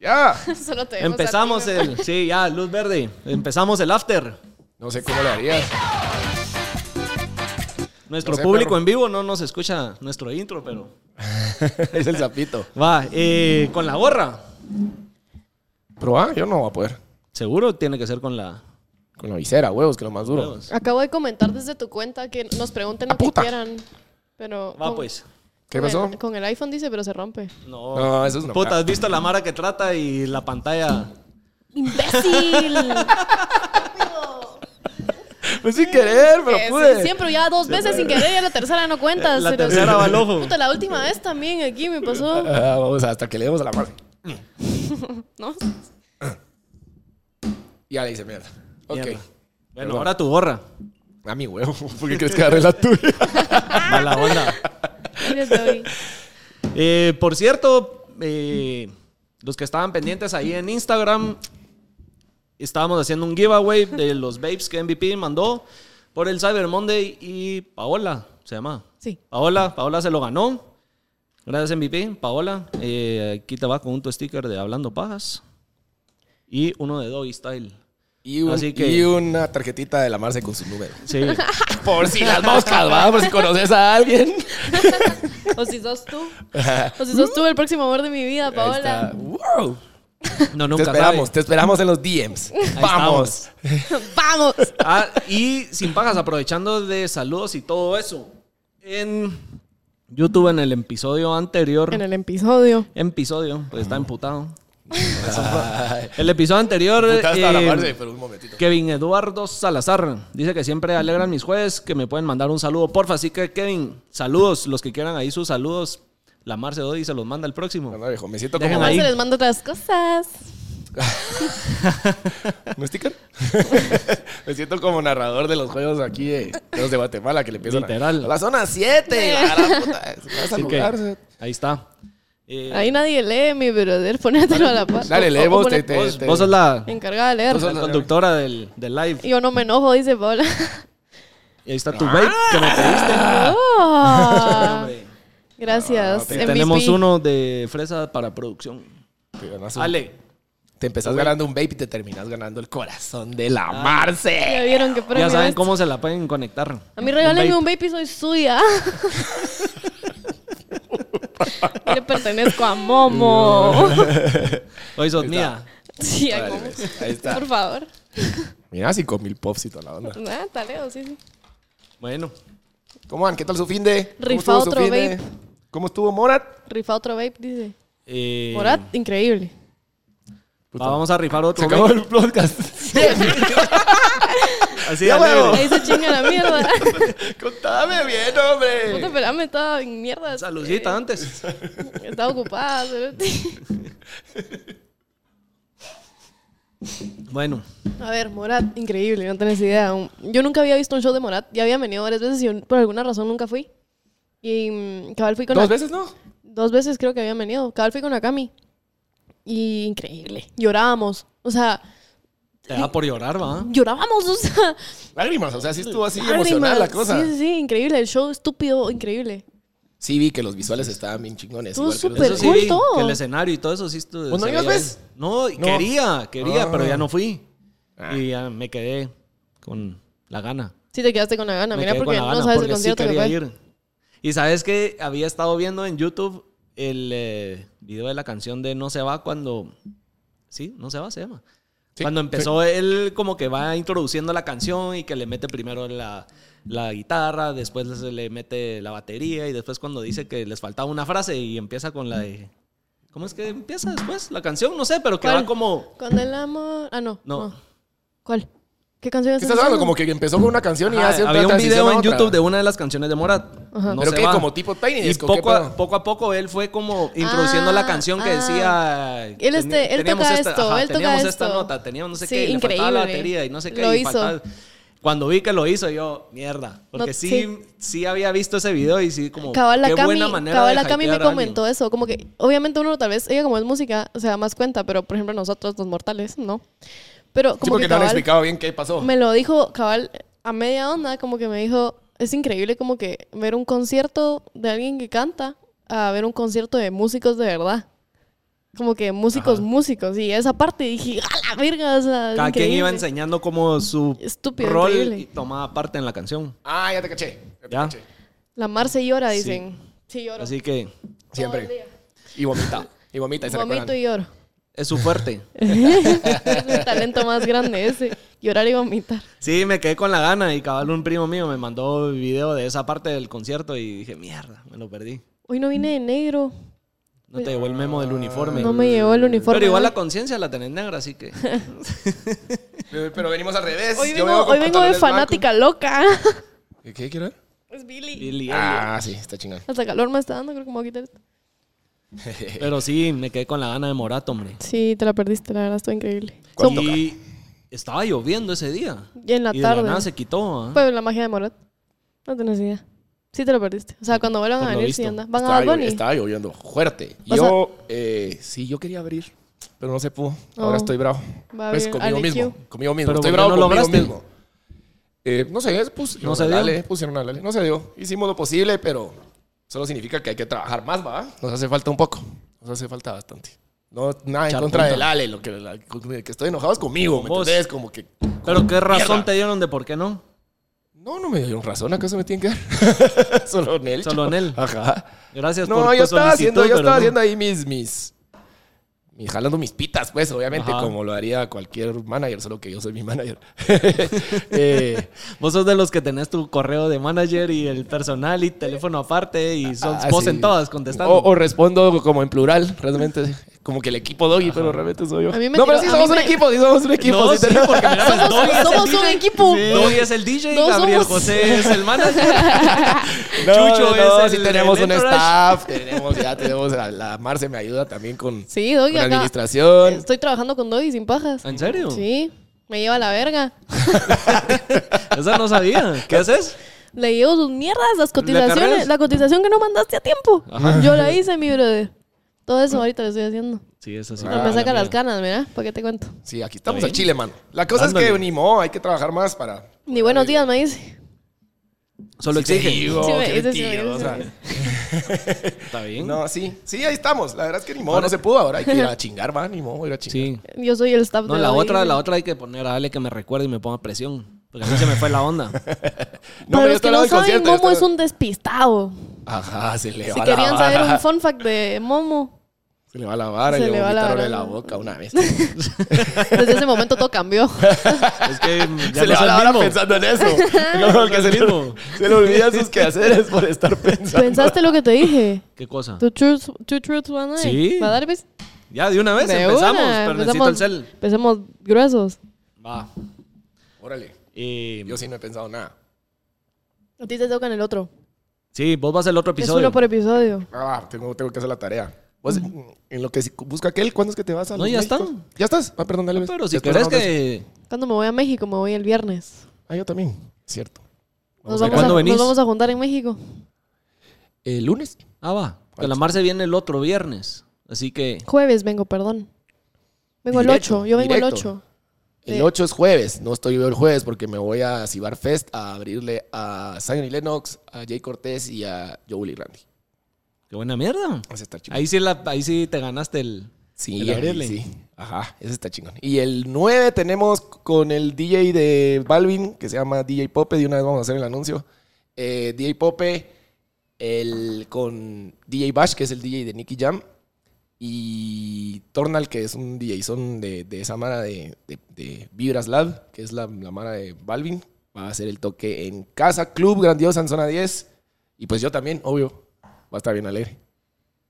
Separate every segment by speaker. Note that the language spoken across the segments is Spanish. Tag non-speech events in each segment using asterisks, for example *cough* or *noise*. Speaker 1: Ya.
Speaker 2: *laughs* Solo te dejo
Speaker 3: Empezamos
Speaker 2: a ti,
Speaker 3: el. Sí, ya, luz verde. Empezamos el after.
Speaker 1: No sé cómo lo harías. *laughs*
Speaker 3: Nuestro
Speaker 1: No sé,
Speaker 3: público
Speaker 1: perro.
Speaker 3: en vivo no nos escucha nuestro intro, pero.
Speaker 1: es el zapito.
Speaker 3: Va, eh, con la gorra.
Speaker 1: Pero ah, yo no voy a poder.
Speaker 3: Seguro tiene que ser con la.
Speaker 1: Con la visera, huevos, que es lo más duro.
Speaker 3: huevos.
Speaker 2: ¿no? Acabo de comentar desde tu cuenta que nos pregunten lo que
Speaker 1: puta!
Speaker 2: quieran. Pero
Speaker 3: Va,
Speaker 2: con-
Speaker 3: pues.
Speaker 1: ¿Qué
Speaker 2: con el-
Speaker 1: pasó?
Speaker 2: con el iPhone dice, pero se rompe.
Speaker 3: No.
Speaker 1: No, eso es una
Speaker 3: Puta, has visto la mara que trata y la pantalla.
Speaker 2: *laughs*
Speaker 1: *laughs*
Speaker 2: ¡Imbécil!
Speaker 1: Pues sin querer, pero
Speaker 2: Que
Speaker 1: pude.
Speaker 2: sí, siempre ya dos veces sin querer y a la tercera no cuentas.
Speaker 3: La
Speaker 2: pero-
Speaker 3: tercera va al ojo.
Speaker 2: Puta, la última vez también aquí me pasó.
Speaker 1: Ah, vamos, hasta que le demos a la madre.
Speaker 2: ¿No?
Speaker 1: Ya le hice mierda. Ok.
Speaker 3: Mierda. Bueno,
Speaker 1: Perdón.
Speaker 3: ahora tu gorra.
Speaker 1: A mi huevo. *laughs* ¿Por qué crees que agarré la tuya?
Speaker 3: Mala onda.
Speaker 2: Mire, Toby.
Speaker 3: Eh, por cierto, eh, los que estaban pendientes ahí en Instagram, estábamos haciendo un giveaway de los babes que MVP mandó por el Cyber Monday y Paola se llama.
Speaker 2: Sí.
Speaker 3: Paola, Paola se lo ganó. Gracias MVP, Paola. Eh, aquí te va con un tu sticker de Hablando Pajas y uno de Doggy Style.
Speaker 1: Y, un-
Speaker 3: Así que-
Speaker 1: y una tarjetita de la Marce con su número.
Speaker 3: Sí.
Speaker 1: Por si *laughs* las moscas, va, por si conoces a alguien.
Speaker 2: O si sos tú. O si sos tú el próximo amor de mi vida,
Speaker 1: Ahí está.
Speaker 2: Paola.
Speaker 1: Wow.
Speaker 3: No,
Speaker 1: Te
Speaker 3: nunca
Speaker 1: esperamos,
Speaker 3: sabe.
Speaker 1: te esperamos en los DMs. Vamos.
Speaker 2: *laughs* ¡Vamos!
Speaker 3: Ah, y sin pajas, aprovechando de saludos y todo eso. En YouTube, en el episodio anterior.
Speaker 2: En el episodio.
Speaker 3: Episodio, pues está emputado.
Speaker 1: Ay,
Speaker 3: El episodio anterior.
Speaker 1: puta, hasta la
Speaker 3: eh,
Speaker 1: Marce, pero un momentito.
Speaker 3: Kevin Eduardo Salazar dice que siempre alegran mis jueves, que me pueden mandar un saludo, porfa. Así que, Kevin, saludos, los que quieran ahí sus saludos. La Marce Dodi se los manda el próximo.
Speaker 1: Anda, viejo, me siento
Speaker 3: Dejen
Speaker 1: como
Speaker 2: Además
Speaker 3: ahí.
Speaker 2: se les mando otras cosas.
Speaker 1: ¿Un sticker? *laughs* Me siento como narrador de los juegos aquí de los de Guatemala que le empiezan a-
Speaker 3: Literal.
Speaker 1: a la zona 7. la gran puta,
Speaker 2: *laughs*
Speaker 1: vas a
Speaker 3: Así que,
Speaker 1: jugarse.
Speaker 3: ahí está. Eh,
Speaker 2: Ahí nadie lee, mi brother. *laughs* Ponételo a la par.
Speaker 1: Dale,
Speaker 2: O-
Speaker 1: lee
Speaker 2: o
Speaker 1: vos,
Speaker 2: poné-
Speaker 1: te- te-
Speaker 3: pues, vos, vos sos la,
Speaker 2: Encargada de leer.
Speaker 1: Vos sos
Speaker 3: la conductora del, del live.
Speaker 2: Yo no me enojo, dice
Speaker 3: *laughs*
Speaker 2: Paola.
Speaker 3: Y
Speaker 1: Ah.
Speaker 3: ahí está tu vape que me pediste.
Speaker 2: Oh.
Speaker 3: Hombre.
Speaker 2: Ah. Gracias. MVP.
Speaker 3: Ah. Tenemos uno de fresa para producción.
Speaker 1: Te ganas un-
Speaker 3: Ale.
Speaker 1: Te empezás ganando un vape y te terminas ganando el corazón de
Speaker 2: Ah.
Speaker 1: la Marce.
Speaker 2: Ya vieron que premio
Speaker 3: Ya saben
Speaker 2: es.
Speaker 3: cómo se la pueden conectar.
Speaker 2: A mí regálenme
Speaker 3: vape.
Speaker 2: un baby, soy suya. *laughs* Yo le pertenezco a
Speaker 3: *laughs*
Speaker 2: Momo.
Speaker 3: Hoy sos mía.
Speaker 2: sí, a
Speaker 1: Dale,
Speaker 2: Momo.
Speaker 1: ves, Ahí está.
Speaker 2: Por favor.
Speaker 1: Mira, 5 mil pops y toda la onda.
Speaker 2: Ah, taleo, sí, sí.
Speaker 3: Bueno,
Speaker 1: ¿Cómo van? ¿Qué tal su fin de? ¿Cómo
Speaker 2: Rifa
Speaker 1: estuvo su
Speaker 2: otro
Speaker 1: fin de?
Speaker 2: vape.
Speaker 1: ¿Cómo estuvo Morat?
Speaker 2: Rifa otro vape, dice.
Speaker 3: eh,
Speaker 2: Morat, increíble.
Speaker 3: va, vamos a rifar
Speaker 1: Se
Speaker 3: otro.
Speaker 1: acabó
Speaker 3: vape.
Speaker 1: el *laughs* podcast.
Speaker 3: Así
Speaker 1: Ya,
Speaker 3: alegre.
Speaker 1: huevo.
Speaker 2: Ahí se chinga la mierda.
Speaker 1: Contame bien,
Speaker 2: Puta,
Speaker 1: hombre.
Speaker 2: espérame, estaba en mierda.
Speaker 3: Saludcita
Speaker 1: *laughs*
Speaker 3: antes.
Speaker 2: Estaba ocupada. cerote.
Speaker 3: Bueno,
Speaker 2: A ver, Morat, increíble, no tenés idea. Un- Yo nunca había visto un show de Morat. Ya había venido varias veces y yo, por alguna razón nunca fui. Y mm, cabal fui con
Speaker 1: ¿Dos
Speaker 2: la-
Speaker 1: veces no?
Speaker 2: Dos veces creo que habían venido. Cabal fui con Akami. Y increíble. Llorábamos. O sea,
Speaker 3: te da por llorar, va.
Speaker 2: llorábamos. *laughs* O sea,
Speaker 1: Lágrimas, o sea, sí estuvo así
Speaker 2: lágrimas.
Speaker 1: emocional la cosa.
Speaker 2: Sí, sí, sí, increíble. El show estúpido, increíble.
Speaker 1: Sí, vi que los visuales estaban bien chingones.
Speaker 2: Estuvo
Speaker 1: igual que los-
Speaker 2: súper
Speaker 3: Eso sí,
Speaker 2: cool todo.
Speaker 3: que el escenario y todo eso sí estuvo.
Speaker 1: ¿Vos no
Speaker 3: se
Speaker 1: ibas,
Speaker 3: veía
Speaker 1: pues?
Speaker 3: bien. No, y
Speaker 1: No.
Speaker 3: quería, quería,
Speaker 1: Ah.
Speaker 3: pero ya no fui.
Speaker 1: Ah.
Speaker 3: Y ya me quedé con la gana.
Speaker 2: Sí, te quedaste con la gana.
Speaker 3: Me
Speaker 2: Mira,
Speaker 3: quedé con
Speaker 2: porque
Speaker 3: la
Speaker 2: no
Speaker 3: gana,
Speaker 2: sabes el
Speaker 3: porque sí
Speaker 2: concierto que
Speaker 3: quería
Speaker 2: fue.
Speaker 3: ir. Y sabes que había estado viendo en YouTube el eh, video de la canción de No se va cuando. Sí, No se va, se llama.
Speaker 1: Sí,
Speaker 3: cuando empezó él como que va introduciendo la canción y que le mete primero la, la guitarra, después se le mete la batería y después cuando dice que les faltaba una frase y empieza con la de... ¿Cómo es que empieza después la canción? No sé, pero que
Speaker 2: ¿Cuál?
Speaker 3: va como...
Speaker 2: Cuando el amor. Ah, no.
Speaker 3: No.
Speaker 2: ¿Cuál? ¿Qué canción
Speaker 1: ¿Qué estás hablando? Como que empezó con una canción y
Speaker 3: Ajá,
Speaker 1: hace otra
Speaker 3: había un
Speaker 1: transición
Speaker 3: video
Speaker 1: a
Speaker 3: en
Speaker 1: otra.
Speaker 3: YouTube de una de las canciones de Morat.
Speaker 2: Ajá.
Speaker 3: No
Speaker 1: ¿Pero
Speaker 3: se
Speaker 1: qué?
Speaker 3: va.
Speaker 1: ¿Como tipo Tiny
Speaker 3: Y
Speaker 1: Disco? ¿Qué
Speaker 3: poco a,
Speaker 1: pedo?
Speaker 3: poco a poco él fue como introduciendo la canción que decía...
Speaker 2: Ah, Él este- él
Speaker 3: teníamos
Speaker 2: toca
Speaker 3: esta-
Speaker 2: esto,
Speaker 3: ajá,
Speaker 2: él toca
Speaker 3: teníamos esta
Speaker 2: esto.
Speaker 3: nota, teníamos no sé
Speaker 2: Sí,
Speaker 3: qué, y le faltaba la
Speaker 2: increíble.
Speaker 3: batería y no sé qué.
Speaker 2: Lo
Speaker 3: y
Speaker 2: hizo.
Speaker 3: faltaba- Cuando vi que lo hizo, yo, mierda. Porque
Speaker 2: No,
Speaker 3: sí,
Speaker 2: sí.
Speaker 3: sí, había visto ese video y sí, como,
Speaker 2: Cabal la
Speaker 3: qué
Speaker 2: Cami,
Speaker 3: buena manera
Speaker 2: cabal
Speaker 3: de
Speaker 2: la Cami me
Speaker 3: hypear a
Speaker 2: comentó
Speaker 3: alguien.
Speaker 2: eso, como que obviamente uno tal vez, ella como es música, se da más cuenta, pero por ejemplo nosotros los mortales, ¿no? Pero
Speaker 1: Sí,
Speaker 2: como
Speaker 1: porque
Speaker 2: que
Speaker 1: no han
Speaker 2: cabal,
Speaker 1: explicado bien qué pasó.
Speaker 2: me lo dijo cabal a media onda, como que me dijo, es increíble como que ver un concierto de alguien que canta a ver un concierto de músicos de verdad. como que músicos,
Speaker 3: Ajá.
Speaker 2: músicos. Y esa parte dije, ¡a la verga! O sea,
Speaker 3: Cada quien iba
Speaker 2: increíble.
Speaker 3: enseñando como su
Speaker 2: Estúpido,
Speaker 3: rol
Speaker 2: increíble.
Speaker 3: y tomaba parte en la canción.
Speaker 1: Ah, ya te caché. Ya te
Speaker 3: ¿Ya?
Speaker 1: caché.
Speaker 2: La mar se llora,
Speaker 3: Sí.
Speaker 2: dicen. Sí, lloro.
Speaker 3: Así que
Speaker 2: Todo el
Speaker 1: Siempre.
Speaker 2: día.
Speaker 1: Y vomita. Y vomita y se
Speaker 2: Vomito
Speaker 1: recuerdan.
Speaker 2: y lloro.
Speaker 3: es su fuerte.
Speaker 2: es *laughs* el talento más grande ese. Llorar y vomitar.
Speaker 3: Sí, me quedé con la gana y cabal un primo mío me mandó video de esa parte del concierto y dije, mierda, me lo perdí.
Speaker 2: Hoy no vine de negro.
Speaker 3: No te llevó el memo del uniforme.
Speaker 2: No me llevó el uniforme.
Speaker 3: Pero igual
Speaker 2: hoy.
Speaker 3: la conciencia la tenés negra,
Speaker 2: *laughs*
Speaker 3: así que...
Speaker 1: Pero, Eh, pero venimos al revés.
Speaker 2: Hoy
Speaker 1: Yo
Speaker 2: vengo,
Speaker 1: veo con
Speaker 2: hoy vengo de
Speaker 1: pantalones blancos.
Speaker 2: fanática loca. *laughs*
Speaker 1: ¿Qué- ¿Qué quiero ver?
Speaker 2: Es Billy.
Speaker 3: Billy Elliot.
Speaker 1: Ah, sí, está chingón.
Speaker 2: Hasta calor me está dando, creo que me voy a quitar esto.
Speaker 3: Pero sí, me quedé con la gana de Morato, hombre.
Speaker 2: Sí, te la perdiste, la verdad, estuvo increíble.
Speaker 1: ¿Cuál
Speaker 2: Son-
Speaker 3: Y estaba lloviendo ese día.
Speaker 2: y en la
Speaker 3: y de
Speaker 2: tarde.
Speaker 3: la nada se quitó. ¿ah?
Speaker 2: Pues la magia de Morat. No tenés idea. Sí te lo perdiste. O sea, cuando vuelvan
Speaker 3: Por
Speaker 2: a
Speaker 3: Pues lo
Speaker 2: venir,
Speaker 3: visto.
Speaker 2: sí anda. Van
Speaker 1: Estaba,
Speaker 2: a Bad
Speaker 1: llovi-
Speaker 2: Bunny.
Speaker 1: estaba lloviendo fuerte.
Speaker 2: Vas
Speaker 1: Yo, eh, sí, yo quería abrir, pero no se pudo. Ahora
Speaker 2: Oh.
Speaker 1: estoy bravo.
Speaker 2: Va a
Speaker 1: Pues
Speaker 2: abrir
Speaker 1: conmigo
Speaker 2: Alex
Speaker 1: mismo. Conmigo mismo.
Speaker 3: Pero
Speaker 1: estoy
Speaker 3: ¿por qué
Speaker 1: bravo
Speaker 3: no
Speaker 1: conmigo
Speaker 3: lograste?
Speaker 1: mismo. Eh, no sé, pus,
Speaker 3: No se dio.
Speaker 1: Dale, pusieron a Lale. No se dio. Hicimos lo posible, pero solo significa que hay que trabajar más, ¿va? Nos hace falta un poco. Nos hace falta bastante. No, nada en
Speaker 3: Echar
Speaker 1: contra
Speaker 3: punta.
Speaker 1: de Lale. Lo que, la- con el que estoy enojado es conmigo, ¿me
Speaker 3: Con vos.
Speaker 1: entendés? Como que...
Speaker 3: Pero qué razón
Speaker 1: Mierda.
Speaker 3: te dieron de por qué no.
Speaker 1: No, no me dieron razón. ¿Acaso me tienen que dar? *laughs* solo en él.
Speaker 3: Solo
Speaker 1: chavo.
Speaker 3: en él.
Speaker 1: Ajá.
Speaker 3: Gracias por
Speaker 1: No,
Speaker 3: tu
Speaker 1: yo estaba
Speaker 3: solicitud,
Speaker 1: haciendo, yo
Speaker 3: pero
Speaker 1: estaba
Speaker 3: no.
Speaker 1: haciendo ahí mis, mis, mis- jalando mis pitas, pues, obviamente,
Speaker 3: Ajá.
Speaker 1: como lo haría cualquier manager, solo que yo soy mi manager. *laughs* Eh,
Speaker 3: Vos sos de los que tenés tu correo de manager y el personal y teléfono aparte y sos
Speaker 1: ah,
Speaker 3: vos
Speaker 1: sí.
Speaker 3: en todas contestando.
Speaker 1: O, o respondo como en plural, realmente, como que el equipo doggy, pero realmente soy yo.
Speaker 2: A mí me
Speaker 1: no, pero
Speaker 2: tiró-
Speaker 1: sí
Speaker 2: a
Speaker 1: somos
Speaker 2: mí
Speaker 1: un
Speaker 2: me-
Speaker 1: equipo, sí somos un equipo.
Speaker 3: no,
Speaker 1: sí
Speaker 3: sí,
Speaker 1: tenemos-
Speaker 3: porque mira, el Doggy es el
Speaker 2: somos un
Speaker 3: DJ.
Speaker 2: equipo.
Speaker 3: Sí. Doggy es el DJ,
Speaker 2: No
Speaker 3: Gabriel
Speaker 2: somos-
Speaker 3: José es
Speaker 2: *laughs*
Speaker 3: el manager.
Speaker 1: No,
Speaker 3: *laughs* Chucho
Speaker 1: no,
Speaker 3: es
Speaker 1: sí
Speaker 3: el-
Speaker 1: tenemos
Speaker 3: el
Speaker 1: un
Speaker 3: entourage.
Speaker 1: staff, tenemos, ya tenemos, a la Marce me ayuda también con,
Speaker 2: Sí, Doggy
Speaker 1: con
Speaker 2: acá.
Speaker 1: administración.
Speaker 2: Estoy trabajando con Doggy sin pajas.
Speaker 3: ¿En serio?
Speaker 2: Sí, me lleva a la verga.
Speaker 3: Esa no sabía. ¿Qué haces?
Speaker 2: Le llevo sus mierdas, las
Speaker 3: cargas?
Speaker 2: cotizaciones, la cotización que no mandaste a tiempo. Yo la hice, mi brother. Todo eso ahorita lo estoy haciendo.
Speaker 3: Sí, eso sí. Ah,
Speaker 2: No me saca las canas, mira, ¿para qué te cuento?
Speaker 1: Sí, aquí estamos
Speaker 3: Está
Speaker 1: al chile, mano. La cosa es que
Speaker 3: Dándole.
Speaker 1: ni modo, hay que trabajar más para...
Speaker 2: Ni buenos días me dice.
Speaker 3: Solo
Speaker 1: Sí,
Speaker 3: exige.
Speaker 1: digo,
Speaker 2: Sí, me
Speaker 1: qué
Speaker 2: dice, sí, me
Speaker 1: mentirosa.
Speaker 2: dice, sí, me dice.
Speaker 3: Está bien.
Speaker 1: No, sí, sí, ahí estamos. La verdad es que ni modo, no se pudo. Ahora hay que ir a chingar, va, ni modo, ir a chingar.
Speaker 3: Sí.
Speaker 2: Yo soy el staff
Speaker 3: No,
Speaker 2: de
Speaker 3: la
Speaker 2: Doggy,
Speaker 3: otra,
Speaker 2: dice.
Speaker 3: la otra hay que poner a Ale que me recuerde y me ponga presión. Porque a mí se me fue la onda.
Speaker 1: No,
Speaker 2: Para
Speaker 1: pero yo
Speaker 2: los que
Speaker 1: estoy
Speaker 2: no
Speaker 1: hablando del
Speaker 2: saben,
Speaker 1: concierto. yo
Speaker 2: Momo es
Speaker 1: estoy-
Speaker 2: un despistado.
Speaker 1: Ajá, se le
Speaker 2: Si
Speaker 1: va la
Speaker 2: querían
Speaker 1: vara.
Speaker 2: saber un fun fact de Momo,
Speaker 1: Se le va la vara y
Speaker 2: Se
Speaker 1: le
Speaker 2: le va la
Speaker 1: vomitaron en
Speaker 2: vara.
Speaker 1: la boca una
Speaker 2: *laughs*
Speaker 1: vez.
Speaker 2: desde ese momento todo
Speaker 3: *laughs*
Speaker 2: cambió.
Speaker 3: Es que ya no
Speaker 1: se le
Speaker 3: soy
Speaker 1: va
Speaker 3: el
Speaker 1: la vara
Speaker 3: mismo.
Speaker 1: pensando en eso. Como que se le,
Speaker 3: mismo.
Speaker 1: se le olvidan
Speaker 3: *laughs*
Speaker 1: sus quehaceres por estar pensando.
Speaker 2: ¿Pensaste lo que te dije?
Speaker 3: ¿Qué cosa?
Speaker 2: Two truths, two truths one lie.
Speaker 3: Sí.
Speaker 2: ¿Va a dar, pues?
Speaker 3: Ya, de una vez
Speaker 2: De
Speaker 3: empezamos,
Speaker 2: una,
Speaker 3: pero necesito el cel.
Speaker 2: Empezamos gruesos.
Speaker 3: Va.
Speaker 1: Órale,
Speaker 3: Eh,
Speaker 1: yo sí no he pensado nada.
Speaker 2: A ti te tocan el otro.
Speaker 3: sí, vos vas al otro
Speaker 2: Es
Speaker 3: episodio.
Speaker 2: uno por episodio.
Speaker 1: Ah, tengo, tengo que hacer la tarea. Vos, en lo que si- busca aquel, ¿cuándo es que te vas a
Speaker 3: No,
Speaker 1: los
Speaker 3: ya
Speaker 1: México?
Speaker 3: está.
Speaker 1: ¿Ya estás? Ah, perdón, dale. ves.
Speaker 3: Pero si
Speaker 1: Después
Speaker 3: querés
Speaker 1: hablamos de eso.
Speaker 3: que...
Speaker 2: Cuando me voy a México, me voy el viernes.
Speaker 1: Ah, yo también. Cierto.
Speaker 2: Nos
Speaker 1: a
Speaker 2: vamos, a,
Speaker 3: ¿Cuándo venís?
Speaker 2: nos vamos a juntar en México.
Speaker 1: ¿El lunes?
Speaker 3: Ah, va. Que la Marce viene el otro viernes. Así que...
Speaker 2: Jueves vengo, perdón. Vengo el
Speaker 1: Directo,
Speaker 2: 8. Yo vengo el
Speaker 1: directo.
Speaker 2: 8.
Speaker 1: El
Speaker 2: Sí.
Speaker 1: 8 es jueves, no estoy yo el jueves porque me voy a Cibar Fest a abrirle a Zion y Lennox, a Jay Cortés y a Joel y Randy.
Speaker 3: ¡Qué buena mierda!
Speaker 1: Ese está chingón.
Speaker 3: Ahí sí, la, ahí sí te ganaste el...
Speaker 1: sí,
Speaker 3: el
Speaker 1: ahí
Speaker 3: abrirle.
Speaker 1: sí. Ajá, ese está chingón. Y el 9 tenemos con el DJ de Balvin, que se llama DJ Pope, de una vez vamos a hacer el anuncio. Eh, DJ Pope, el, con DJ Bash, que es el DJ de Nicky Jam, y Tornal, que es un DJ son de, de esa mara de, de, de Vibras Lab, que es la, la mara de Balvin, va a hacer el toque en casa, Club Grandiosa en zona 10. Y pues yo también, obvio, va a estar bien alegre.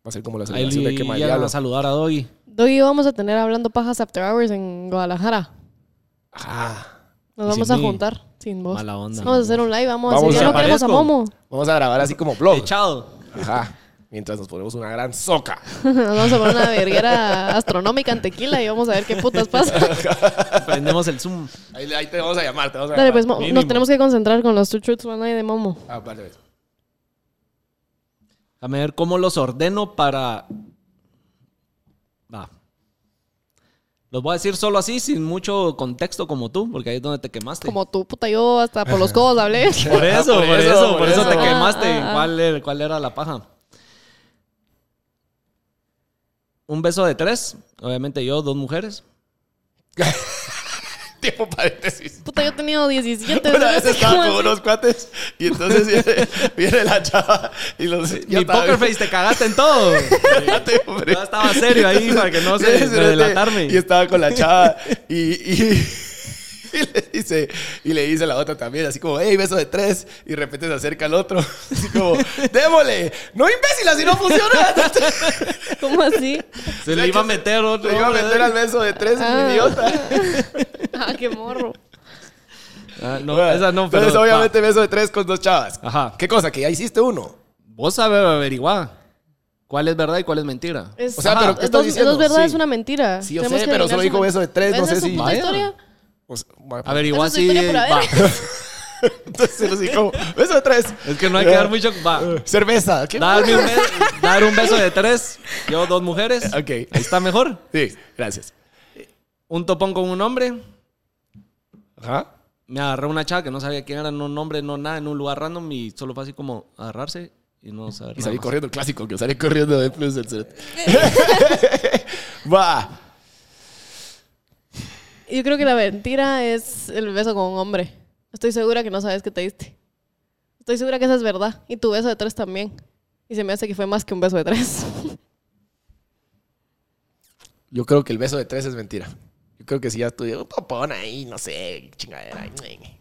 Speaker 1: Va a ser como la
Speaker 3: Ahí
Speaker 1: celebración de Quema el
Speaker 3: llegan
Speaker 1: Diablo.
Speaker 3: a saludar a Doggy.
Speaker 2: Doggy vamos a tener hablando pajas after hours en Guadalajara.
Speaker 1: Ajá.
Speaker 2: Nos
Speaker 3: Y
Speaker 2: vamos
Speaker 3: sin
Speaker 2: a
Speaker 3: mí.
Speaker 2: juntar sin vos.
Speaker 3: Mala onda.
Speaker 2: Vamos a hacer un live, vamos,
Speaker 1: Vamos
Speaker 2: a
Speaker 1: a-
Speaker 2: hacer. Ya no queremos a
Speaker 3: Aparezco.
Speaker 2: Momo. *laughs*
Speaker 1: Vamos a grabar así como
Speaker 3: Oh.
Speaker 1: blog.
Speaker 3: Echado.
Speaker 1: Ajá. Mientras nos ponemos una gran soca.
Speaker 2: Nos vamos a poner una verguera *laughs* astronómica en tequila y vamos a ver
Speaker 1: *laughs*
Speaker 2: qué putas pasa.
Speaker 3: Prendemos el Zoom.
Speaker 1: Ahí, ahí te vamos a llamar, te vamos a
Speaker 2: Dale,
Speaker 1: llamar.
Speaker 2: pues Mo- nos
Speaker 3: mínimo.
Speaker 2: tenemos que concentrar con los Two Truths One Lie de Momo.
Speaker 1: Ah, vale, pues.
Speaker 3: Déjame ver cómo los ordeno para. Va. Los voy a decir solo así, sin mucho contexto como tú, porque ahí es donde te quemaste.
Speaker 2: Como tú, puta, yo hasta por los codos
Speaker 1: *laughs*
Speaker 2: hablé.
Speaker 3: Por eso, Ah, por, eso, por eso, te
Speaker 2: Ah,
Speaker 3: quemaste.
Speaker 2: ah, ah.
Speaker 3: ¿Cuál, era, ¿Cuál era la paja? Un beso de tres. Obviamente yo, dos mujeres.
Speaker 1: Tiempo paréntesis.
Speaker 2: Puta, yo he tenido 17.
Speaker 1: Una vez
Speaker 2: ¿no?
Speaker 1: estaba
Speaker 2: ¿Cómo
Speaker 1: con unos cuates y entonces *laughs* viene, viene la chava y los.
Speaker 3: Mi poker face, te cagaste en todo.
Speaker 1: *laughs*
Speaker 3: Yo estaba serio ahí para que no se me delatarme.
Speaker 1: Y estaba con la chava y, y, *laughs* y le dice, y le dice a la otra también, así como, hey, beso de tres. Y de repente se acerca al otro, *laughs* así como, démosle, no imbécil, así no funciona. *laughs*
Speaker 2: ¿Cómo así?
Speaker 3: Se le iba a meter otro.
Speaker 1: Le iba a meter al beso de tres,
Speaker 2: Ah.
Speaker 1: idiota.
Speaker 2: Ah, qué morro.
Speaker 3: Ah, no,
Speaker 1: Bueno,
Speaker 3: esa no, pero.
Speaker 1: Entonces,
Speaker 3: va.
Speaker 1: obviamente, beso de tres con dos chavas.
Speaker 3: Ajá.
Speaker 1: ¿Qué cosa? Que ya hiciste uno.
Speaker 3: Vos sabés averiguar cuál es verdad y cuál es mentira.
Speaker 2: Es-
Speaker 1: O sea, pero ¿qué estás
Speaker 2: dos,
Speaker 1: diciendo?
Speaker 2: dos verdades,
Speaker 1: Sí.
Speaker 2: una mentira.
Speaker 1: Sí, yo
Speaker 2: Tenemos
Speaker 1: sé,
Speaker 2: que
Speaker 1: pero
Speaker 2: adivinar
Speaker 1: solo
Speaker 2: su
Speaker 1: dijo
Speaker 2: men-
Speaker 1: beso de tres, no
Speaker 2: ¿Esa
Speaker 1: sé
Speaker 2: es su
Speaker 1: si-
Speaker 2: puta
Speaker 3: Vaya.
Speaker 2: historia?
Speaker 1: O sea, bueno,
Speaker 3: Averiguar
Speaker 2: Esa es
Speaker 3: si.
Speaker 2: historia por haber.
Speaker 3: va.
Speaker 1: Entonces, solo así como, beso de tres.
Speaker 3: *laughs* Es que no hay que dar mucho. Va.
Speaker 1: Cerveza. ¿Qué?
Speaker 3: Darme un beso, dar un beso de tres. Yo, dos mujeres.
Speaker 1: Ok.
Speaker 3: Ahí está mejor.
Speaker 1: Sí, gracias.
Speaker 3: Un topón con un hombre.
Speaker 1: Ajá.
Speaker 3: Me agarró una chava que no sabía quién era, no nombre, no nada, en un lugar random y solo fue así como agarrarse y no saber.
Speaker 1: Y
Speaker 3: nada
Speaker 1: salí
Speaker 3: más.
Speaker 1: corriendo, el clásico, que salí corriendo de plus el
Speaker 3: *laughs*
Speaker 1: set. Va.
Speaker 2: Yo creo que la mentira es el beso con un hombre. Estoy segura que no sabes que te diste. Estoy segura que esa es verdad. Y tu beso de tres también. Y se me hace que fue más que un beso de tres. *laughs*
Speaker 1: Yo creo que el beso de tres es mentira. Yo creo que si ya estudié un popón ahí, no sé, chingadera. ay, ay.
Speaker 3: *laughs*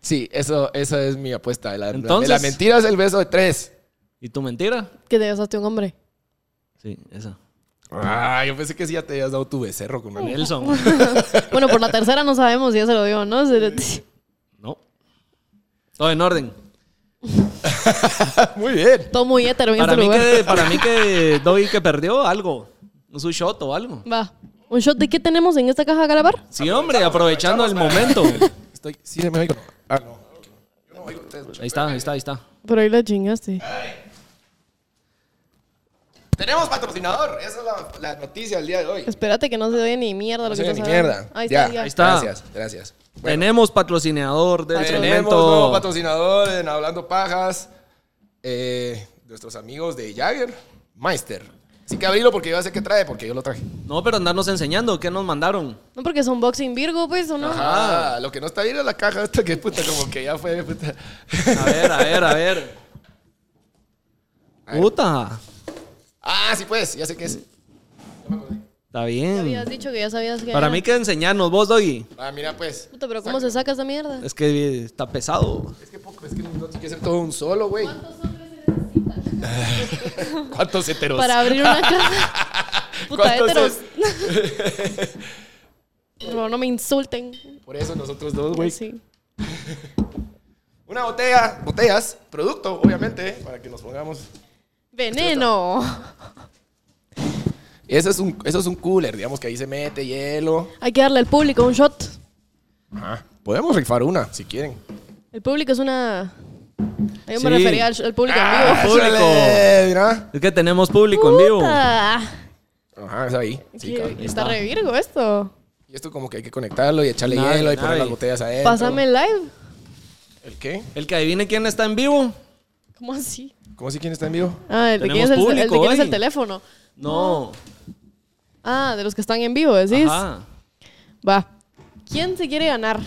Speaker 1: Sí, eso, esa es mi apuesta. de La, de
Speaker 3: Entonces-
Speaker 1: la mentira es el beso de tres.
Speaker 3: ¿Y tu mentira?
Speaker 2: que te besaste a
Speaker 1: *laughs*
Speaker 2: un hombre.
Speaker 3: Sí, esa.
Speaker 1: Ah, yo pensé que sí ya te habías dado tu becerro con una
Speaker 3: Nelson. *laughs*
Speaker 2: Bueno, por la tercera no sabemos si ya se lo dio, ¿no?
Speaker 1: *laughs*
Speaker 2: Se le-
Speaker 3: No. Todo en orden.
Speaker 1: *laughs* Muy bien.
Speaker 2: Todo muy hétero en
Speaker 3: Para
Speaker 2: este
Speaker 3: mí,
Speaker 2: lugar.
Speaker 3: que, para mí que Doy que perdió algo. Su shot o algo.
Speaker 2: Va. ¿Un shot de qué tenemos en esta caja, Galabar?
Speaker 3: Sí, hombre, aprovechando el momento.
Speaker 1: Estoy, sí, me oigo. Ah, no. Yo no oigo ustedes, muchachos.
Speaker 3: Ahí está, ahí está, ahí está.
Speaker 2: Por ahí la chingaste.
Speaker 1: Tenemos patrocinador. Esa es la, la noticia del día de hoy.
Speaker 2: Espérate que no se doy ni mierda
Speaker 1: No
Speaker 2: lo que
Speaker 1: sé,
Speaker 2: estás
Speaker 1: ni
Speaker 2: hablando.
Speaker 1: mierda.
Speaker 2: Ahí
Speaker 1: Ya,
Speaker 2: está, ya.
Speaker 3: ahí está.
Speaker 1: Gracias, gracias. Bueno.
Speaker 3: Tenemos patrocinador este del
Speaker 1: Tenemos
Speaker 3: segmento.
Speaker 1: nuevo patrocinador en Hablando Pajas. eh, nuestros amigos de Jagger, Meister. Así que abrilo porque yo sé qué trae, porque yo lo traje.
Speaker 3: No, pero andarnos enseñando. ¿Qué nos mandaron?
Speaker 2: No porque es unboxing Virgo, pues, ¿o no?
Speaker 1: Ajá, Ah, lo que no está bien es la caja esta que puta, como que ya fue puta.
Speaker 3: A ver, a ver, a ver. Puta.
Speaker 1: Ah, sí pues, ya sé qué es. Ya me acordé.
Speaker 3: Está
Speaker 2: Habías
Speaker 3: bien.
Speaker 2: dicho que ya sabías que
Speaker 3: Para
Speaker 2: era.
Speaker 3: mí que enseñarnos vos, Doy.
Speaker 1: Ah, mira pues.
Speaker 2: Puta, pero ¿cómo se saca esa mierda?
Speaker 3: Es que está pesado.
Speaker 1: Es que poco, es que no tiene que ser todo un solo, güey. *laughs* ¿Cuántos heteros?
Speaker 2: Para abrir
Speaker 3: *laughs*
Speaker 2: una caja. Puta,
Speaker 1: ¿Cuántos
Speaker 2: héteros. no, no me insulten.
Speaker 1: Por eso nosotros dos, güey.
Speaker 2: Sí.
Speaker 1: Una botella, botellas, producto, obviamente, para que nos pongamos
Speaker 2: Veneno.
Speaker 1: Eso es, un, eso es un cooler, digamos que ahí se mete hielo.
Speaker 2: Hay que darle al público un shot.
Speaker 1: Podemos rifar una, si quieren.
Speaker 2: El público es una. Yo me
Speaker 3: Sí.
Speaker 2: refería al, al público en vivo.
Speaker 1: Ah,
Speaker 3: público.
Speaker 1: ¡Ándale! Mira.
Speaker 3: Es que tenemos público en vivo.
Speaker 2: Puta.
Speaker 1: Ajá, es ahí. Sí,
Speaker 2: Que-
Speaker 1: cabrón.
Speaker 2: está re virgo esto.
Speaker 1: y esto como que hay que conectarlo y echarle
Speaker 3: Nadie,
Speaker 1: hielo y poner
Speaker 3: nadie.
Speaker 1: las botellas adentro.
Speaker 2: Pásame el live.
Speaker 1: ¿El qué?
Speaker 3: El que adivine quién está en vivo.
Speaker 2: ¿Cómo así?
Speaker 1: ¿Cómo así quién está en vivo?
Speaker 2: Ah, el de quién es el,
Speaker 3: Tenemos
Speaker 2: el de
Speaker 3: público
Speaker 2: quién es
Speaker 3: hoy.
Speaker 2: el teléfono.
Speaker 3: No.
Speaker 2: Ah, de los que están en vivo, decís.
Speaker 3: Ajá.
Speaker 2: Va. ¿Quién se quiere ganar?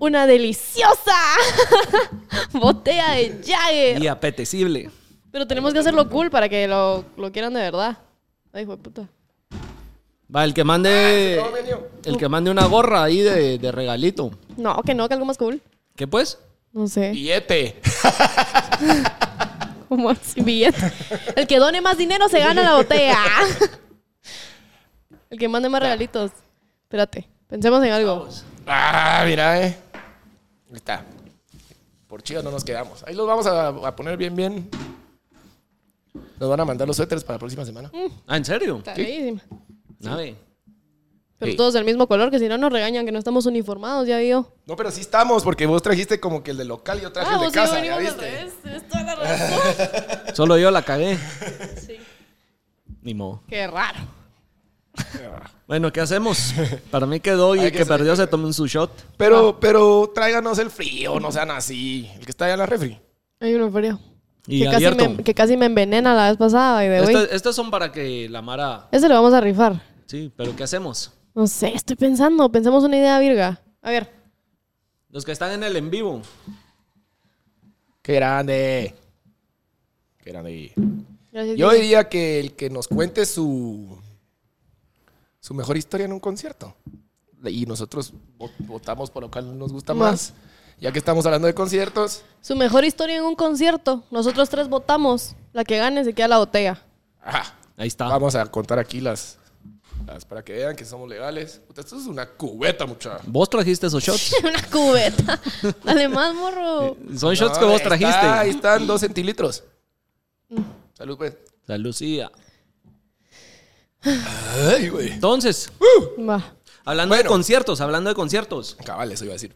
Speaker 2: Una deliciosa *laughs* botella de Jagger.
Speaker 3: Y apetecible.
Speaker 2: Pero tenemos que hacerlo cool para que lo, lo quieran de verdad. Ay, hijo de puta.
Speaker 3: Va, el que mande.
Speaker 1: Ah, No, venido.
Speaker 3: El que mande una gorra ahí de, de regalito.
Speaker 2: No, que no, que algo más cool.
Speaker 3: ¿Qué pues?
Speaker 2: No sé.
Speaker 1: Billete.
Speaker 2: *laughs* Como así, billete. El que done más dinero se gana
Speaker 1: *laughs*
Speaker 2: la botella. El que mande más regalitos. Espérate, pensemos en algo.
Speaker 1: Ah, mira, eh. Ahí está. Por chido no nos quedamos. Ahí los vamos a, a poner bien, bien. Nos van a mandar los suéteres para la próxima semana.
Speaker 3: Ah, ¿en serio? Ah,
Speaker 2: Carísima.
Speaker 3: Nave.
Speaker 2: Pero
Speaker 1: Sí.
Speaker 2: todos del mismo color, que si no nos regañan, que no estamos uniformados, ya vio.
Speaker 1: No, pero sí estamos, porque vos trajiste como que el de local y yo traje
Speaker 2: Ah,
Speaker 1: el de
Speaker 2: vos sí,
Speaker 1: casa, ¿ya
Speaker 2: venimos al
Speaker 1: viste?
Speaker 2: revés. Tienes toda
Speaker 1: *laughs*
Speaker 2: la razón.
Speaker 3: Solo yo la cagué.
Speaker 2: Sí.
Speaker 3: Ni modo.
Speaker 2: Qué raro.
Speaker 3: Bueno,
Speaker 1: *laughs*
Speaker 3: ¿qué hacemos? Para mí que Doy
Speaker 1: Hay
Speaker 3: y
Speaker 1: que
Speaker 3: que
Speaker 1: ser-
Speaker 3: perdió se tomen su shot.
Speaker 1: Ah. Pero, pero tráiganos el frío, no sean así. El que está allá en la refri.
Speaker 2: Hay uno frío.
Speaker 3: Y
Speaker 2: Que casi,
Speaker 3: abierto.
Speaker 2: me, que casi me envenena la vez pasada y de hoy.
Speaker 1: Este-
Speaker 3: Estas- estas Este, son para que la Mara.
Speaker 2: Ese lo vamos a rifar.
Speaker 3: Sí, pero ¿qué hacemos?
Speaker 2: No sé, estoy pensando. Pensemos una idea, Virga. A ver.
Speaker 3: Los que están en el en vivo.
Speaker 1: ¡Qué grande! ¡Qué grande!
Speaker 2: Gracias,
Speaker 1: Yo
Speaker 2: Virga.
Speaker 1: diría que el que nos cuente su, su mejor historia en un concierto. Y nosotros vo- votamos por lo cual nos gusta más. Ya que estamos hablando de conciertos.
Speaker 2: Su mejor historia en un concierto. Nosotros tres votamos. La que gane se queda la botella. *laughs*
Speaker 1: ajá,
Speaker 3: Ahí está.
Speaker 1: Vamos a contar aquí las, las para que vean que somos legales. Puta, esto es una cubeta, muchacha.
Speaker 3: Vos trajiste esos shots.
Speaker 2: una
Speaker 1: *laughs*
Speaker 2: cubeta. Dale más, morro.
Speaker 1: Eh.
Speaker 3: Son shots
Speaker 1: No,
Speaker 3: que vos
Speaker 1: ahí está, ahí
Speaker 3: trajiste. Mm.
Speaker 1: están dos centilitros. Salud, pues.
Speaker 3: La Lucía.
Speaker 1: Ay, güey.
Speaker 3: Entonces,
Speaker 2: Va.
Speaker 3: hablando de
Speaker 1: Bueno.
Speaker 3: conciertos, hablando de conciertos.
Speaker 1: Cabal, eso iba a decir.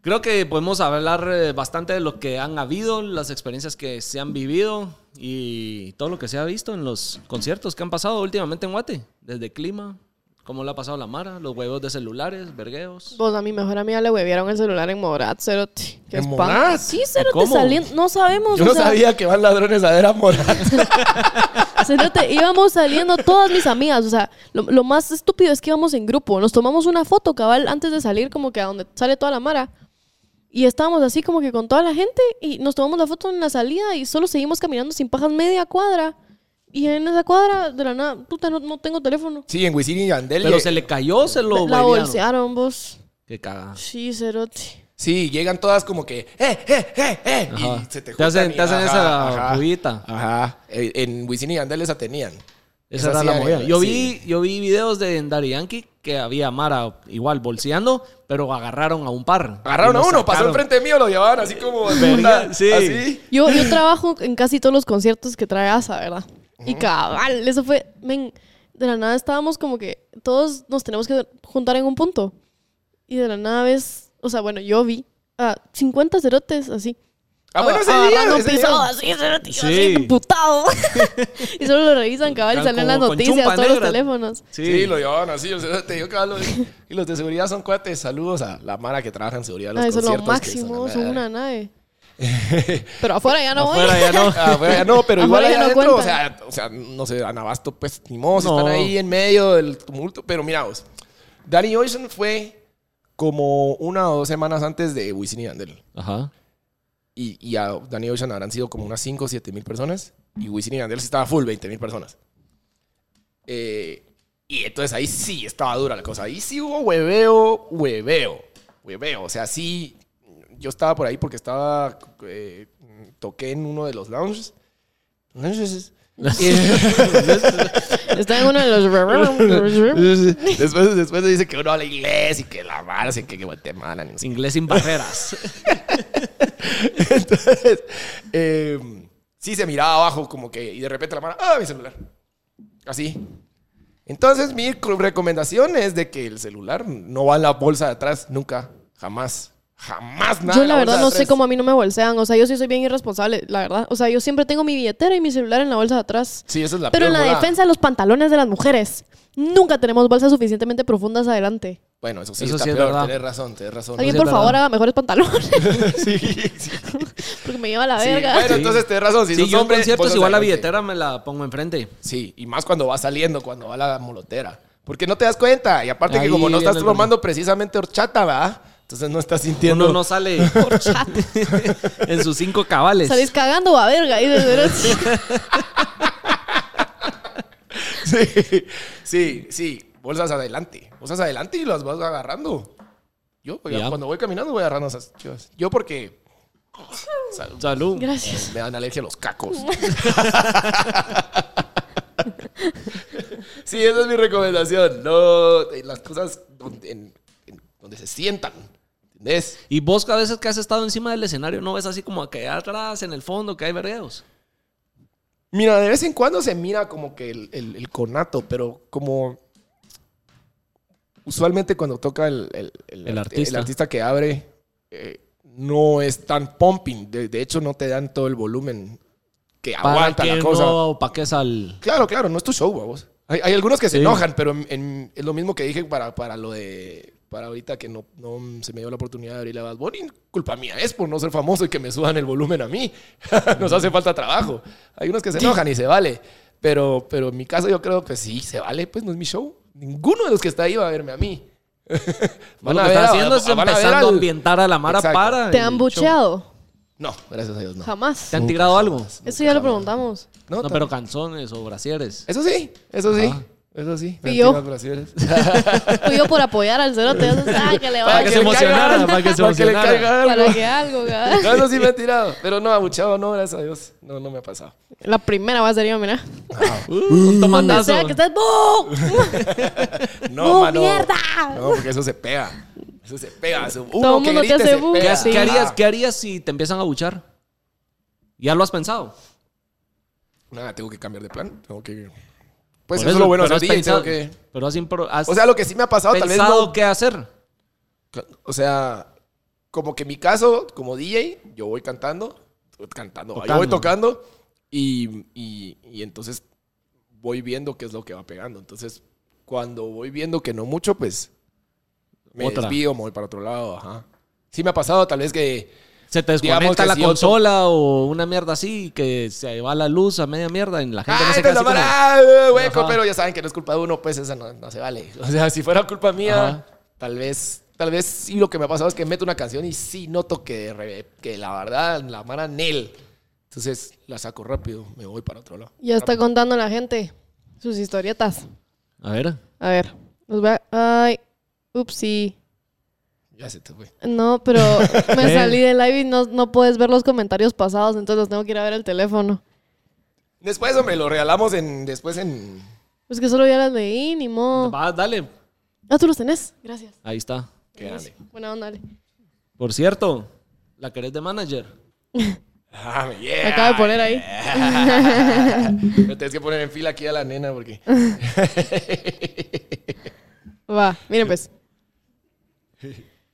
Speaker 3: Creo que podemos hablar eh, bastante de lo que han habido, las experiencias que se han vivido y todo lo que se ha visto en los conciertos que han pasado últimamente en Guate. Desde clima, cómo le ha pasado la Mara, los huevos de celulares, vergueos.
Speaker 2: Vos a mi mejor amiga le huevieron el celular en Morat, Cerote. ¿Qué
Speaker 1: ¿En
Speaker 2: espanto.
Speaker 1: Morat?
Speaker 2: Sí, Cerote
Speaker 3: ¿Cómo?
Speaker 2: saliendo. No sabemos.
Speaker 1: Yo
Speaker 2: o
Speaker 1: no
Speaker 2: sea,
Speaker 1: sabía que van ladrones a ver a Morat.
Speaker 2: Cerote, íbamos saliendo todas mis amigas. O sea, lo, lo más estúpido es que íbamos en grupo. Nos tomamos una foto, cabal, antes de salir, como que a donde sale toda la Mara. Y estábamos así como que con toda la gente y nos tomamos la foto en la salida y solo seguimos caminando sin pajas media cuadra. Y en esa cuadra, de la nada, puta, no, no tengo teléfono.
Speaker 1: Sí, en Wisin y Yandel.
Speaker 3: Pero
Speaker 1: eh,
Speaker 3: se le cayó, se lo
Speaker 2: la
Speaker 3: huevearon.
Speaker 2: bolsearon, vos.
Speaker 3: Qué caga.
Speaker 2: Sí, Cerote.
Speaker 1: Sí, llegan todas como que, ¡eh, eh, eh, eh!
Speaker 3: Ajá.
Speaker 1: Y se te,
Speaker 3: Te
Speaker 1: juntan
Speaker 3: hacen-
Speaker 1: y-
Speaker 3: te hacen esa juguita.
Speaker 1: Ajá. Eh, En Wisin y Yandel esa tenían. Esa
Speaker 3: Esa era
Speaker 1: sí
Speaker 3: la
Speaker 1: era,
Speaker 3: movida. Yo,
Speaker 1: sí.
Speaker 3: vi, yo vi videos de Dari Yankee que había Mara igual bolseando, pero agarraron a un par.
Speaker 1: Agarraron
Speaker 3: Y
Speaker 1: a
Speaker 3: lo
Speaker 1: uno, pasó
Speaker 3: sacaron.
Speaker 1: enfrente mío, lo llevaban así como de
Speaker 3: Verga,
Speaker 1: punta,
Speaker 3: sí.
Speaker 1: Así.
Speaker 2: Yo, yo trabajo en casi todos los conciertos que trae ASA, ¿verdad? Y cabal, eso fue. men, de la nada estábamos como que todos nos tenemos que juntar en un punto. Y de la nada ves, o sea, bueno, yo vi a 50 cerotes así.
Speaker 1: Ah, bueno, ese día,
Speaker 2: agarrando un
Speaker 1: ese día.
Speaker 2: pisado así, cerote, yo así,
Speaker 3: Sí. *laughs*
Speaker 2: emputado. *laughs* y solo lo revisan, cabal, y
Speaker 3: Están
Speaker 2: salen las
Speaker 3: como con
Speaker 2: noticias,
Speaker 3: chumpa
Speaker 2: todos los
Speaker 3: negra.
Speaker 2: teléfonos.
Speaker 1: Sí. lo llevaban así. o sea, te digo, cabrón, y los de seguridad son cuates. Saludos a la Mara que trabaja en seguridad. en Los
Speaker 2: Ah, eso es lo
Speaker 1: conciertos, que
Speaker 2: máximo,
Speaker 1: la
Speaker 2: son
Speaker 1: verga.
Speaker 2: una nave.
Speaker 3: *laughs*
Speaker 2: Pero afuera ya no voy.
Speaker 3: Afuera ya no.
Speaker 1: Ah, bueno, ya no, pero igual
Speaker 2: Afuera
Speaker 1: allá
Speaker 2: ya no
Speaker 1: adentro, o
Speaker 2: cuentan.
Speaker 1: sea, o sea, no sé, Anabasto, pues, ni modo, si
Speaker 3: No.
Speaker 1: están ahí en medio del tumulto. Pero mira vos, Danny Ocean fue como una o dos semanas antes de Wisin y Yandel.
Speaker 3: Ajá.
Speaker 1: Y, y a Danny Ocean habrán sido como unas 5 o 7 mil personas. Y Wisin y Yandel sí estaba full, 20 mil personas. Eh, y entonces ahí sí estaba dura la cosa. Ahí sí hubo hueveo, hueveo, hueveo. O sea, sí, yo estaba por ahí porque estaba, eh, toqué en uno de los lounges. Lounges.
Speaker 2: *laughs*
Speaker 1: *laughs*
Speaker 2: Está en uno
Speaker 3: *laughs*
Speaker 2: de los.
Speaker 1: después, después se dice que uno habla inglés y que la mara, y que Guatemala, ni no sé
Speaker 3: Inglés
Speaker 1: *laughs*
Speaker 3: sin barreras.
Speaker 1: Entonces, eh, sí se miraba abajo como que, y de repente la mano, ah, mi celular. Así. Entonces, mi co- recomendación es de que el celular no va en la bolsa de atrás, nunca, jamás. Jamás nada.
Speaker 2: Yo
Speaker 1: en
Speaker 2: la
Speaker 1: bolsa
Speaker 2: verdad
Speaker 1: de
Speaker 2: no sé
Speaker 1: atrás.
Speaker 2: cómo a mí no me bolsean. O sea, yo sí soy bien irresponsable, la verdad. O sea, yo siempre tengo mi billetera y mi celular en la bolsa de atrás.
Speaker 1: Sí, esa es la
Speaker 2: Pero en
Speaker 1: peor
Speaker 2: la
Speaker 1: volada.
Speaker 2: defensa de los pantalones de las mujeres. Nunca tenemos bolsas suficientemente profundas adelante.
Speaker 1: Bueno, eso sí,
Speaker 3: Eso
Speaker 1: está
Speaker 3: sí es
Speaker 1: peor.
Speaker 3: verdad.
Speaker 1: Tienes razón, tienes razón.
Speaker 2: Alguien,
Speaker 3: sí,
Speaker 2: por
Speaker 3: es
Speaker 2: favor,
Speaker 3: verdad.
Speaker 2: haga mejores pantalones.
Speaker 1: *laughs*
Speaker 2: *laughs*
Speaker 1: Sí, sí,
Speaker 2: pues.
Speaker 1: sí.
Speaker 2: porque me lleva la verga.
Speaker 1: Bueno,
Speaker 3: Sí.
Speaker 1: entonces tienes razón. Si
Speaker 3: Sí,
Speaker 1: sos
Speaker 3: yo en
Speaker 1: hombre,
Speaker 3: conciertos
Speaker 1: bolsas
Speaker 3: igual la
Speaker 1: adelante.
Speaker 3: billetera me la pongo enfrente.
Speaker 1: Sí, y más cuando va saliendo, cuando va la molotera. Porque no te das cuenta. Y aparte
Speaker 3: Ahí
Speaker 1: que como no
Speaker 3: viene
Speaker 1: estás
Speaker 3: el
Speaker 1: tomando precisamente horchata, ¿verdad? Entonces no estás sintiendo... *laughs*
Speaker 3: Uno no sale *laughs* en sus cinco
Speaker 1: pues.
Speaker 3: cabales.
Speaker 2: Salís cagando a verga. Y de
Speaker 1: *laughs*
Speaker 2: verdad,
Speaker 1: Sí, sí, sí. Bolsas adelante. Bolsas adelante y las vas agarrando. Yo, oiga,
Speaker 3: Ya.
Speaker 1: cuando voy caminando, voy agarrando esas chivas. Yo porque Sal-
Speaker 3: Salud.
Speaker 2: gracias.
Speaker 1: me dan alergia a los cacos. *laughs* sí, esa es mi recomendación. No, eh, las cosas donde, en- en- donde se sientan. ¿Entendés?
Speaker 3: Y vos a veces que has estado encima del escenario no ves así como que atrás, en el fondo, que hay vergueos.
Speaker 1: Mira, de vez en cuando se mira como que el, el- el conato, pero como. Usualmente cuando toca el, el- el
Speaker 3: El
Speaker 1: arti-
Speaker 3: artista.
Speaker 1: el artista que abre, eh, no es tan pumping. De, de hecho, no te dan todo el volumen que
Speaker 3: Para
Speaker 1: aguanta
Speaker 3: que
Speaker 1: la cosa.
Speaker 3: no opaques al...
Speaker 1: Claro, claro, no es tu show, vos. Hay, hay algunos que se
Speaker 3: Sí.
Speaker 1: enojan, pero en- en- es lo mismo que dije para, para lo de para ahorita que no, no se me dio la oportunidad de abrir la Bad Bunny, culpa mía es por no ser famoso y que me suban el volumen a mí. *laughs* Nos hace falta trabajo. Hay unos que se enojan y se vale. Pero, pero en mi caso yo creo que sí, se vale, pues no es mi show. Ninguno de los que está ahí va a verme a
Speaker 3: *laughs*
Speaker 1: mí.
Speaker 3: Lo
Speaker 1: Van
Speaker 3: que
Speaker 1: a ver
Speaker 3: está
Speaker 1: a-
Speaker 3: haciendo es
Speaker 1: van a ver
Speaker 3: empezando a
Speaker 1: al-
Speaker 3: ambientar a la Mara
Speaker 1: Exacto.
Speaker 3: para.
Speaker 2: ¿Te
Speaker 3: el
Speaker 2: han
Speaker 3: show.
Speaker 2: bucheado?
Speaker 1: No, gracias a Dios, no.
Speaker 2: Jamás.
Speaker 3: ¿Te han tirado algo?
Speaker 2: Eso ya lo preguntamos.
Speaker 1: No,
Speaker 3: No, pero canciones o brasieres.
Speaker 1: Eso sí, eso sí,
Speaker 3: Ajá.
Speaker 1: eso sí.
Speaker 2: Y yo.
Speaker 1: Mentiras brasileras.
Speaker 2: Fui yo por apoyar al cerote. ya sabes, ah, que le
Speaker 1: Para
Speaker 2: vaya
Speaker 1: que
Speaker 3: que
Speaker 1: se
Speaker 3: se
Speaker 2: bien.
Speaker 1: emocionara,
Speaker 3: emocionara, para que se
Speaker 1: Para que le
Speaker 3: emocionara.
Speaker 1: caiga algo.
Speaker 2: Para que algo, cabrón.
Speaker 1: No, eso sí
Speaker 2: *laughs*
Speaker 1: me he tirado. Pero no, abuchado, no, gracias a Dios. No, no me ha pasado.
Speaker 2: La primera va a ser yo, mira.
Speaker 3: Uh, un
Speaker 2: Donde
Speaker 3: tomatazo.
Speaker 2: sea que estés, ¡bu! ¡Bu, ¡Oh, mierda!
Speaker 1: No, porque eso se pega. Eso se pega. Eso, uno
Speaker 2: Todo el
Speaker 1: que
Speaker 2: mundo te
Speaker 1: grite
Speaker 2: hace
Speaker 1: se
Speaker 2: bu.
Speaker 1: pega.
Speaker 2: ¿Qué Sí.
Speaker 3: ¿Qué harías,
Speaker 1: Ah,
Speaker 3: ¿Qué harías si te empiezan a buchar? ¿Ya lo has pensado?
Speaker 1: Nada, tengo que cambiar de plan. Tengo que... Pues
Speaker 3: Por
Speaker 1: eso es lo bueno de
Speaker 3: pero
Speaker 1: ser
Speaker 3: has
Speaker 1: DJ, tengo
Speaker 3: pensado-
Speaker 1: que...
Speaker 3: Pero has, impro- has
Speaker 1: O sea, lo que sí me ha pasado, tal vez
Speaker 3: pensado
Speaker 1: no...
Speaker 3: qué hacer.
Speaker 1: O sea, como que en mi caso, como DJ, yo voy cantando, cantando, yo voy
Speaker 3: Tocando.
Speaker 1: tocando y, y- y entonces voy viendo qué es lo que va pegando. Entonces, cuando voy viendo que no mucho, pues me
Speaker 3: Otra.
Speaker 1: desvío, me voy para otro lado, ajá. Sí me ha pasado tal vez que...
Speaker 3: Se te
Speaker 1: Digamos
Speaker 3: desconecta
Speaker 1: que
Speaker 3: la
Speaker 1: si yo to-
Speaker 3: consola o una mierda así y que se va la luz a media mierda y la gente no
Speaker 1: ¡Ay,
Speaker 3: se
Speaker 1: te
Speaker 3: queda
Speaker 1: la
Speaker 3: así como-
Speaker 1: mala! ¡Ah, hueco!
Speaker 3: Ajá.
Speaker 1: Pero ya saben que no es culpa de uno, pues esa no, no se vale. *laughs* O sea, si fuera culpa mía,
Speaker 3: Ajá.
Speaker 1: tal vez, tal vez sí lo que me ha pasado es que meto una canción y sí noto que, re- que la verdad la mara Nel. Entonces la saco rápido, me voy para otro lado.
Speaker 2: Ya está contando la gente sus historietas.
Speaker 3: A ver.
Speaker 2: A ver, los voy a... Ay, upsí.
Speaker 1: Ya se te fue.
Speaker 2: No,
Speaker 1: *laughs*
Speaker 2: pero me salí del live y no, no puedes ver los comentarios pasados, entonces los tengo que ir a ver el teléfono.
Speaker 1: Después, hombre, lo regalamos en. Después en.
Speaker 2: Es que solo ya las leí, ni modo.
Speaker 3: Va, dale.
Speaker 2: Ah, tú los tenés. Gracias.
Speaker 3: Ahí está.
Speaker 1: Qué grande.
Speaker 2: Buena onda, Ale.
Speaker 3: Por cierto, la querés de manager.
Speaker 1: Ah,
Speaker 2: Me
Speaker 1: yeah.
Speaker 2: acabo de poner ahí.
Speaker 1: Me tienes que poner en fila aquí a la nena porque.
Speaker 2: Va,
Speaker 1: *laughs*
Speaker 2: miren pues.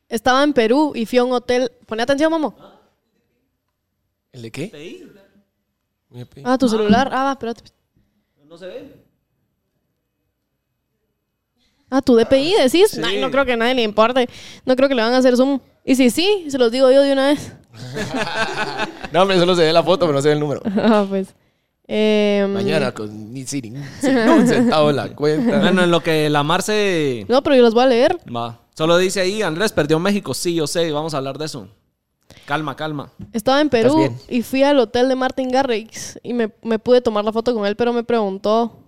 Speaker 2: Estaba en Perú y fui a un hotel. Poné atención, mamo.
Speaker 1: ¿El de qué? Mi pi.
Speaker 2: Ah, tu celular. Ah, va, espérate.
Speaker 3: No se ve.
Speaker 2: Ah, tu DPI decís. Ay, no creo que a nadie le importe. No creo que le van a hacer zoom. Y si sí, se los digo yo de una vez. *laughs*
Speaker 1: No, hombre, solo se ve la foto, pero no se ve el número.
Speaker 2: Ah, pues. Em,
Speaker 1: Mañana con ni sin, sin un centavo en la
Speaker 2: Ah,
Speaker 1: cuenta.
Speaker 3: Bueno, en lo que la Marce
Speaker 2: No, pero yo los voy a leer.
Speaker 3: va. Solo dice ahí, Andrés perdió México. Sí, yo sé, vamos a hablar de eso. Calma, calma.
Speaker 2: Estaba en
Speaker 1: ¿Estás
Speaker 2: Perú
Speaker 1: bien?
Speaker 2: y fui al hotel de Martin Garrix y me, me pude tomar la foto con él, pero me preguntó.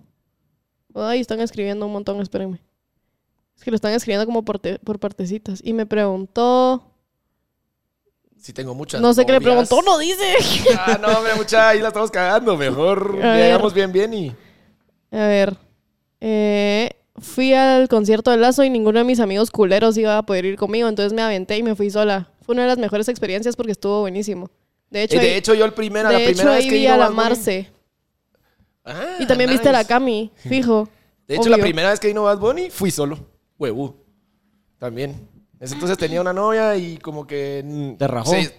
Speaker 2: Ay, están escribiendo un montón, espérenme. Es que lo están escribiendo como por, te- por partecitas. Y me preguntó.
Speaker 1: Si tengo muchas.
Speaker 2: no sé qué le
Speaker 1: novias.
Speaker 2: preguntó, no dice.
Speaker 1: Ah, no, hombre, mucha, ahí la estamos cagando. Mejor
Speaker 2: A ver.
Speaker 1: llegamos bien, bien y.
Speaker 2: A ver. eh, fui al concierto de Lazo y ninguno de mis amigos culeros iba a poder ir conmigo, entonces me aventé y me fui sola. Fue una de las mejores experiencias porque estuvo buenísimo. De hecho,
Speaker 1: Eh, de
Speaker 2: ahí-
Speaker 1: hecho, yo el primero, la
Speaker 2: de
Speaker 1: primera
Speaker 2: hecho,
Speaker 1: vez
Speaker 2: ahí
Speaker 1: que
Speaker 2: vi
Speaker 1: vino
Speaker 2: a la
Speaker 1: Bad Bunny- *laughs*
Speaker 2: Marce.
Speaker 1: Ah,
Speaker 2: Y también viste a la
Speaker 1: nice.
Speaker 2: Cami, fijo.
Speaker 1: De hecho, la
Speaker 2: obvio.
Speaker 1: primera vez que vino Bad Bunny, fui solo. Huevú. También. En ese entonces tenía una novia y como que. mm,
Speaker 3: Te rajó.
Speaker 1: sí,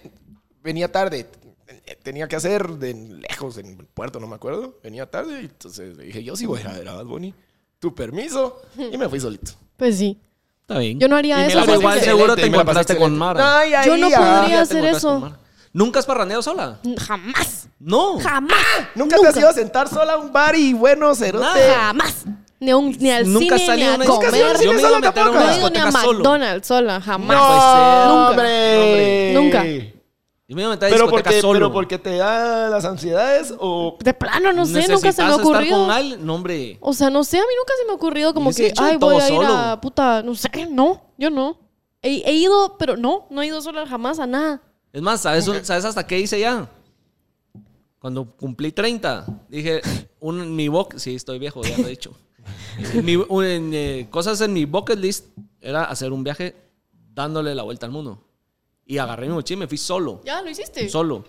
Speaker 1: venía tarde. eh, Tenía que hacer de lejos, en el puerto, no me acuerdo. Venía tarde y entonces le dije, yo sí voy a ir a ver a Bad Bunny. Tu permiso. Y me fui
Speaker 2: *laughs*
Speaker 1: solito.
Speaker 2: Pues sí.
Speaker 3: Está bien.
Speaker 2: Yo no haría
Speaker 1: Y me
Speaker 2: eso.
Speaker 1: la pasé
Speaker 3: Pero igual
Speaker 2: porque-
Speaker 1: excelente,
Speaker 3: seguro te
Speaker 1: me la pasé
Speaker 3: encontraste con
Speaker 1: excelente.
Speaker 3: Mara.
Speaker 1: Ay, ah, ay,
Speaker 2: Yo no
Speaker 1: ay.
Speaker 2: podría
Speaker 3: Ah, Ya te
Speaker 2: hacer
Speaker 3: encontraste
Speaker 2: eso.
Speaker 3: con Mara. ¿Nunca has parraneado sola?
Speaker 2: Jamás,
Speaker 3: No.
Speaker 2: jamás,
Speaker 1: ¿Nunca, te has ido a sentar sola a un bar y bueno, cerote?
Speaker 3: Nada.
Speaker 2: jamás. Ni, a un- ni al
Speaker 3: Nunca has
Speaker 2: cine, ni
Speaker 3: salido
Speaker 2: a
Speaker 3: a una
Speaker 2: comer.
Speaker 1: Nunca has ido
Speaker 3: discoteca.
Speaker 1: al
Speaker 3: Yo me
Speaker 1: cine
Speaker 3: iba
Speaker 1: sola
Speaker 3: a meter a una
Speaker 1: tampoco.
Speaker 2: No he ido ni a
Speaker 3: discoteca solo.
Speaker 2: McDonald's sola, jamás.
Speaker 1: No,
Speaker 2: Nunca.
Speaker 1: hombre.
Speaker 2: Nunca.
Speaker 3: Yo me iba a meter a
Speaker 1: Pero
Speaker 3: discoteca
Speaker 1: porque,
Speaker 3: solo.
Speaker 1: pero porque te da las ansiedades o
Speaker 2: De plano, no sé, nunca se
Speaker 3: Necesitas
Speaker 2: me ha
Speaker 3: estar
Speaker 2: ocurrido.
Speaker 3: con alguien. No, hombre.
Speaker 2: O sea, no sé, a mí nunca se me ha ocurrido como
Speaker 3: Yo sí he
Speaker 2: que,
Speaker 3: hecho de
Speaker 2: ay,
Speaker 3: todo
Speaker 2: voy a ir a
Speaker 3: solo.
Speaker 2: puta, no sé, *laughs* no, yo no. He, he ido, pero no, no he ido sola jamás a nada.
Speaker 3: Es más, ¿sabes, ¿sabes hasta qué hice ya? Cuando cumplí 30, dije, un, mi bucket, sí, estoy viejo, ya lo he dicho. Mi- un- en, eh, cosas en mi bucket list era hacer un viaje dándole la vuelta al mundo. Y agarré mi mochila y me fui solo.
Speaker 2: Ya, lo hiciste.
Speaker 3: Solo.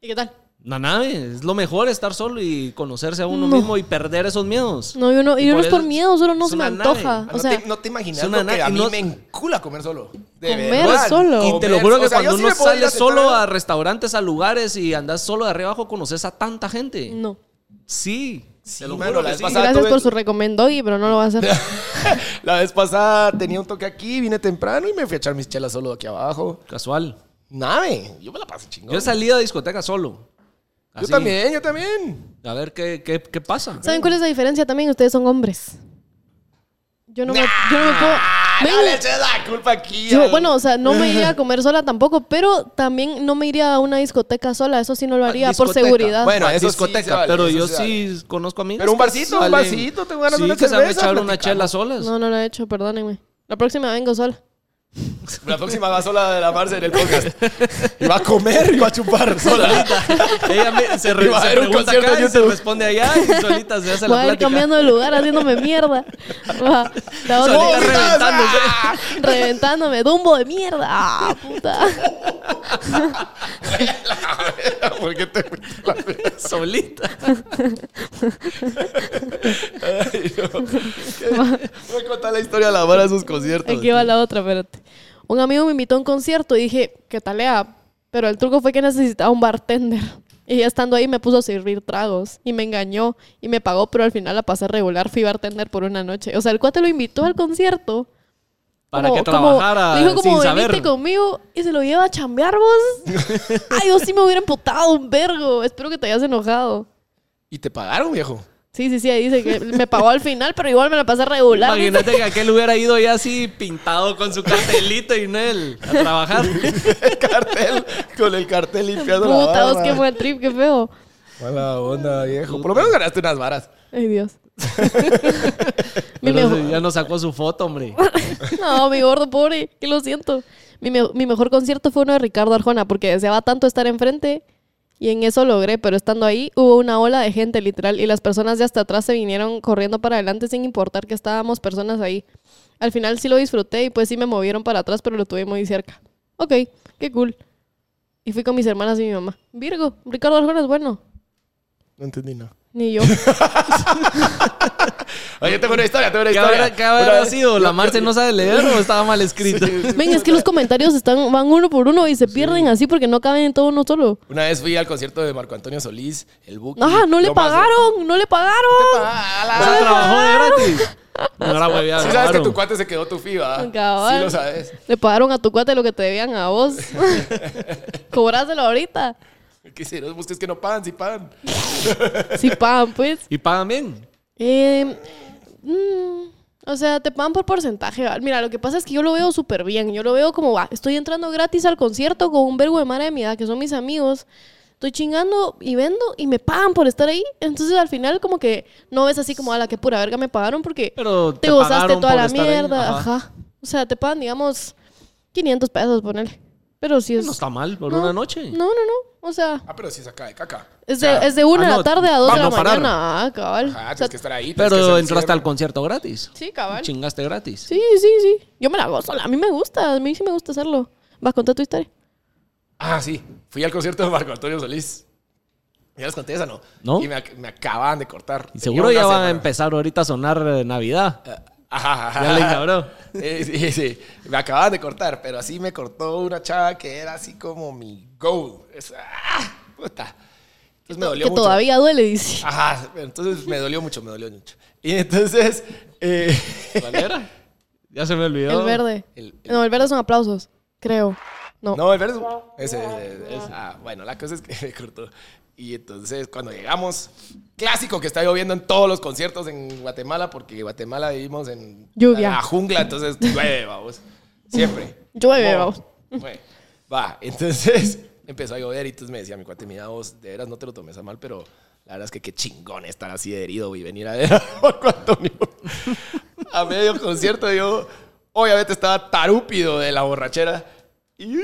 Speaker 2: ¿Y qué tal?
Speaker 3: La nave, es lo mejor estar solo y conocerse a uno
Speaker 2: No.
Speaker 3: mismo y perder esos miedos.
Speaker 2: No, yo no,
Speaker 3: Y
Speaker 2: yo no
Speaker 3: por
Speaker 2: es por
Speaker 3: eso
Speaker 2: miedo, solo no
Speaker 3: es
Speaker 2: se me
Speaker 3: una nave.
Speaker 2: antoja.
Speaker 1: Ah,
Speaker 2: O
Speaker 1: no,
Speaker 2: sea,
Speaker 1: te, no te imaginas
Speaker 3: es una
Speaker 1: lo que a
Speaker 3: nada-
Speaker 1: mí
Speaker 3: no-
Speaker 1: me encula comer solo. De
Speaker 2: Comer
Speaker 1: verdad.
Speaker 2: solo.
Speaker 3: Y te
Speaker 1: Comer-
Speaker 3: lo juro que
Speaker 1: o sea, yo
Speaker 3: cuando
Speaker 1: sí
Speaker 3: uno
Speaker 1: me puedo ir
Speaker 3: sale
Speaker 1: sentar
Speaker 3: solo
Speaker 1: a-
Speaker 3: a restaurantes, a lugares y andas solo de arriba abajo, conoces a tanta gente.
Speaker 2: no.
Speaker 3: Sí,
Speaker 1: Sí,
Speaker 3: Te lo
Speaker 1: mano,
Speaker 3: juro
Speaker 1: la
Speaker 3: que
Speaker 1: vez
Speaker 3: sí.
Speaker 1: pasada
Speaker 2: Gracias
Speaker 1: tuve-
Speaker 2: por su recomendó y pero no lo va a
Speaker 3: *laughs*
Speaker 2: hacer.
Speaker 1: La vez pasada tenía un toque aquí, vine temprano y me fui a echar mis chelas solo aquí abajo.
Speaker 3: Casual.
Speaker 1: Nave, yo me la pasé chingón.
Speaker 3: Yo he salido a discoteca solo.
Speaker 1: Yo
Speaker 3: Así.
Speaker 1: también, yo también.
Speaker 3: A ver qué, qué, qué pasa.
Speaker 2: ¿Saben cuál es la diferencia también? Ustedes son hombres. Yo no me, yo no me puedo... Ven,
Speaker 1: No Ah, le eches la culpa aquí.
Speaker 2: yo-
Speaker 1: al-
Speaker 2: bueno, o sea, no me iría
Speaker 3: *laughs*
Speaker 2: a comer sola tampoco, pero también no me iría a una discoteca sola. Eso sí no lo haría, por
Speaker 3: Ah, Discoteca.
Speaker 2: seguridad.
Speaker 1: Bueno,
Speaker 3: Ah,
Speaker 1: eso sí
Speaker 3: discoteca,
Speaker 1: se vale,
Speaker 3: pero
Speaker 1: eso
Speaker 3: yo
Speaker 1: se vale.
Speaker 3: sí conozco a mí.
Speaker 1: Pero un barcito, un barcito, tengo ganas de una
Speaker 3: que se van a
Speaker 1: cerveza,
Speaker 3: echar una
Speaker 1: platicamos.
Speaker 3: chela solas.
Speaker 2: No, no lo he hecho, perdónenme. La próxima vengo sola.
Speaker 1: La próxima va sola de la Marce en el podcast. Y va a comer y va a
Speaker 3: *laughs*
Speaker 1: chupar sola.
Speaker 3: *laughs* Ella me- se,
Speaker 1: Y *laughs*
Speaker 3: re,
Speaker 1: va a
Speaker 3: se
Speaker 1: haber un concierto
Speaker 3: pregunta acá
Speaker 1: en
Speaker 3: y se
Speaker 1: YouTube.
Speaker 3: responde allá y solita se hace
Speaker 2: Voy
Speaker 3: la
Speaker 2: a ir
Speaker 3: plática.
Speaker 2: cambiando de lugar haciéndome mierda.
Speaker 3: *laughs*
Speaker 2: Va, la otra-
Speaker 3: Solita
Speaker 1: ¡Vomitas!
Speaker 3: reventándose.
Speaker 1: ¡Ah!
Speaker 2: reventándome, dumbo de mierda. Ah,
Speaker 3: *laughs*
Speaker 2: puta.
Speaker 1: *laughs* ¿Por qué te fuiste a la verga?
Speaker 3: *laughs* Solita.
Speaker 1: Ay, no.
Speaker 2: *laughs*
Speaker 1: Voy a contar la historia de la vara de sus conciertos.
Speaker 2: Aquí va la otra, espérate. Un amigo me invitó a un concierto y dije, ¿qué talea? Pero el truco fue que necesitaba un bartender. Y ya estando ahí me puso a servir tragos y me engañó y me pagó, pero al final la pasé regular, fui bartender por una noche. O sea, el cuate lo invitó al concierto.
Speaker 3: Para
Speaker 2: como-
Speaker 3: que
Speaker 2: como-
Speaker 3: trabajara
Speaker 2: le dijo como
Speaker 3: sin
Speaker 2: venite
Speaker 3: saber.
Speaker 2: conmigo y se lo lleva a chambear
Speaker 3: *laughs*
Speaker 2: vos. Ay, yo sí me hubiera emputado un vergo. Espero que te hayas enojado.
Speaker 1: ¿Y te pagaron, viejo?
Speaker 2: Sí, sí, sí, ahí dice que me pagó al final, pero igual me la pasé regular. dice.
Speaker 3: Imagínate que aquel hubiera ido ya así pintado con su cartelito y no él a
Speaker 1: *laughs*
Speaker 3: trabajar.
Speaker 1: El cartel, con el cartel limpiando la
Speaker 2: Puta,
Speaker 1: barra.
Speaker 2: vos qué buen trip, qué feo.
Speaker 1: Mala onda, viejo. Por lo menos ganaste unas varas.
Speaker 2: Ay,
Speaker 3: *laughs*
Speaker 2: Dios. mi
Speaker 3: Pero
Speaker 2: mejor-
Speaker 3: ya no sacó su foto, hombre.
Speaker 2: *laughs* No, mi gordo, pobre, que lo siento. Mi, me- mi mejor concierto fue uno de Ricardo Arjona, porque deseaba tanto estar enfrente y en eso logré, pero estando ahí hubo una ola de gente, literal, y las personas de hasta atrás se vinieron corriendo para adelante sin importar que estábamos personas ahí. Al final sí lo disfruté y pues sí me movieron para atrás, pero lo tuve muy cerca. Ok, qué cool. Y fui con mis hermanas y mi mamá. Virgo, Ricardo Arjona es bueno.
Speaker 1: No entendí nada.
Speaker 2: Ni yo.
Speaker 1: Oye, tengo una historia, tengo una
Speaker 3: ¿Qué
Speaker 1: historia.
Speaker 3: habrá, qué habrá
Speaker 1: Una vez-
Speaker 3: sido? ¿La Marce no sabe leer o estaba mal escrito?
Speaker 2: Ven, es que los comentarios están, van uno por uno y se pierden así porque no caben en todo uno solo.
Speaker 1: Una vez fui al concierto de Marco Antonio Solís, el Buki.
Speaker 2: Ajá, no le
Speaker 1: Lo más-
Speaker 2: pagaron, no le
Speaker 1: Ah,
Speaker 2: pagaron.
Speaker 3: O sea,
Speaker 1: la-
Speaker 3: trabajó de gratis. No era hueveada.
Speaker 1: Sí sabes que
Speaker 3: claro.
Speaker 1: tu cuate se quedó tu FIBA.
Speaker 2: Cabal.
Speaker 1: Sí lo sabes.
Speaker 2: Le pagaron a tu cuate lo que te debían a vos. *laughs* Cobráselo ahorita.
Speaker 1: Que si no busques que no pagan, si pagan.
Speaker 2: Si pagan, pues.
Speaker 3: Y pagan bien.
Speaker 2: Eh, mm, o sea, te pagan por porcentaje. ¿va? Mira, lo que pasa es que yo lo veo súper bien. Yo lo veo como, va, estoy entrando gratis al concierto con un vergo de mara de mi edad, que son mis amigos. Estoy chingando y vendo y me pagan por estar ahí. Entonces, al final, como que no ves así como, a la que pura verga me pagaron porque
Speaker 3: Pero
Speaker 2: te,
Speaker 3: te
Speaker 2: gozaste
Speaker 3: pagaron
Speaker 2: toda
Speaker 3: por
Speaker 2: la
Speaker 3: estar ahí.
Speaker 2: mierda. Ajá.
Speaker 3: Ajá.
Speaker 2: O sea, te pagan, digamos, 500 pesos, ponele. Pero si es...
Speaker 3: No está mal por
Speaker 2: No,
Speaker 3: una noche.
Speaker 2: No, no, no. O sea,
Speaker 1: Ah, pero si saca de caca.
Speaker 2: es de, es de una
Speaker 3: ah,
Speaker 2: de
Speaker 3: no,
Speaker 2: la tarde a dos de
Speaker 3: para
Speaker 2: la
Speaker 3: no parar.
Speaker 2: mañana. Ah, cabal.
Speaker 1: Ajá,
Speaker 2: O sea,
Speaker 1: tienes que estar ahí. tienes que
Speaker 3: Pero
Speaker 1: hacer
Speaker 3: entraste al
Speaker 1: cierre.
Speaker 3: concierto gratis.
Speaker 2: Sí, cabal.
Speaker 3: Chingaste gratis.
Speaker 2: Sí, sí, sí. Yo me la gozo. A mí me gusta. A mí sí me gusta hacerlo. Vas a contar tu historia.
Speaker 1: Ah, sí. Fui al concierto de Marco Antonio Solís. Ya les conté esa, ¿no?
Speaker 3: ¿No?
Speaker 1: Y me, ac- me acababan de cortar.
Speaker 3: Y
Speaker 1: Tenía
Speaker 3: seguro
Speaker 1: una
Speaker 3: ya va
Speaker 1: semana.
Speaker 3: a empezar ahorita a sonar eh, Navidad.
Speaker 1: *laughs* Ajá, ajá.
Speaker 3: Ya le ignoró.
Speaker 1: Eh, *laughs* sí, sí. Me acababan de cortar, pero así me cortó una chava que era así como mi goal. Es- ¡ah! puta. Entonces me dolió
Speaker 2: que
Speaker 1: mucho.
Speaker 2: todavía duele, dice.
Speaker 3: Ah,
Speaker 1: Ajá, entonces me dolió mucho, me dolió mucho. Y entonces. eh, *laughs*
Speaker 3: ¿Cuál era? Ya se me olvidó.
Speaker 2: El verde.
Speaker 1: el- el-
Speaker 2: No, el verde son aplausos. Creo. No.
Speaker 1: no, el verde. es- Ese, ese, ese. Ah, bueno, la cosa es que *laughs* me cortó. Y entonces, cuando llegamos, clásico que está lloviendo en todos los conciertos en Guatemala, porque Guatemala vivimos en
Speaker 2: Lluvia.
Speaker 1: la jungla, entonces llueve, vamos. Siempre.
Speaker 2: Llueve,
Speaker 1: No,
Speaker 2: vamos.
Speaker 1: güey. Va, entonces *laughs* empezó a llover y entonces me decía mi cuate, mira vos, de veras no te lo tomes a mal, pero la verdad es que qué chingón estar así de herido y venir a ver a *laughs* Marco Antonio. A medio concierto yo obviamente estaba tarúpido de la borrachera. Y-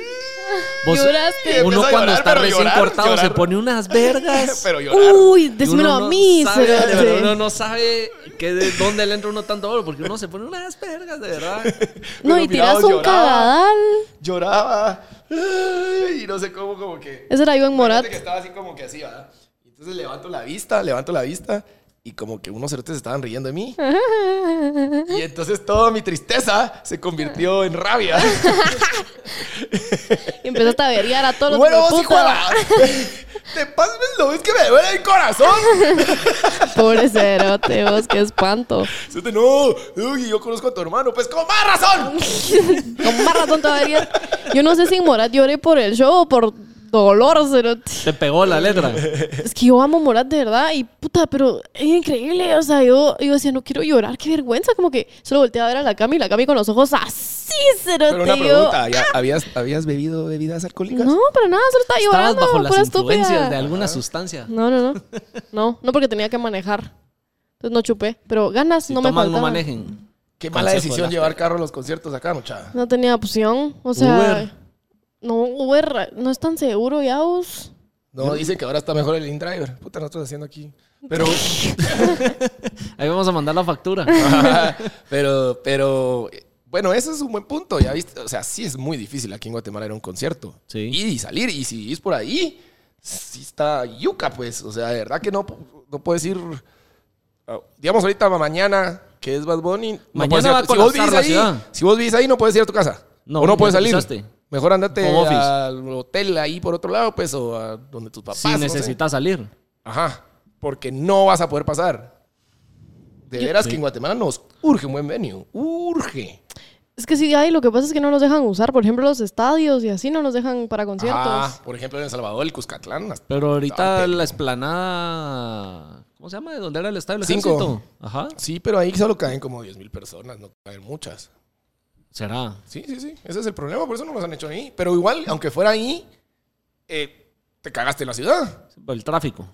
Speaker 3: Vos-
Speaker 2: Lloraste.
Speaker 3: Uno
Speaker 1: Empezó a
Speaker 3: cuando
Speaker 1: llorar,
Speaker 3: está
Speaker 1: pero
Speaker 3: recién
Speaker 1: llorar,
Speaker 3: cortado
Speaker 1: llorar.
Speaker 3: se pone unas vergas.
Speaker 1: *laughs* Pero llorar.
Speaker 2: Uy,
Speaker 3: Y uno
Speaker 2: decímelo a
Speaker 3: no
Speaker 2: mí.
Speaker 3: sabe, de
Speaker 2: cerote.
Speaker 3: verdad, uno no sabe que de dónde le entra uno tanto oro, porque uno se pone unas vergas, de verdad.
Speaker 2: No,
Speaker 1: Pero
Speaker 2: y
Speaker 1: mira,
Speaker 2: tiras un
Speaker 1: lloraba.
Speaker 2: cagadal.
Speaker 1: Lloraba. Ay, y no sé cómo, como que...
Speaker 2: Ese era Iván Morat.
Speaker 1: Fíjate que estaba así como que así, ¿verdad? Y Entonces levanto la vista, levanto la vista y como que unos cerotes estaban riendo de mí. Y entonces toda mi tristeza se convirtió en rabia.
Speaker 2: *laughs* Y empezaste a averiar a *laughs* todos los
Speaker 1: bueno, vos,
Speaker 2: puta.
Speaker 1: hijo de la- *laughs* Te pasas lo ves que me duele el corazón.
Speaker 2: Pobre cerote, vos, qué espanto.
Speaker 1: Cerote, no, uy, yo conozco a tu hermano, pues con más razón.
Speaker 2: Con más razón todavía. Yo no sé si en Morat lloré por el show o por dolor, cerote.
Speaker 3: Te pegó la letra.
Speaker 2: Es que yo amo Morat de verdad y puta, pero es increíble. O sea, yo, yo decía, no quiero llorar, qué vergüenza. Como que solo volteé a ver a la Cami y la Cami con los ojos así, cerote.
Speaker 1: Pero una
Speaker 2: yo,
Speaker 1: pregunta, ¿ya ¿habías, ¿habías bebido bebidas alcohólicas?
Speaker 2: No, para nada, solo estaba
Speaker 3: Estabas
Speaker 2: llorando.
Speaker 3: bajo las
Speaker 2: pura
Speaker 3: influencias
Speaker 2: estúpida.
Speaker 3: de alguna sustancia.
Speaker 2: No, no, no. No, no porque tenía que manejar. Entonces no chupé. Pero ganas
Speaker 3: Si
Speaker 2: no me
Speaker 3: toman,
Speaker 2: faltaban.
Speaker 3: no manejen.
Speaker 1: Qué mala
Speaker 3: Consejo
Speaker 1: decisión
Speaker 3: de la-
Speaker 1: llevar carro a los conciertos acá, muchacha.
Speaker 2: No tenía opción. O sea.
Speaker 3: Uber.
Speaker 2: No, Uber no es tan seguro, ya vos.
Speaker 1: No, dicen que ahora está mejor el InDriver. Puta, nosotros haciendo aquí. Pero,
Speaker 3: Ahí vamos a mandar la
Speaker 2: *laughs*
Speaker 3: factura.
Speaker 1: *laughs* pero, pero, eh, bueno, eso es un buen punto. Ya viste, o sea, sí es muy difícil aquí en Guatemala ir a un concierto.
Speaker 3: Sí.
Speaker 1: Ir y salir. Y si es por ahí, sí está yuca, pues. O sea, de verdad que no, no puedes ir. ah, Digamos, ahorita mañana, que es Bad Bunny. no
Speaker 3: Mañana
Speaker 1: puedes ir
Speaker 3: va a
Speaker 1: tu- si vos
Speaker 3: colapsar
Speaker 1: vivís
Speaker 3: la
Speaker 1: ahí,
Speaker 3: ciudad.
Speaker 1: Si vos vivís ahí, no puedes ir a tu casa.
Speaker 3: No,
Speaker 1: o no puedes
Speaker 3: ya
Speaker 1: salir.
Speaker 3: pisaste.
Speaker 1: Mejor andate
Speaker 3: Home office.
Speaker 1: al hotel ahí por otro lado, pues, o a donde tus papás.
Speaker 3: si
Speaker 1: no sé.
Speaker 2: eh.
Speaker 3: necesitas salir.
Speaker 1: Ajá, porque no vas a poder pasar. De veras que en Guatemala nos urge un buen venue. Urge.
Speaker 2: Es que sí, hay, lo que pasa es que no nos dejan usar, por ejemplo, los estadios y así no nos dejan para conciertos.
Speaker 3: Ah,
Speaker 1: Ajá, por ejemplo, en El Salvador, el Cuscatlán. las-
Speaker 3: Pero ahorita
Speaker 1: Ah,
Speaker 3: la esplanada. ¿Cómo se llama? ¿De dónde era el estadio del
Speaker 1: Cinco.
Speaker 3: ejército? Ajá.
Speaker 1: Sí, pero ahí solo caen como 10 mil personas, no caen muchas.
Speaker 3: Será.
Speaker 1: Sí, sí, sí. Ese es el problema, por eso no los han hecho ahí. Pero igual, aunque fuera ahí, eh, te cagaste la ciudad.
Speaker 3: El tráfico.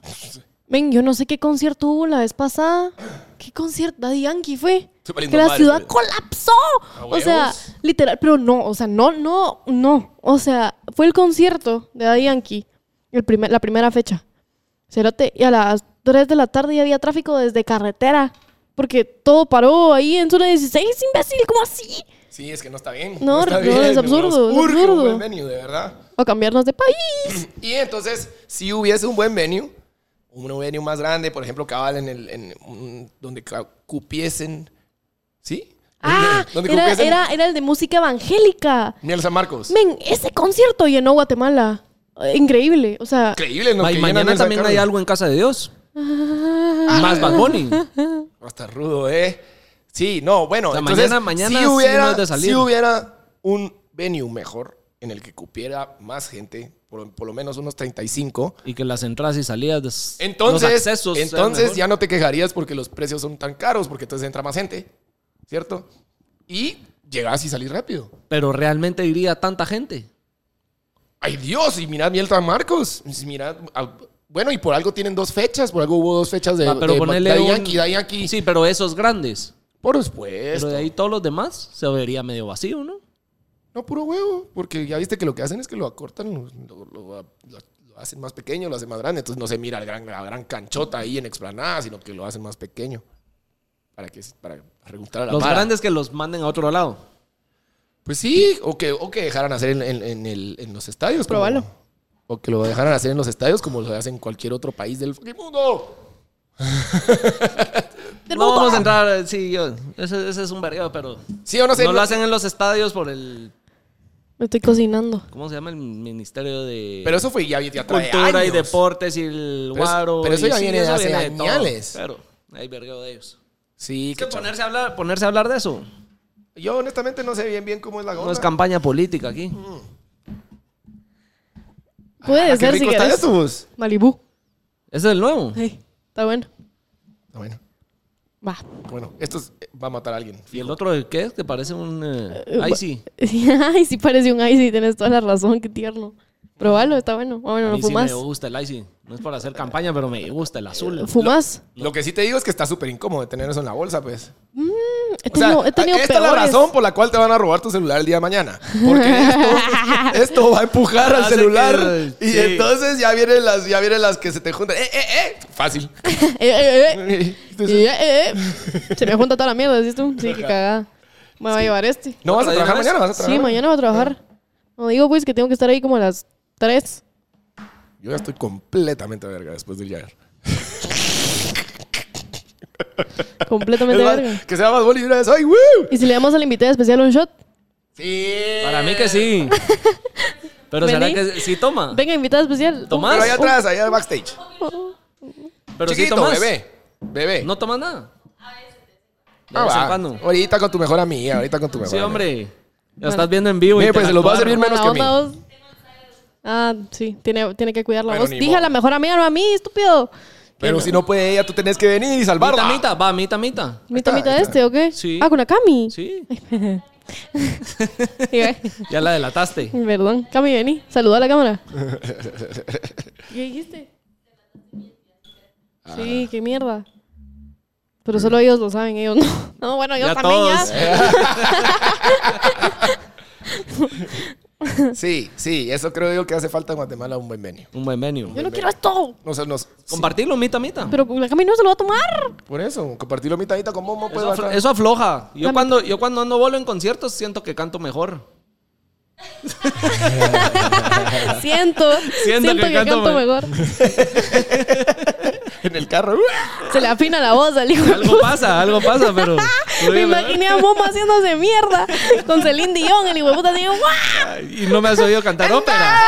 Speaker 2: Ven, yo no sé qué concierto hubo la vez pasada. ¿Qué concierto? Daddy Yankee fue.
Speaker 1: Estoy valiendo
Speaker 2: Que la
Speaker 1: madre,
Speaker 2: ciudad
Speaker 1: güey.
Speaker 2: colapsó.
Speaker 1: A
Speaker 2: O sea,
Speaker 1: huevos.
Speaker 2: literal, pero no, o sea, no, no, no. O sea, fue el concierto de Daddy Yankee, el primer, la primera fecha. Cerote, y a las 3 de la tarde ya había tráfico desde carretera. Porque todo paró ahí en zona 16, imbécil, ¿cómo así?
Speaker 1: Sí, es que no está bien.
Speaker 2: No,
Speaker 1: está
Speaker 2: no, es absurdo,
Speaker 1: Nos
Speaker 2: es
Speaker 1: urge un
Speaker 2: absurdo.
Speaker 1: buen venue, de verdad.
Speaker 2: O cambiarnos
Speaker 1: *laughs*
Speaker 2: de país.
Speaker 1: Y entonces, si hubiese un buen venue, un venue más grande, por ejemplo, cabal en el en un- donde ca- cupiesen, ¿sí?
Speaker 2: Ah,
Speaker 1: *laughs* donde
Speaker 2: era,
Speaker 1: cupiesen
Speaker 2: era, era el de música evangélica.
Speaker 1: Miel San Marcos.
Speaker 2: Men, ese concierto llenó Guatemala. Eh, Increíble, o sea.
Speaker 1: Increíble, ¿no?
Speaker 3: Ma- y
Speaker 1: Que llenan
Speaker 3: mañana
Speaker 1: el San
Speaker 3: también hay
Speaker 1: Carlos.
Speaker 3: algo en casa de Dios.
Speaker 2: ah,
Speaker 3: Más Bad Bunny.
Speaker 1: Hasta rudo, ¿eh? Sí, no, bueno,
Speaker 3: O sea,
Speaker 1: entonces,
Speaker 3: mañana- mañana
Speaker 1: si
Speaker 3: sí no
Speaker 1: hubiera,
Speaker 3: es de salir.
Speaker 1: si hubiera un venue mejor en el que cupiera más gente, por, por lo menos unos 35,
Speaker 3: Y que las entradas y salidas. des- los
Speaker 1: entonces,
Speaker 3: accesos sean
Speaker 1: entonces
Speaker 3: mejor.
Speaker 1: ya no te quejarías porque los precios son tan caros, porque entonces entra más gente, ¿cierto? Y llegas y salís rápido.
Speaker 3: Pero realmente iría tanta gente.
Speaker 1: ¡Ay, Dios! Y mirad Miel San Marcos. Y Mirad, ah, bueno, y por algo tienen dos fechas. Por algo hubo dos fechas de,
Speaker 3: Ah, pero
Speaker 1: de-
Speaker 3: ponerle
Speaker 1: Daddy
Speaker 3: un-
Speaker 1: Yankee, Daddy Yankee.
Speaker 3: Sí, pero esos grandes.
Speaker 1: Por supuesto.
Speaker 3: Pero de ahí todos los demás se vería medio vacío, ¿no?
Speaker 1: No, puro huevo. Porque ya viste que lo que hacen es que lo acortan, lo, lo- lo- lo- lo hacen más pequeño, lo hacen más grande. Entonces no se mira el gran, la gran canchota ahí en explanada, sino que lo hacen más pequeño. Para que para preguntar a la
Speaker 3: Los
Speaker 1: mara.
Speaker 3: grandes que los manden a otro lado.
Speaker 1: Pues sí, o que, o que dejaran hacer en, en- en el- en los estadios. como-
Speaker 2: Próbalo.
Speaker 1: o que lo dejaran hacer en los estadios como lo hacen en cualquier otro país del fucking mundo.
Speaker 2: del
Speaker 3: No
Speaker 2: mundo.
Speaker 3: vamos a entrar, eh, sí, yo, ese, ese es un vergueo, pero
Speaker 1: Sí o no sé.
Speaker 3: no
Speaker 1: no-
Speaker 3: lo hacen en los estadios por el,
Speaker 2: Me estoy cocinando.
Speaker 3: ¿cómo se llama? El Ministerio de
Speaker 1: Pero eso fue ya, ya trae
Speaker 3: Cultura y
Speaker 1: años.
Speaker 3: Deportes y el
Speaker 1: Pero es-
Speaker 3: Guaro.
Speaker 1: pero eso
Speaker 3: y
Speaker 1: ya
Speaker 3: sí,
Speaker 1: viene de hace
Speaker 3: viene todo,
Speaker 1: añales.
Speaker 3: Pero hay vergueo de ellos.
Speaker 1: Sí,
Speaker 3: Es que
Speaker 1: qué chafa.
Speaker 3: ponerse a, hablar, ponerse a hablar de eso
Speaker 1: Yo honestamente no sé bien bien cómo es la
Speaker 3: no es
Speaker 1: cosa.
Speaker 3: campaña política aquí.
Speaker 1: Mm. Ah,
Speaker 2: Puede ser si querés. Malibú.
Speaker 3: Ese es el nuevo.
Speaker 2: Sí, está bueno.
Speaker 1: Bueno,
Speaker 2: Va.
Speaker 1: bueno, esto es- eh, va a matar a alguien.
Speaker 3: ¿Y el otro qué es? Que parece un... eh,
Speaker 2: *laughs*
Speaker 3: ahí sí.
Speaker 2: Ay, sí parece un icy, tienes toda la razón, qué tierno. Probalo, está bueno. Ah,
Speaker 3: A
Speaker 2: bueno, no
Speaker 3: mí sí me
Speaker 2: fumas.
Speaker 3: gusta el Icy. No es para hacer campaña, pero me gusta el azul.
Speaker 2: Eh,
Speaker 1: Eh,
Speaker 2: ¿Fumas?
Speaker 1: Lo que sí te digo es que está súper incómodo de tener eso en la bolsa, pues.
Speaker 2: He
Speaker 1: O sea, ah,
Speaker 2: tenido, Pues he tenido
Speaker 1: esta es la
Speaker 2: peores.
Speaker 1: razón por la cual te van a robar tu celular el día de mañana. Porque esto, esto va a empujar al
Speaker 3: Hace
Speaker 1: celular.
Speaker 3: que-
Speaker 1: y
Speaker 3: sí.
Speaker 1: entonces ya vienen las, ya vienen las que se te juntan. ¡Eh, eh, eh!
Speaker 2: *laughs*
Speaker 1: Fácil.
Speaker 2: *laughs* Eh, eh, eh.
Speaker 1: Entonces,
Speaker 2: Eh, eh, eh. Se me junta toda la mierda, ¿decís tú? Sí, qué cagada. Me va a llevar este.
Speaker 1: no vas a
Speaker 3: ¿Otra de
Speaker 1: trabajar
Speaker 3: una vez?
Speaker 1: mañana, vas a trabajar.
Speaker 2: Sí, mañana voy a trabajar. No digo, pues, que tengo que estar ahí como a las 3.
Speaker 1: Yo ya estoy completamente verga después del Jagger.
Speaker 2: Completamente
Speaker 1: Es más,
Speaker 2: verga.
Speaker 1: Que sea más boli de una vez. ¡Ay, woo!
Speaker 2: ¿Y si le damos al invitado especial un shot?
Speaker 1: *laughs* Sí.
Speaker 3: Para mí que sí. Pero será
Speaker 2: Vení.
Speaker 3: que sí toma.
Speaker 2: Venga, invitada especial.
Speaker 3: Tomás.
Speaker 2: Un-
Speaker 1: Pero allá atrás, allá backstage.
Speaker 3: Pero sí
Speaker 1: Chiquito,
Speaker 3: tomas.
Speaker 1: bebé. Bebé.
Speaker 3: No tomas nada. De
Speaker 1: Ah,
Speaker 3: vez en
Speaker 1: va.
Speaker 3: cuando.
Speaker 1: Ahorita con tu mejor amiga, ahorita con tu mejor
Speaker 3: Sí,
Speaker 1: amiga.
Speaker 3: hombre. Lo estás viendo en vivo.
Speaker 1: Mire,
Speaker 3: y
Speaker 1: pues,
Speaker 3: te
Speaker 1: se
Speaker 3: la
Speaker 1: los va a
Speaker 3: cuadra.
Speaker 1: servir menos que a mí.
Speaker 2: Buena onda, vos. Ah, sí, tiene, tiene que cuidar la
Speaker 1: Pero
Speaker 2: voz.
Speaker 1: ni
Speaker 2: Dije
Speaker 1: modo.
Speaker 2: a la mejor amiga, no a mí, estúpido.
Speaker 1: Pero si no puede ella, tú tenés que venir y salvarla.
Speaker 3: Mita, mita, va, mita, mita.
Speaker 2: ¿Mita,
Speaker 1: está,
Speaker 2: mita
Speaker 1: ahí
Speaker 2: este o qué?
Speaker 3: Sí.
Speaker 2: Ah, con la Cami.
Speaker 3: Sí,
Speaker 2: Y ve, *laughs*
Speaker 3: ya la delataste.
Speaker 2: Perdón, Cami, vení. Saluda a
Speaker 1: *laughs*
Speaker 2: la cámara. ¿Qué dijiste?
Speaker 1: Ah.
Speaker 2: Sí, qué mierda. Pero solo ellos lo saben, ellos no. No, *laughs* bueno, yo
Speaker 3: Ya
Speaker 2: también
Speaker 3: todos.
Speaker 2: ya.
Speaker 1: Sí, sí, eso creo yo que hace falta en Guatemala un buen venio.
Speaker 3: Un buen menú.
Speaker 2: Yo no quiero esto.
Speaker 1: O sea, nos,
Speaker 3: Compartirlo, mita, mita.
Speaker 2: Pero la Cami no se lo va a
Speaker 3: *laughs*
Speaker 2: tomar. *laughs*
Speaker 1: por eso, compartirlo mitadita con Momo. Pues,
Speaker 3: Eso, aflo-
Speaker 1: bacán.
Speaker 3: eso afloja. Yo
Speaker 2: La
Speaker 3: cuando, yo cuando ando bolo en conciertos siento que canto mejor.
Speaker 2: Siento. Siento, que, canto, mejor.
Speaker 1: *laughs* En el carro. ¡uah!
Speaker 2: Se le afina la voz al hijo. de
Speaker 3: Algo pasa, algo pasa, pero...
Speaker 2: Me imaginé a Momo haciéndose mierda con Celine Dion, el hijo de puta digo, ¡guau!
Speaker 3: Y no me has oído cantar ópera.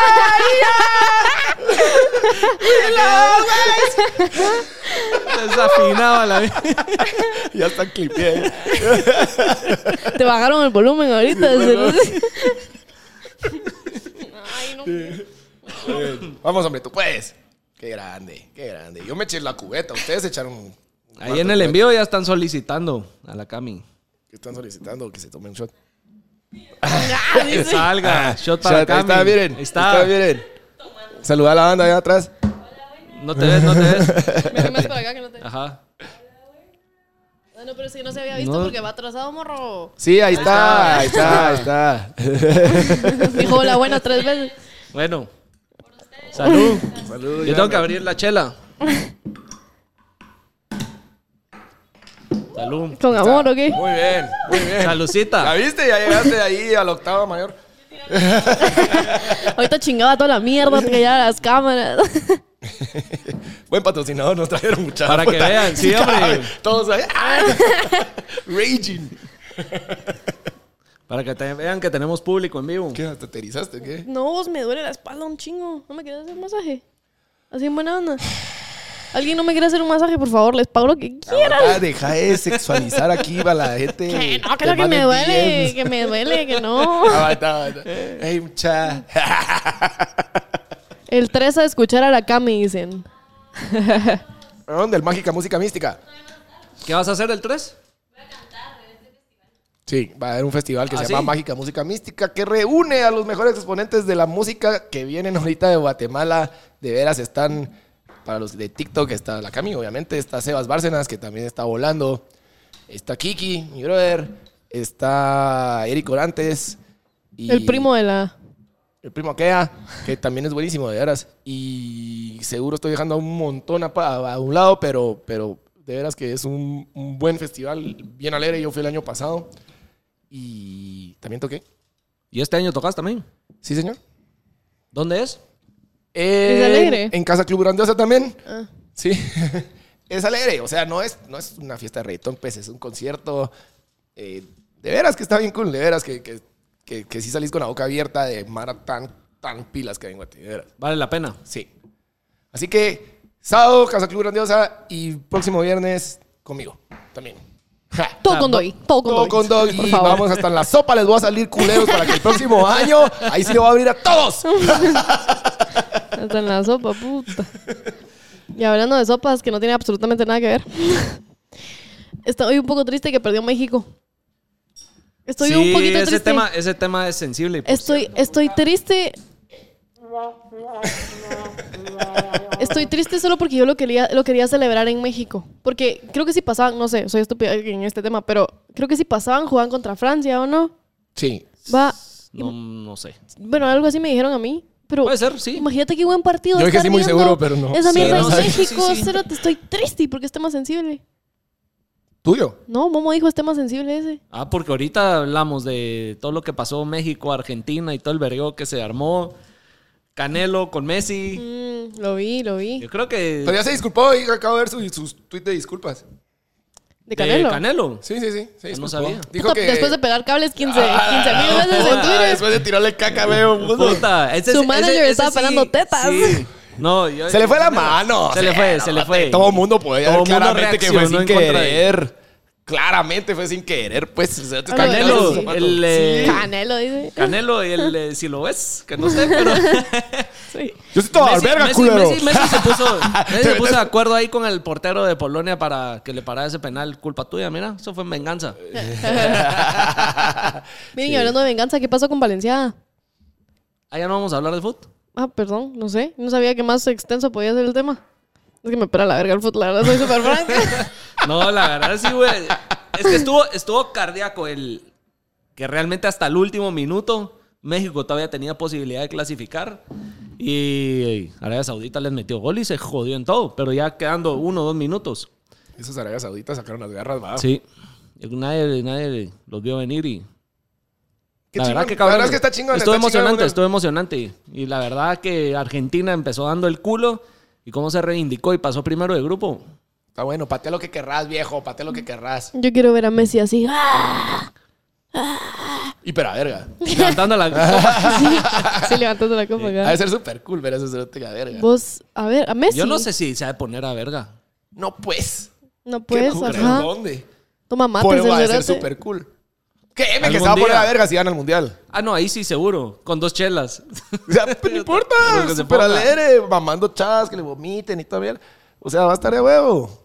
Speaker 3: Desafinaba la *laughs* vida.
Speaker 1: *laughs* ya está clipeé.
Speaker 2: Te bajaron el volumen ahorita. Ay, no.
Speaker 1: Eh, Vamos, hombre, tú puedes. Qué grande, qué grande. Yo me eché la cubeta, ustedes echaron. un- un
Speaker 3: Ahí
Speaker 1: cuarto
Speaker 3: en el em-
Speaker 1: de
Speaker 3: envío ya están solicitando a la Cami.
Speaker 1: cubeta que Están solicitando que se tome un shot.
Speaker 2: *laughs* Ah,
Speaker 3: Que
Speaker 2: dice.
Speaker 3: salga. Shot para
Speaker 1: Shot, ahí
Speaker 3: Cami.
Speaker 1: está, miren.
Speaker 3: Ahí
Speaker 1: Ahí
Speaker 3: está.
Speaker 1: está, miren. Saluda a la banda allá atrás.
Speaker 3: No te ves, no te ves.
Speaker 2: Vení más para acá que no te-
Speaker 3: Ajá.
Speaker 2: Ah, no, pero es que no se había visto
Speaker 3: No.
Speaker 2: porque va atrasado, morro.
Speaker 1: Sí, ahí,
Speaker 3: está,
Speaker 1: está, ahí está, ahí está.
Speaker 3: *laughs*
Speaker 2: Dijo la buena tres veces.
Speaker 3: Bueno. Salud.
Speaker 1: Salud.
Speaker 3: Yo tengo que abrir la chela. Salud.
Speaker 2: Con amor, ¿o qué?
Speaker 1: Muy bien, muy bien. ¿La
Speaker 3: Salucita.
Speaker 1: viste? Ya llegaste ahí a la octava mayor.
Speaker 2: Ahorita chingaba toda la mierda que ya las cámaras. *laughs*
Speaker 1: Buen patrocinador nos trajeron mucha
Speaker 3: Para que
Speaker 1: puta.
Speaker 3: vean,
Speaker 1: *laughs*
Speaker 3: sí, hombre.
Speaker 1: Todos ahí. ¡ah! *laughs* Raging.
Speaker 3: Para que te vean que tenemos público en vivo.
Speaker 1: ¿Qué? ¿Te aterizaste? ¿Qué?
Speaker 2: No, vos me duele la espalda un chingo. ¿No me quieres hacer masaje? Así en buena onda. ¿Alguien no me quiere hacer un masaje? Por favor, les pago lo que quieran.
Speaker 1: Ah, deja de sexualizar aquí a la gente.
Speaker 2: *laughs* Que no, que lo que me duele, que me duele, que no.
Speaker 1: Ah, Hey, mucha. *laughs*
Speaker 2: El 3 a escuchar a la Cami, dicen.
Speaker 1: ¿A ¿Dónde? El Mágica Música Mística.
Speaker 3: ¿Qué vas a hacer el 3?
Speaker 1: Sí, va a haber un festival que
Speaker 3: ¿Ah,
Speaker 1: se
Speaker 3: sí?
Speaker 1: llama Mágica Música Mística que reúne a los mejores exponentes de la música que vienen ahorita de Guatemala. De veras están, para los de TikTok, está la Cami, obviamente, está Sebas Bárcenas, que también está volando. Está Kiki, mi brother. Está Eric Orantes. y-
Speaker 2: El primo de la.
Speaker 1: El primo Akea, que también es buenísimo, de veras. Y seguro estoy dejando a un montón a, pa- a un lado, pero, pero de veras que es un, un buen festival, bien alegre. Yo fui el año pasado y también toqué.
Speaker 3: ¿Y este año tocas también?
Speaker 1: ¿Sí, señor?
Speaker 3: ¿Dónde es?
Speaker 1: En-
Speaker 2: alegre?
Speaker 1: En Casa Club Grandiosa también.
Speaker 2: Ah.
Speaker 1: Sí. *laughs* es alegre, o sea, no es, no es una fiesta de reggaetón, pues es un concierto. eh, de veras que está bien cool, de veras que, que, que, que sí salís con la boca abierta de mar tan, tan pilas que hay en Guate, de veras.
Speaker 3: Vale la pena.
Speaker 1: Sí. Así que, sábado, Casa Club Grandiosa y próximo viernes conmigo también. Ja.
Speaker 2: Todo
Speaker 3: Ah,
Speaker 2: con
Speaker 3: no-
Speaker 2: Doy. Todo con
Speaker 1: Todo
Speaker 2: Doy.
Speaker 1: con dog
Speaker 2: Por
Speaker 1: y
Speaker 2: favor.
Speaker 1: vamos hasta en la sopa. Les voy a salir culeros para que el
Speaker 2: *laughs*
Speaker 1: próximo año ahí sí lo va a abrir a todos.
Speaker 2: Hasta en la sopa, puta. Y hablando de sopas que no tiene absolutamente nada que ver. *laughs* Estoy un poco triste que perdió México. Estoy
Speaker 3: Sí,
Speaker 2: un poquito
Speaker 3: ese
Speaker 2: triste.
Speaker 3: Tema, ese tema es sensible. pues.
Speaker 2: Estoy, estoy triste. Estoy triste solo porque yo lo quería, lo quería celebrar en México. Porque creo que si pasaban, no sé, soy estúpida en este tema, pero creo que si pasaban, jugaban contra Francia o no.
Speaker 1: Sí.
Speaker 2: Va.
Speaker 3: No, no sé.
Speaker 2: Bueno, algo así me dijeron a mí. Pero
Speaker 3: Puede ser, sí.
Speaker 2: imagínate qué buen partido.
Speaker 1: Yo dije
Speaker 2: estar
Speaker 1: sí muy
Speaker 2: viendo
Speaker 1: seguro, pero no.
Speaker 2: Esa
Speaker 1: Sí,
Speaker 2: mierda
Speaker 1: no,
Speaker 2: en
Speaker 1: sí,
Speaker 3: sí,
Speaker 2: México,
Speaker 3: sí.
Speaker 2: cero, te estoy triste porque es tema sensible.
Speaker 1: ¿Tuyo?
Speaker 2: No, Momo dijo es tema sensible ese.
Speaker 3: Ah, porque ahorita hablamos de todo lo que pasó México, Argentina y todo el vergueo que se armó. Canelo con Messi.
Speaker 2: Mm, lo vi, lo vi.
Speaker 3: Yo creo que
Speaker 1: Pero ya se disculpó y acabo de ver su- sus tweets de disculpas.
Speaker 2: De Canelo.
Speaker 3: Canelo.
Speaker 1: Sí, sí, sí. se
Speaker 3: No
Speaker 1: disculpó.
Speaker 3: sabía.
Speaker 1: Dijo
Speaker 2: Puta,
Speaker 1: que...
Speaker 2: Después de pegar cables 15 mil
Speaker 1: Ah,
Speaker 2: veces en
Speaker 1: puta,
Speaker 2: Twitter.
Speaker 1: Después de tirarle caca, veo.
Speaker 3: Puta, ese-
Speaker 2: Su
Speaker 3: ese-
Speaker 2: manager
Speaker 3: ese
Speaker 2: estaba
Speaker 3: sí-
Speaker 2: parando tetas.
Speaker 3: sí. No, yo-
Speaker 1: Se le fue la
Speaker 3: Canelo.
Speaker 1: mano. eh,
Speaker 3: Se le fue, se le fue.
Speaker 1: Todo el mundo podía
Speaker 3: Todo
Speaker 1: ver
Speaker 3: mundo
Speaker 1: claramente que fue
Speaker 3: reaccionó
Speaker 1: sin
Speaker 3: en contra de-
Speaker 1: querer. Claramente fue sin querer, pues. o sea, te
Speaker 2: Canelo,
Speaker 1: está quitando su
Speaker 2: sí.
Speaker 1: zapato.
Speaker 3: el, eh,
Speaker 2: Canelo, dice.
Speaker 3: *laughs* Canelo, el, eh, si lo ves, que no
Speaker 2: *laughs*
Speaker 3: sé, pero.
Speaker 2: Sí.
Speaker 1: Yo soy toda
Speaker 3: Messi-
Speaker 1: verga,
Speaker 3: Messi-
Speaker 1: culero. *laughs*
Speaker 3: Messi- Messi se puso, Messi se
Speaker 1: metes-
Speaker 3: puso de acuerdo ahí con el portero de Polonia para que le parara ese penal. Culpa tuya, mira, eso fue en venganza.
Speaker 2: Miren, y hablando de venganza, ¿qué pasó con Valenciaga?
Speaker 3: Allá no vamos a hablar de fútbol.
Speaker 2: Ah, perdón, no sé. No sabía que más extenso podía ser el tema. Es que me pela la verga el fútbol, la verdad, soy súper
Speaker 3: *laughs*
Speaker 2: franca.
Speaker 3: No, la verdad sí, güey. Es que estuvo, estuvo cardíaco el que realmente hasta el último minuto México todavía tenía posibilidad de clasificar. Y Arabia Saudita les metió gol y se jodió en todo, pero ya quedando uno o dos minutos.
Speaker 1: Esos Arabia Sauditas sacaron las garras, va.
Speaker 3: Sí. Nadie, nadie los vio venir y
Speaker 1: Qué
Speaker 3: la verdad
Speaker 1: chingón.
Speaker 3: que cabrón.
Speaker 1: La verdad es que está chingón. está
Speaker 3: Estuvo
Speaker 1: chingón el
Speaker 3: emocionante,
Speaker 1: mundial.
Speaker 3: estuvo emocionante. Y la verdad que Argentina empezó dando el culo y cómo se reivindicó y pasó primero de grupo.
Speaker 1: Está bueno, patea lo que querrás, viejo, patea lo que querrás.
Speaker 2: Yo quiero ver a Messi así. ¡ah!
Speaker 1: Y pero a verga.
Speaker 3: Levantando la copa.
Speaker 2: Sí, levantando la copa
Speaker 1: Ha de
Speaker 2: acá.
Speaker 1: ser súper cool ver a ese cerote a verga.
Speaker 2: Vos, a ver, a Messi.
Speaker 3: Yo no sé si se ha de poner a verga.
Speaker 1: No, pues.
Speaker 2: No
Speaker 1: ¿Qué
Speaker 2: puedes,
Speaker 1: no crees?
Speaker 2: ajá.
Speaker 1: ¿Dónde?
Speaker 2: Toma mates
Speaker 1: Pero
Speaker 2: el
Speaker 1: va a ser
Speaker 2: cerote.
Speaker 1: súper cool. Créeme que
Speaker 3: Algún
Speaker 1: se va a poner
Speaker 3: día.
Speaker 1: a verga si gana el mundial.
Speaker 3: Ah, no, ahí sí seguro. Con dos chelas. *laughs*
Speaker 1: O sea, pues, no importa.
Speaker 3: Lo que se
Speaker 1: Súper
Speaker 3: ponga.
Speaker 1: alegre, mamando chas, que le vomiten y todo bien. O sea, va a estar de huevo.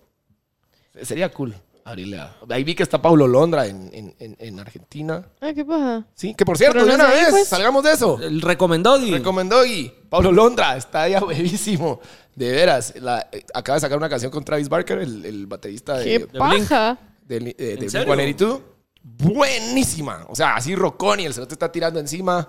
Speaker 1: Sería cool. abrirle a- Ahí vi que está Paulo Londra en, en- en- en Argentina.
Speaker 2: Ah, qué paja.
Speaker 1: Sí, que por cierto,
Speaker 2: Pero
Speaker 1: de
Speaker 2: no
Speaker 1: una
Speaker 2: es ahí,
Speaker 1: vez,
Speaker 2: pues.
Speaker 1: salgamos de eso.
Speaker 3: El recomendó y
Speaker 1: Recomendó y Pablo Londra está ya huevísimo. De veras. La- eh, acaba de sacar una canción con Travis Barker, el, el baterista
Speaker 2: Qué
Speaker 1: de,
Speaker 2: paja.
Speaker 1: de, de, de
Speaker 3: ¿En
Speaker 1: Blink
Speaker 3: serio?
Speaker 1: 182. Buenísima. O sea, así rocón y el cerote está tirando encima.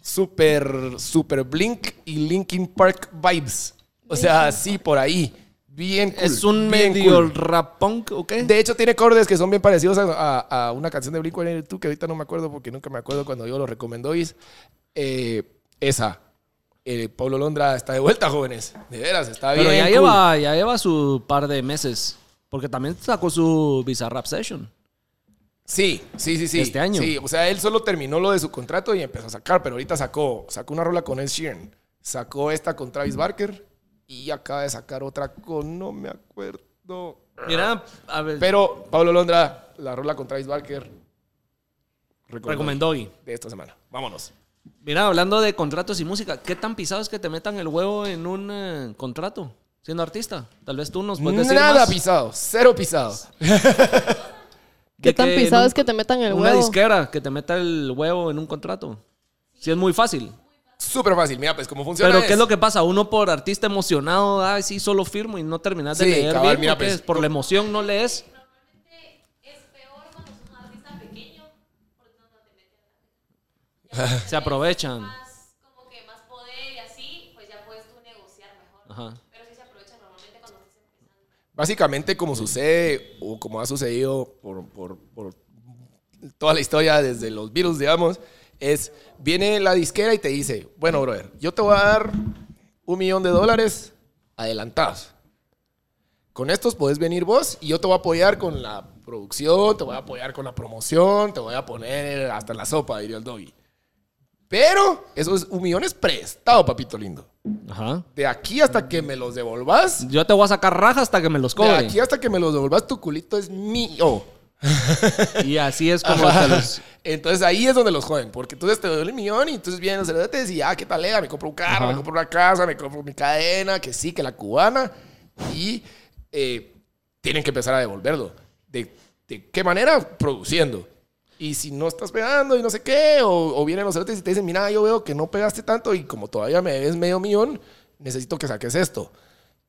Speaker 1: Súper, súper Blink y Linkin Park vibes. O sea, así por ahí. Bien cool,
Speaker 3: es un
Speaker 1: bien
Speaker 3: medio
Speaker 1: cool.
Speaker 3: rap punk, ¿o qué?
Speaker 1: De hecho, tiene acordes que son bien parecidos a, a- a una canción de Blink-182 que ahorita no me acuerdo porque nunca me acuerdo cuando yo lo recomendó. y es, eh, esa. Eh, Pablo Londra está de vuelta, jóvenes. De veras, está
Speaker 3: Pero
Speaker 1: bien
Speaker 3: ya,
Speaker 1: cool.
Speaker 3: lleva, ya lleva su par de meses. Porque también sacó su Bizarrap Session.
Speaker 1: Sí, sí, sí, sí.
Speaker 3: Este año.
Speaker 1: Sí, o sea, él solo terminó lo de su contrato y empezó a sacar, pero ahorita sacó, sacó una rola con Ed Sheeran, sacó esta con Travis Barker y acaba de sacar otra con, no me acuerdo.
Speaker 3: Mira, a ver,
Speaker 1: Pero Pablo Londra, la rola con Travis Barker,
Speaker 3: recomendó y.
Speaker 1: de esta semana. Vámonos.
Speaker 3: Mira, hablando de contratos y música, ¿qué tan pisado es que te metan el huevo en un eh, contrato siendo artista? Tal vez tú nos puedes decir
Speaker 1: Nada
Speaker 3: más
Speaker 1: pisado, cero pisado.
Speaker 2: Qué
Speaker 3: de
Speaker 2: tan
Speaker 3: que
Speaker 2: pisado
Speaker 3: en un-
Speaker 2: es que te metan el
Speaker 3: Una
Speaker 2: huevo.
Speaker 3: disquera que te meta el huevo en un contrato. Sí, es muy fácil.
Speaker 1: Súper fácil, mira, pues cómo funciona.
Speaker 3: Pero ¿qué es lo que pasa? Uno por artista emocionado, ay, sí, solo firmo y no terminas de
Speaker 1: Sí,
Speaker 3: leer
Speaker 1: cabal,
Speaker 3: bien,
Speaker 1: mira,
Speaker 3: porque
Speaker 1: pues,
Speaker 3: es por la emoción no lees.
Speaker 4: Normalmente es peor cuando es un artista pequeño, porque no te meten
Speaker 3: Se aprovechan.
Speaker 4: más, como que más poder y así, pues ya puedes tú negociar mejor.
Speaker 3: Ajá.
Speaker 4: Pero sí se aprovecha normalmente cuando estás empezando.
Speaker 1: Básicamente, como sucede o como ha sucedido por, por- por toda la historia desde los virus, digamos, es viene la disquera y te dice, bueno, brother, yo te voy a dar un millón de dólares adelantados. Con estos podés venir vos y yo te voy a apoyar con la producción, te voy a apoyar con la promoción, te voy a poner hasta la sopa, diría el doggy. Pero esos un millón es prestado, papito lindo.
Speaker 3: Ajá.
Speaker 1: De aquí hasta que me los devolvás,
Speaker 3: Yo te voy a sacar raja hasta que me los
Speaker 1: de
Speaker 3: cobre.
Speaker 1: aquí hasta que me los devolvas, tu culito es mío.
Speaker 3: Y así es como te los...
Speaker 1: Entonces ahí es donde los joden, porque entonces te doy el millón y entonces vienen los cerotes y ah, qué talega, me compro un carro,
Speaker 3: Ajá.
Speaker 1: me compro una casa, me compro mi cadena, que sí, que la cubana. Y eh, tienen que empezar a devolverlo. ¿De, de qué manera? Produciendo. Y si no estás pegando y no sé qué, o, o vienen los cerotes y te dicen, mira, yo veo que no pegaste tanto y como todavía me debes medio millón, necesito que saques esto.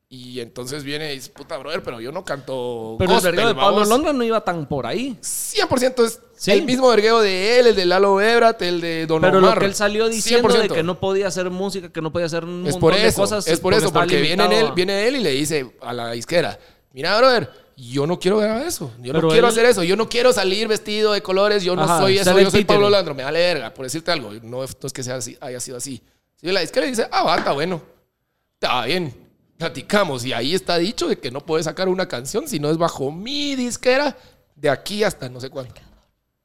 Speaker 1: Y entonces viene y dice, puta, brother, pero yo no canto
Speaker 3: Pero el
Speaker 1: gospel,
Speaker 3: verguero de Pablo
Speaker 1: vamos".
Speaker 3: Londra no iba tan por ahí.
Speaker 1: 100% es
Speaker 3: Sí.
Speaker 1: el mismo vergueo de él, el de Lalo Ebrat, el de Don
Speaker 3: Pero
Speaker 1: Omar.
Speaker 3: lo que él salió diciendo de
Speaker 1: 100%.
Speaker 3: que no podía hacer música, que no podía hacer un
Speaker 1: es
Speaker 3: montón
Speaker 1: por
Speaker 3: de
Speaker 1: eso,
Speaker 3: cosas. pues,
Speaker 1: es por eso,
Speaker 3: estaba
Speaker 1: porque viene
Speaker 3: limitado
Speaker 1: él,
Speaker 3: a-
Speaker 1: viene él y le dice a la disquera, mira, brother, yo no quiero grabar eso, yo
Speaker 3: Pero
Speaker 1: no quiero
Speaker 3: él-
Speaker 1: hacer eso, yo no quiero salir vestido de colores, yo no
Speaker 3: Ajá,
Speaker 1: soy eso,
Speaker 3: ser el
Speaker 1: yo soy
Speaker 3: títere.
Speaker 1: Pablo Landro, me vale verga, por decirte algo, no, es no es que sea así, haya sido así. Y la disquera dice, ah, va, está bueno, está bien. platicamos y ahí está dicho de que no puedes sacar una canción si no es bajo mi disquera de aquí hasta no sé cuánto.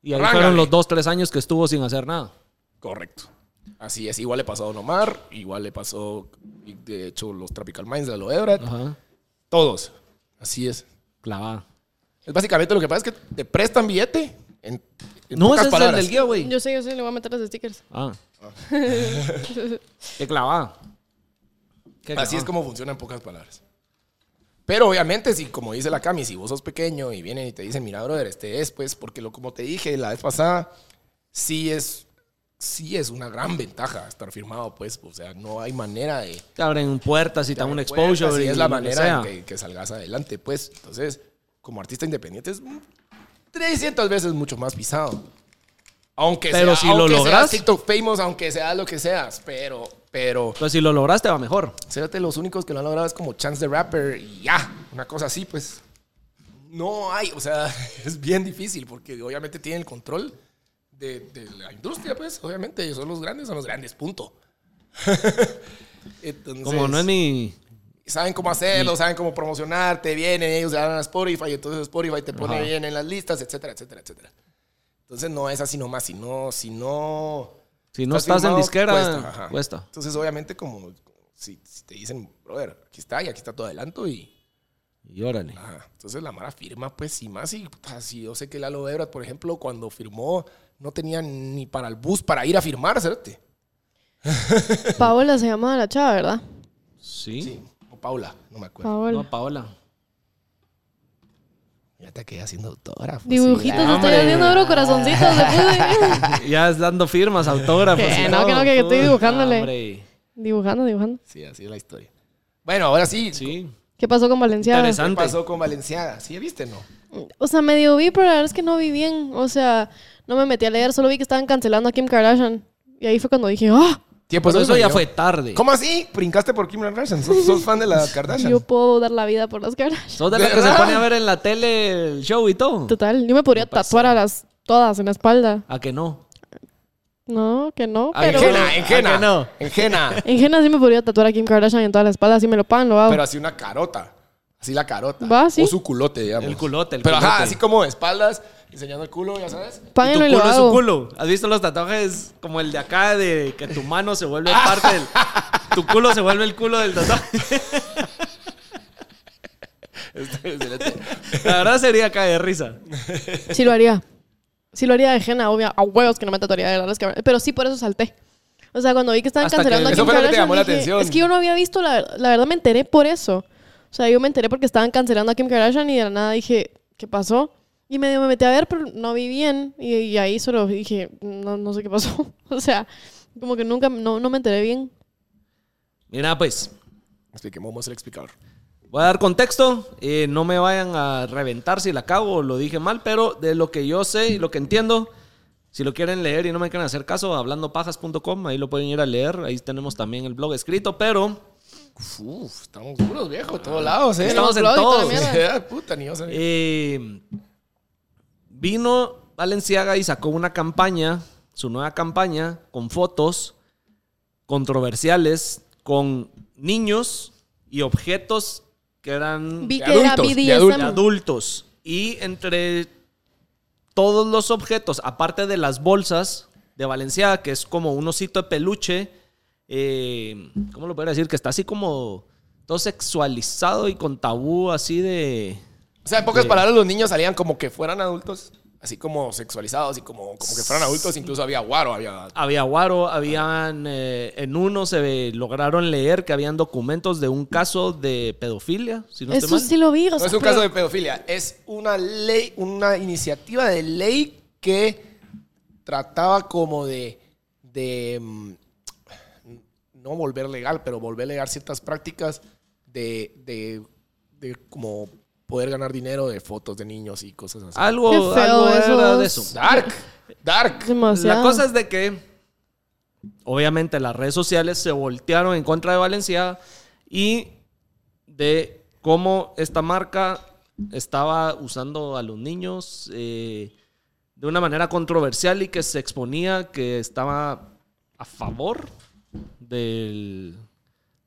Speaker 3: Y ahí
Speaker 1: Rángale.
Speaker 3: fueron los dos, tres años que estuvo sin hacer nada.
Speaker 1: Correcto. Así es, igual le pasó a Don Omar, igual le pasó, y de hecho, los Tropical Minds de Lo Ebrat,
Speaker 3: Ajá.
Speaker 1: todos. Así es.
Speaker 3: Clavada.
Speaker 1: Es básicamente lo que pasa es que te prestan billete en, en
Speaker 3: No,
Speaker 1: pocas
Speaker 3: ese es el
Speaker 1: palabras.
Speaker 3: del guía, güey.
Speaker 2: Yo sé, yo sé, le voy a meter los stickers.
Speaker 3: Ah. *laughs* Qué clavada. Qué
Speaker 1: Así
Speaker 3: clavada.
Speaker 1: es como funciona en pocas palabras. Pero obviamente, si como dice la Cami, si vos sos pequeño y vienen y te dicen, mira, brother, este es, pues, porque lo, como te dije la vez pasada, sí es, sí es una gran ventaja estar firmado, pues, o sea, no hay manera de...
Speaker 3: Te abren puertas y te dan un exposure.
Speaker 1: pues, Así
Speaker 3: y
Speaker 1: es la
Speaker 3: lo que
Speaker 1: manera en
Speaker 3: sea.
Speaker 1: que, que salgas adelante, pues. Entonces, como artista independiente es mm, 300 veces mucho más pisado. Aunque sea,
Speaker 3: Pero si lo
Speaker 1: aunque seas
Speaker 3: logras.
Speaker 1: TikTok famous, aunque sea lo que seas, pero, pero,
Speaker 3: Pero Pues, si lo lograste, va mejor.
Speaker 1: Cérate, los únicos que lo han logrado es como Chance the Rapper y ya, una cosa así, pues. No hay, o sea, *laughs* es bien difícil porque obviamente tienen el control de, de la industria, pues, obviamente, ellos son los grandes, son los grandes, punto. *laughs* Entonces,
Speaker 3: Como no es mi.
Speaker 1: saben
Speaker 3: Mm,
Speaker 1: cómo hacerlo, saben cómo promocionarte, vienen, ellos le dan a Spotify, entonces Spotify te pone
Speaker 3: Ajá.
Speaker 1: bien en las listas, etcétera, etcétera, etcétera. Entonces no es así nomás, si no, si no...
Speaker 3: Si no estás en
Speaker 1: firmado,
Speaker 3: disquera,
Speaker 1: ajá.
Speaker 3: cuesta.
Speaker 1: Entonces obviamente como si, si te dicen, brother, aquí está y aquí está tu adelanto y...
Speaker 3: Y órale.
Speaker 1: Ajá. Entonces la Mara firma, pues, y más. Y puta, si yo sé que Lalo Ebrat, por ejemplo, cuando firmó, no tenía ni para el bus para ir a firmar, ¿cierto?
Speaker 2: Paola se llamaba la chava, ¿verdad?
Speaker 3: Sí.
Speaker 1: Sí. O Paula, no me acuerdo.
Speaker 2: Paola.
Speaker 3: No, pues Paola.
Speaker 1: Ya te quedé haciendo autógrafo.
Speaker 2: Dibujitos,
Speaker 3: sí.
Speaker 2: estoy
Speaker 3: Hombre. Ah,
Speaker 2: haciendo bro, corazoncitos.
Speaker 3: *laughs*
Speaker 2: le puse.
Speaker 3: Ya es dando firmas, autógrafos.
Speaker 2: Que
Speaker 3: y
Speaker 2: no,
Speaker 3: todo.
Speaker 2: que no, que estoy
Speaker 3: Uy,
Speaker 2: dibujándole.
Speaker 3: hombre.
Speaker 2: dibujando, dibujando.
Speaker 1: Sí, así es la historia. Bueno, ahora sí.
Speaker 3: Sí.
Speaker 2: ¿Qué pasó con Valenciaga?
Speaker 1: ¿Qué
Speaker 3: Interesante.
Speaker 1: pasó con Valenciaga? ¿Sí viste, no?
Speaker 2: O sea, medio vi, pero la verdad es que no vi bien. O sea, no me metí a leer, solo vi que estaban cancelando a Kim Kardashian. Y ahí fue cuando dije, ¡ah!
Speaker 1: Tiempo
Speaker 3: Pues eso ya fue tarde.
Speaker 1: ¿Cómo así? Brincaste por Kim Kardashian. ¿Sos, sos fan de
Speaker 3: *laughs*
Speaker 1: la Kardashian?
Speaker 2: Yo puedo dar la vida por las Kardashian.
Speaker 3: Sos de la que se
Speaker 1: ¿Verdad?
Speaker 3: pone a ver en la tele el show y todo.
Speaker 2: Total, yo me podría tatuar a las todas en la espalda.
Speaker 3: ¿A que no?
Speaker 2: No, que no,
Speaker 3: Ay,
Speaker 2: pero...
Speaker 3: Ah,
Speaker 1: Engena,
Speaker 3: Jena.
Speaker 1: engena.
Speaker 3: ¿A que no? *laughs*
Speaker 1: Engena.
Speaker 2: En Jena sí me podría tatuar a Kim Kardashian en toda la espalda, así me lo pagan, lo hago.
Speaker 1: Pero así una carota. Así la carota.
Speaker 2: Va, sí.
Speaker 1: O su culote, digamos.
Speaker 3: El culote, el
Speaker 1: Pero ajá,
Speaker 3: culote.
Speaker 1: así como de espaldas, enseñando el culo, ya sabes. *laughs*
Speaker 3: Y tu
Speaker 2: Páguenlo y, lo
Speaker 3: culo es
Speaker 2: hago.
Speaker 3: su culo. ¿Has visto los tatuajes como el de acá de que tu mano se vuelve parte del... Tu culo se vuelve el culo del tatuaje. *laughs*
Speaker 1: Este,
Speaker 3: La verdad sería caer de risa.
Speaker 2: Sí lo haría. Sí lo haría de Jena, obvio. A huevos que no me tatuaría de las Kardashian. Pero sí, por eso salté. O sea, cuando vi que estaban
Speaker 3: Hasta
Speaker 2: cancelando a
Speaker 3: que-
Speaker 1: Eso
Speaker 2: Kim
Speaker 1: fue lo que te
Speaker 2: Kardashian,
Speaker 1: llamó la
Speaker 2: dije,
Speaker 1: atención.
Speaker 2: es que yo no había visto, la, la verdad me enteré por eso. O sea, yo me enteré porque estaban cancelando a Kim Kardashian y de la nada dije, ¿qué pasó? Y medio me metí a ver, pero no vi bien. Y, y ahí solo dije, no, no sé qué pasó. *laughs* O sea, como que nunca, no, no me enteré bien.
Speaker 3: Mira, pues,
Speaker 1: Expliquemos, vamos a explicar.
Speaker 3: Voy a dar contexto, eh, no me vayan a reventar si la cago o lo dije mal, pero de lo que yo sé y lo que entiendo, si lo quieren leer y no me quieren hacer caso, hablandopajas.com, ahí lo pueden ir a leer, ahí tenemos también el blog escrito, pero
Speaker 1: Uf, estamos duros, viejo, de todos lados, ¿eh?
Speaker 3: Ah, Estamos en
Speaker 2: Blog y toda la
Speaker 3: todos.
Speaker 2: mierda.
Speaker 1: Ah, *laughs* Puta, ni yo sabía.
Speaker 3: eh, vino Valenciaga y sacó una campaña, su nueva campaña, con fotos controversiales, con niños y objetos que eran...
Speaker 2: Vi
Speaker 1: De
Speaker 2: que
Speaker 1: adultos, de
Speaker 2: era
Speaker 3: de
Speaker 1: adultos.
Speaker 2: BDSM.
Speaker 3: adultos. Y entre todos los objetos, aparte de las bolsas de Valenciaga, que es como un osito de peluche, eh, ¿cómo lo puedo decir? Que está así como todo sexualizado y con tabú así de...
Speaker 1: O sea, en pocas
Speaker 3: eh.
Speaker 1: palabras, los niños salían como que fueran adultos, así como sexualizados y como, como que fueran adultos. Incluso había guaro, había.
Speaker 3: Había guaro, habían... eh, en uno se ve- lograron leer que habían documentos de un caso de pedofilia, si no estoy
Speaker 2: Eso
Speaker 3: mal.
Speaker 2: sí lo vi. o
Speaker 1: No
Speaker 2: sea,
Speaker 1: es un
Speaker 2: pero-
Speaker 1: caso de pedofilia, es una ley, una iniciativa de ley que trataba como de. de mm, no volver legal, pero volver legal ciertas prácticas de, de, de como poder ganar dinero de fotos de niños y cosas así.
Speaker 3: Algo,
Speaker 2: Qué feo
Speaker 3: algo era
Speaker 2: esos-
Speaker 3: de eso.
Speaker 1: Dark, dark.
Speaker 2: Demasiado.
Speaker 3: La cosa es de que, obviamente, las redes sociales se voltearon en contra de Valencia y de cómo esta marca estaba usando a los niños eh, de una manera controversial y que se exponía que estaba a favor del,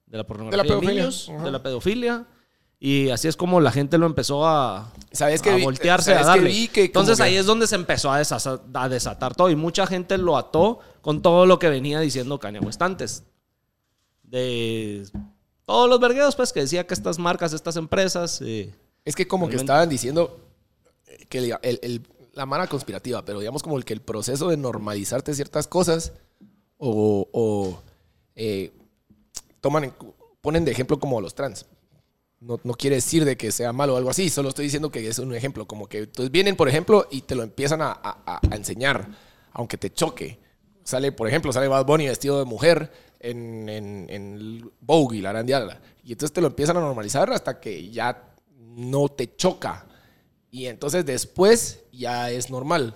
Speaker 3: de la pornografía de,
Speaker 1: pedofilia,
Speaker 3: niños,
Speaker 1: ajá.
Speaker 3: de la pedofilia. Y así es como la gente lo empezó a,
Speaker 1: ¿Sabes que
Speaker 3: a
Speaker 1: vi-
Speaker 3: voltearse,
Speaker 1: sabes
Speaker 3: a
Speaker 1: que
Speaker 3: darle.
Speaker 1: vi que como
Speaker 3: Entonces
Speaker 1: que-
Speaker 3: ahí es donde se empezó a, desasa- a desatar todo. Y mucha gente lo ató con todo lo que venía diciendo Kanye West antes. De todos los vergueos, pues, que decía que estas marcas, estas empresas... eh,
Speaker 1: Es que como que
Speaker 3: Realmente.
Speaker 1: estaban diciendo eh, que diga, el- el- la mara conspirativa, pero digamos como el que el proceso de normalizarte ciertas cosas o, o, eh, toman en cu- ponen de ejemplo como a los trans. No, no quiere decir de que sea malo o algo así, solo estoy diciendo que es un ejemplo. Como que entonces vienen, por ejemplo, y te lo empiezan a, a- a enseñar, aunque te choque. Sale, por ejemplo, sale Bad Bunny vestido de mujer en, en, en el Vogue y la grandiala. Y entonces te lo empiezan a normalizar hasta que ya no te choca. Y entonces después ya es normal.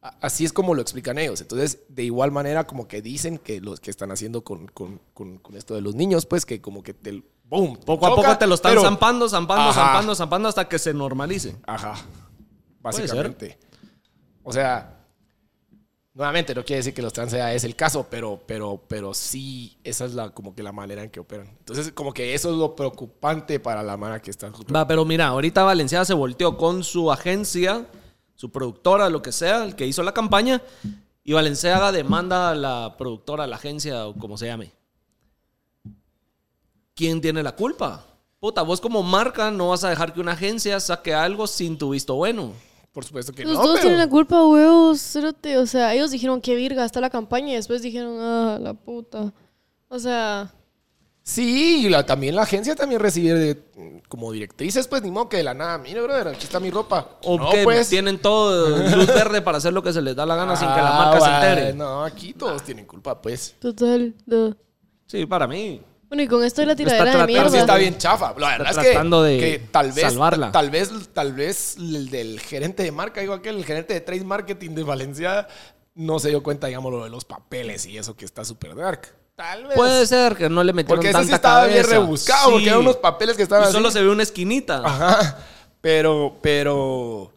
Speaker 1: A- Así es como lo explican ellos. Entonces, de igual manera, como que dicen que los que están haciendo con, con- con- con esto de los niños, pues que como que te. ¡Boom!
Speaker 3: poco a
Speaker 1: choca,
Speaker 3: poco te lo están
Speaker 1: pero-
Speaker 3: zampando, zampando,
Speaker 1: Ajá.
Speaker 3: zampando, zampando hasta que se normalice.
Speaker 1: Ajá.
Speaker 3: Puede ser.
Speaker 1: Básicamente. O sea, nuevamente no quiere decir que los trans sea es el caso, pero, pero, pero sí, esa es la, como que la manera en que operan. Entonces, como que eso es lo preocupante para la mano que está.
Speaker 3: Va, pero mira, ahorita Valenciaga se volteó con su agencia, su productora, lo que sea, el que hizo la campaña, y Valenciaga demanda a la productora, a la agencia o como se llame. ¿Quién tiene la culpa? Puta, vos como marca no vas a dejar que una agencia saque algo sin tu visto bueno.
Speaker 1: Por supuesto que
Speaker 2: Los
Speaker 1: no.
Speaker 2: dos
Speaker 1: pero-
Speaker 2: Pues tienen la culpa, huevos. cérate. O sea, ellos dijeron que virga está la campaña y después dijeron, ah, la puta. O sea,
Speaker 1: Sí, y la- también la agencia también recibe de- como directrices, pues ni modo que de la nada. Mira, brother, aquí está mi ropa.
Speaker 3: O
Speaker 1: no,
Speaker 3: que
Speaker 1: pues.
Speaker 3: tienen
Speaker 1: *laughs*
Speaker 3: todo luz verde para hacer lo que se les da la gana sin que la
Speaker 1: Ah,
Speaker 3: marca
Speaker 1: va,
Speaker 3: se entere.
Speaker 1: No, aquí todos tienen culpa, pues.
Speaker 2: total. da.
Speaker 3: Sí, para mí.
Speaker 2: Bueno, y con esto de la
Speaker 3: está
Speaker 2: tiradera de
Speaker 3: tratando-
Speaker 1: Pero
Speaker 2: mierda.
Speaker 1: sí está bien chafa. La verdad es que,
Speaker 3: tratando de
Speaker 1: que tal vez,
Speaker 3: salvarla.
Speaker 1: Tal vez, tal vez el del gerente de marca, digo aquel, el gerente de trade marketing de Valencia, no se dio cuenta, digamos, lo de los papeles y eso que está súper dark. Tal vez.
Speaker 3: Puede ser que no le metieron
Speaker 1: Pues, porque ese
Speaker 3: tanta
Speaker 1: sí estaba bien
Speaker 3: cabeza.
Speaker 1: rebuscado, porque
Speaker 3: Sí.
Speaker 1: eran unos papeles que estaban
Speaker 3: Y solo
Speaker 1: así. Ah.
Speaker 3: se ve una esquinita.
Speaker 1: Ajá. Pero, pero.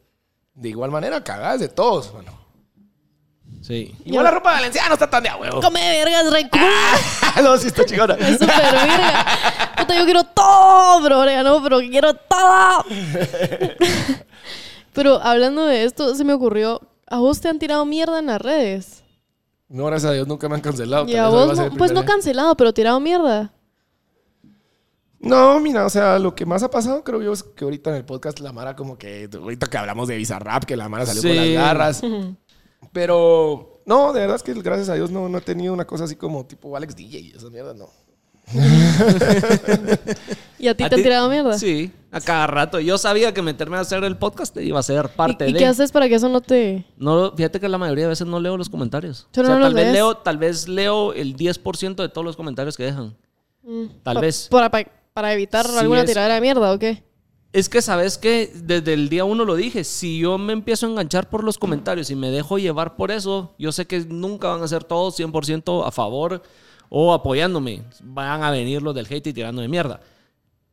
Speaker 1: De igual manera, cagadas de todos, mano.
Speaker 3: Sí.
Speaker 1: Igual la ropa valenciana no está tan de a huevo.
Speaker 2: Come vergas, re cool.
Speaker 1: *laughs* no, sí está chingona.
Speaker 2: Es súper virga. Puta, yo quiero todo, bro. Ya no, pero quiero todo. pero hablando de esto, se me ocurrió, ¿a vos te han tirado mierda en las redes?
Speaker 1: No, gracias a Dios nunca me han cancelado.
Speaker 2: Y
Speaker 1: tal
Speaker 2: a
Speaker 1: vez hoy va
Speaker 2: vos,
Speaker 1: ser
Speaker 2: no-
Speaker 1: el
Speaker 2: pues no
Speaker 1: primer día.
Speaker 2: cancelado, pero tirado mierda.
Speaker 1: No, mira, o sea, lo que más ha pasado, creo yo, es que ahorita en el podcast la Mara como que, ahorita que hablamos de Bizarrap, que la Mara salió con las
Speaker 3: Sí.
Speaker 1: garras. Pero, no, de verdad es que gracias a Dios no, no he tenido una cosa así como tipo Alex DJ, esa mierda, no.
Speaker 2: ¿Y a ti
Speaker 3: ¿A
Speaker 2: te han
Speaker 3: ti?
Speaker 2: tirado mierda?
Speaker 3: Sí, a cada rato. Yo sabía que meterme a hacer el podcast iba a ser parte
Speaker 2: ¿Y, y
Speaker 3: de.
Speaker 2: qué haces para que eso no te...
Speaker 3: No, fíjate que la mayoría de veces no leo los comentarios.
Speaker 2: Tú no los
Speaker 3: tal vez
Speaker 2: lees.
Speaker 3: leo, tal vez leo el 10% de todos los comentarios que dejan.
Speaker 2: Mm.
Speaker 3: Tal
Speaker 2: pa-
Speaker 3: vez.
Speaker 2: Para, pa- para evitar
Speaker 3: Sí
Speaker 2: alguna
Speaker 3: es.
Speaker 2: tiradera de mierda o qué?
Speaker 3: Es que sabes que desde el día uno lo dije, si yo me empiezo a enganchar por los comentarios y me dejo llevar por eso, yo sé que nunca van a ser todos 100% a favor o apoyándome. Van a venir los del hate y tirando de mierda.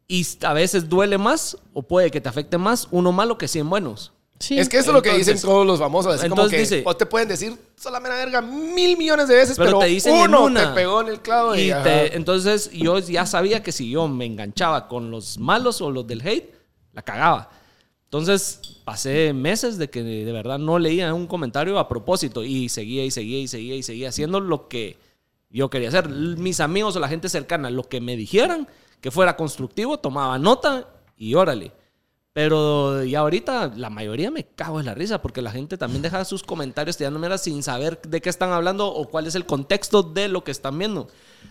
Speaker 3: Y a veces duele más o puede que te afecte más uno malo que 100 buenos.
Speaker 2: Sí.
Speaker 1: Es que eso es lo que
Speaker 3: Entonces-
Speaker 1: dicen todos los famosos, así como
Speaker 3: entonces
Speaker 1: que
Speaker 3: dice-
Speaker 1: vos te pueden decir solamente verga mil millones de veces, pero,
Speaker 3: Pero te dicen en
Speaker 1: uno
Speaker 3: una.
Speaker 1: te pegó en el clavo y,
Speaker 3: Y
Speaker 1: ajá.
Speaker 3: te- entonces yo ya sabía que si yo me enganchaba con los malos o los del hate, la cagaba. Entonces pasé meses de que de verdad no leía un comentario a propósito y seguía y seguía y seguía y seguía haciendo lo que yo quería hacer. L- Mis amigos o la gente cercana, lo que me dijeran que fuera constructivo, tomaba nota y órale. Pero ya ahorita la mayoría me cago en la risa porque la gente también deja sus comentarios tirándome mierda sin saber de qué están hablando o cuál es el contexto de lo que están viendo.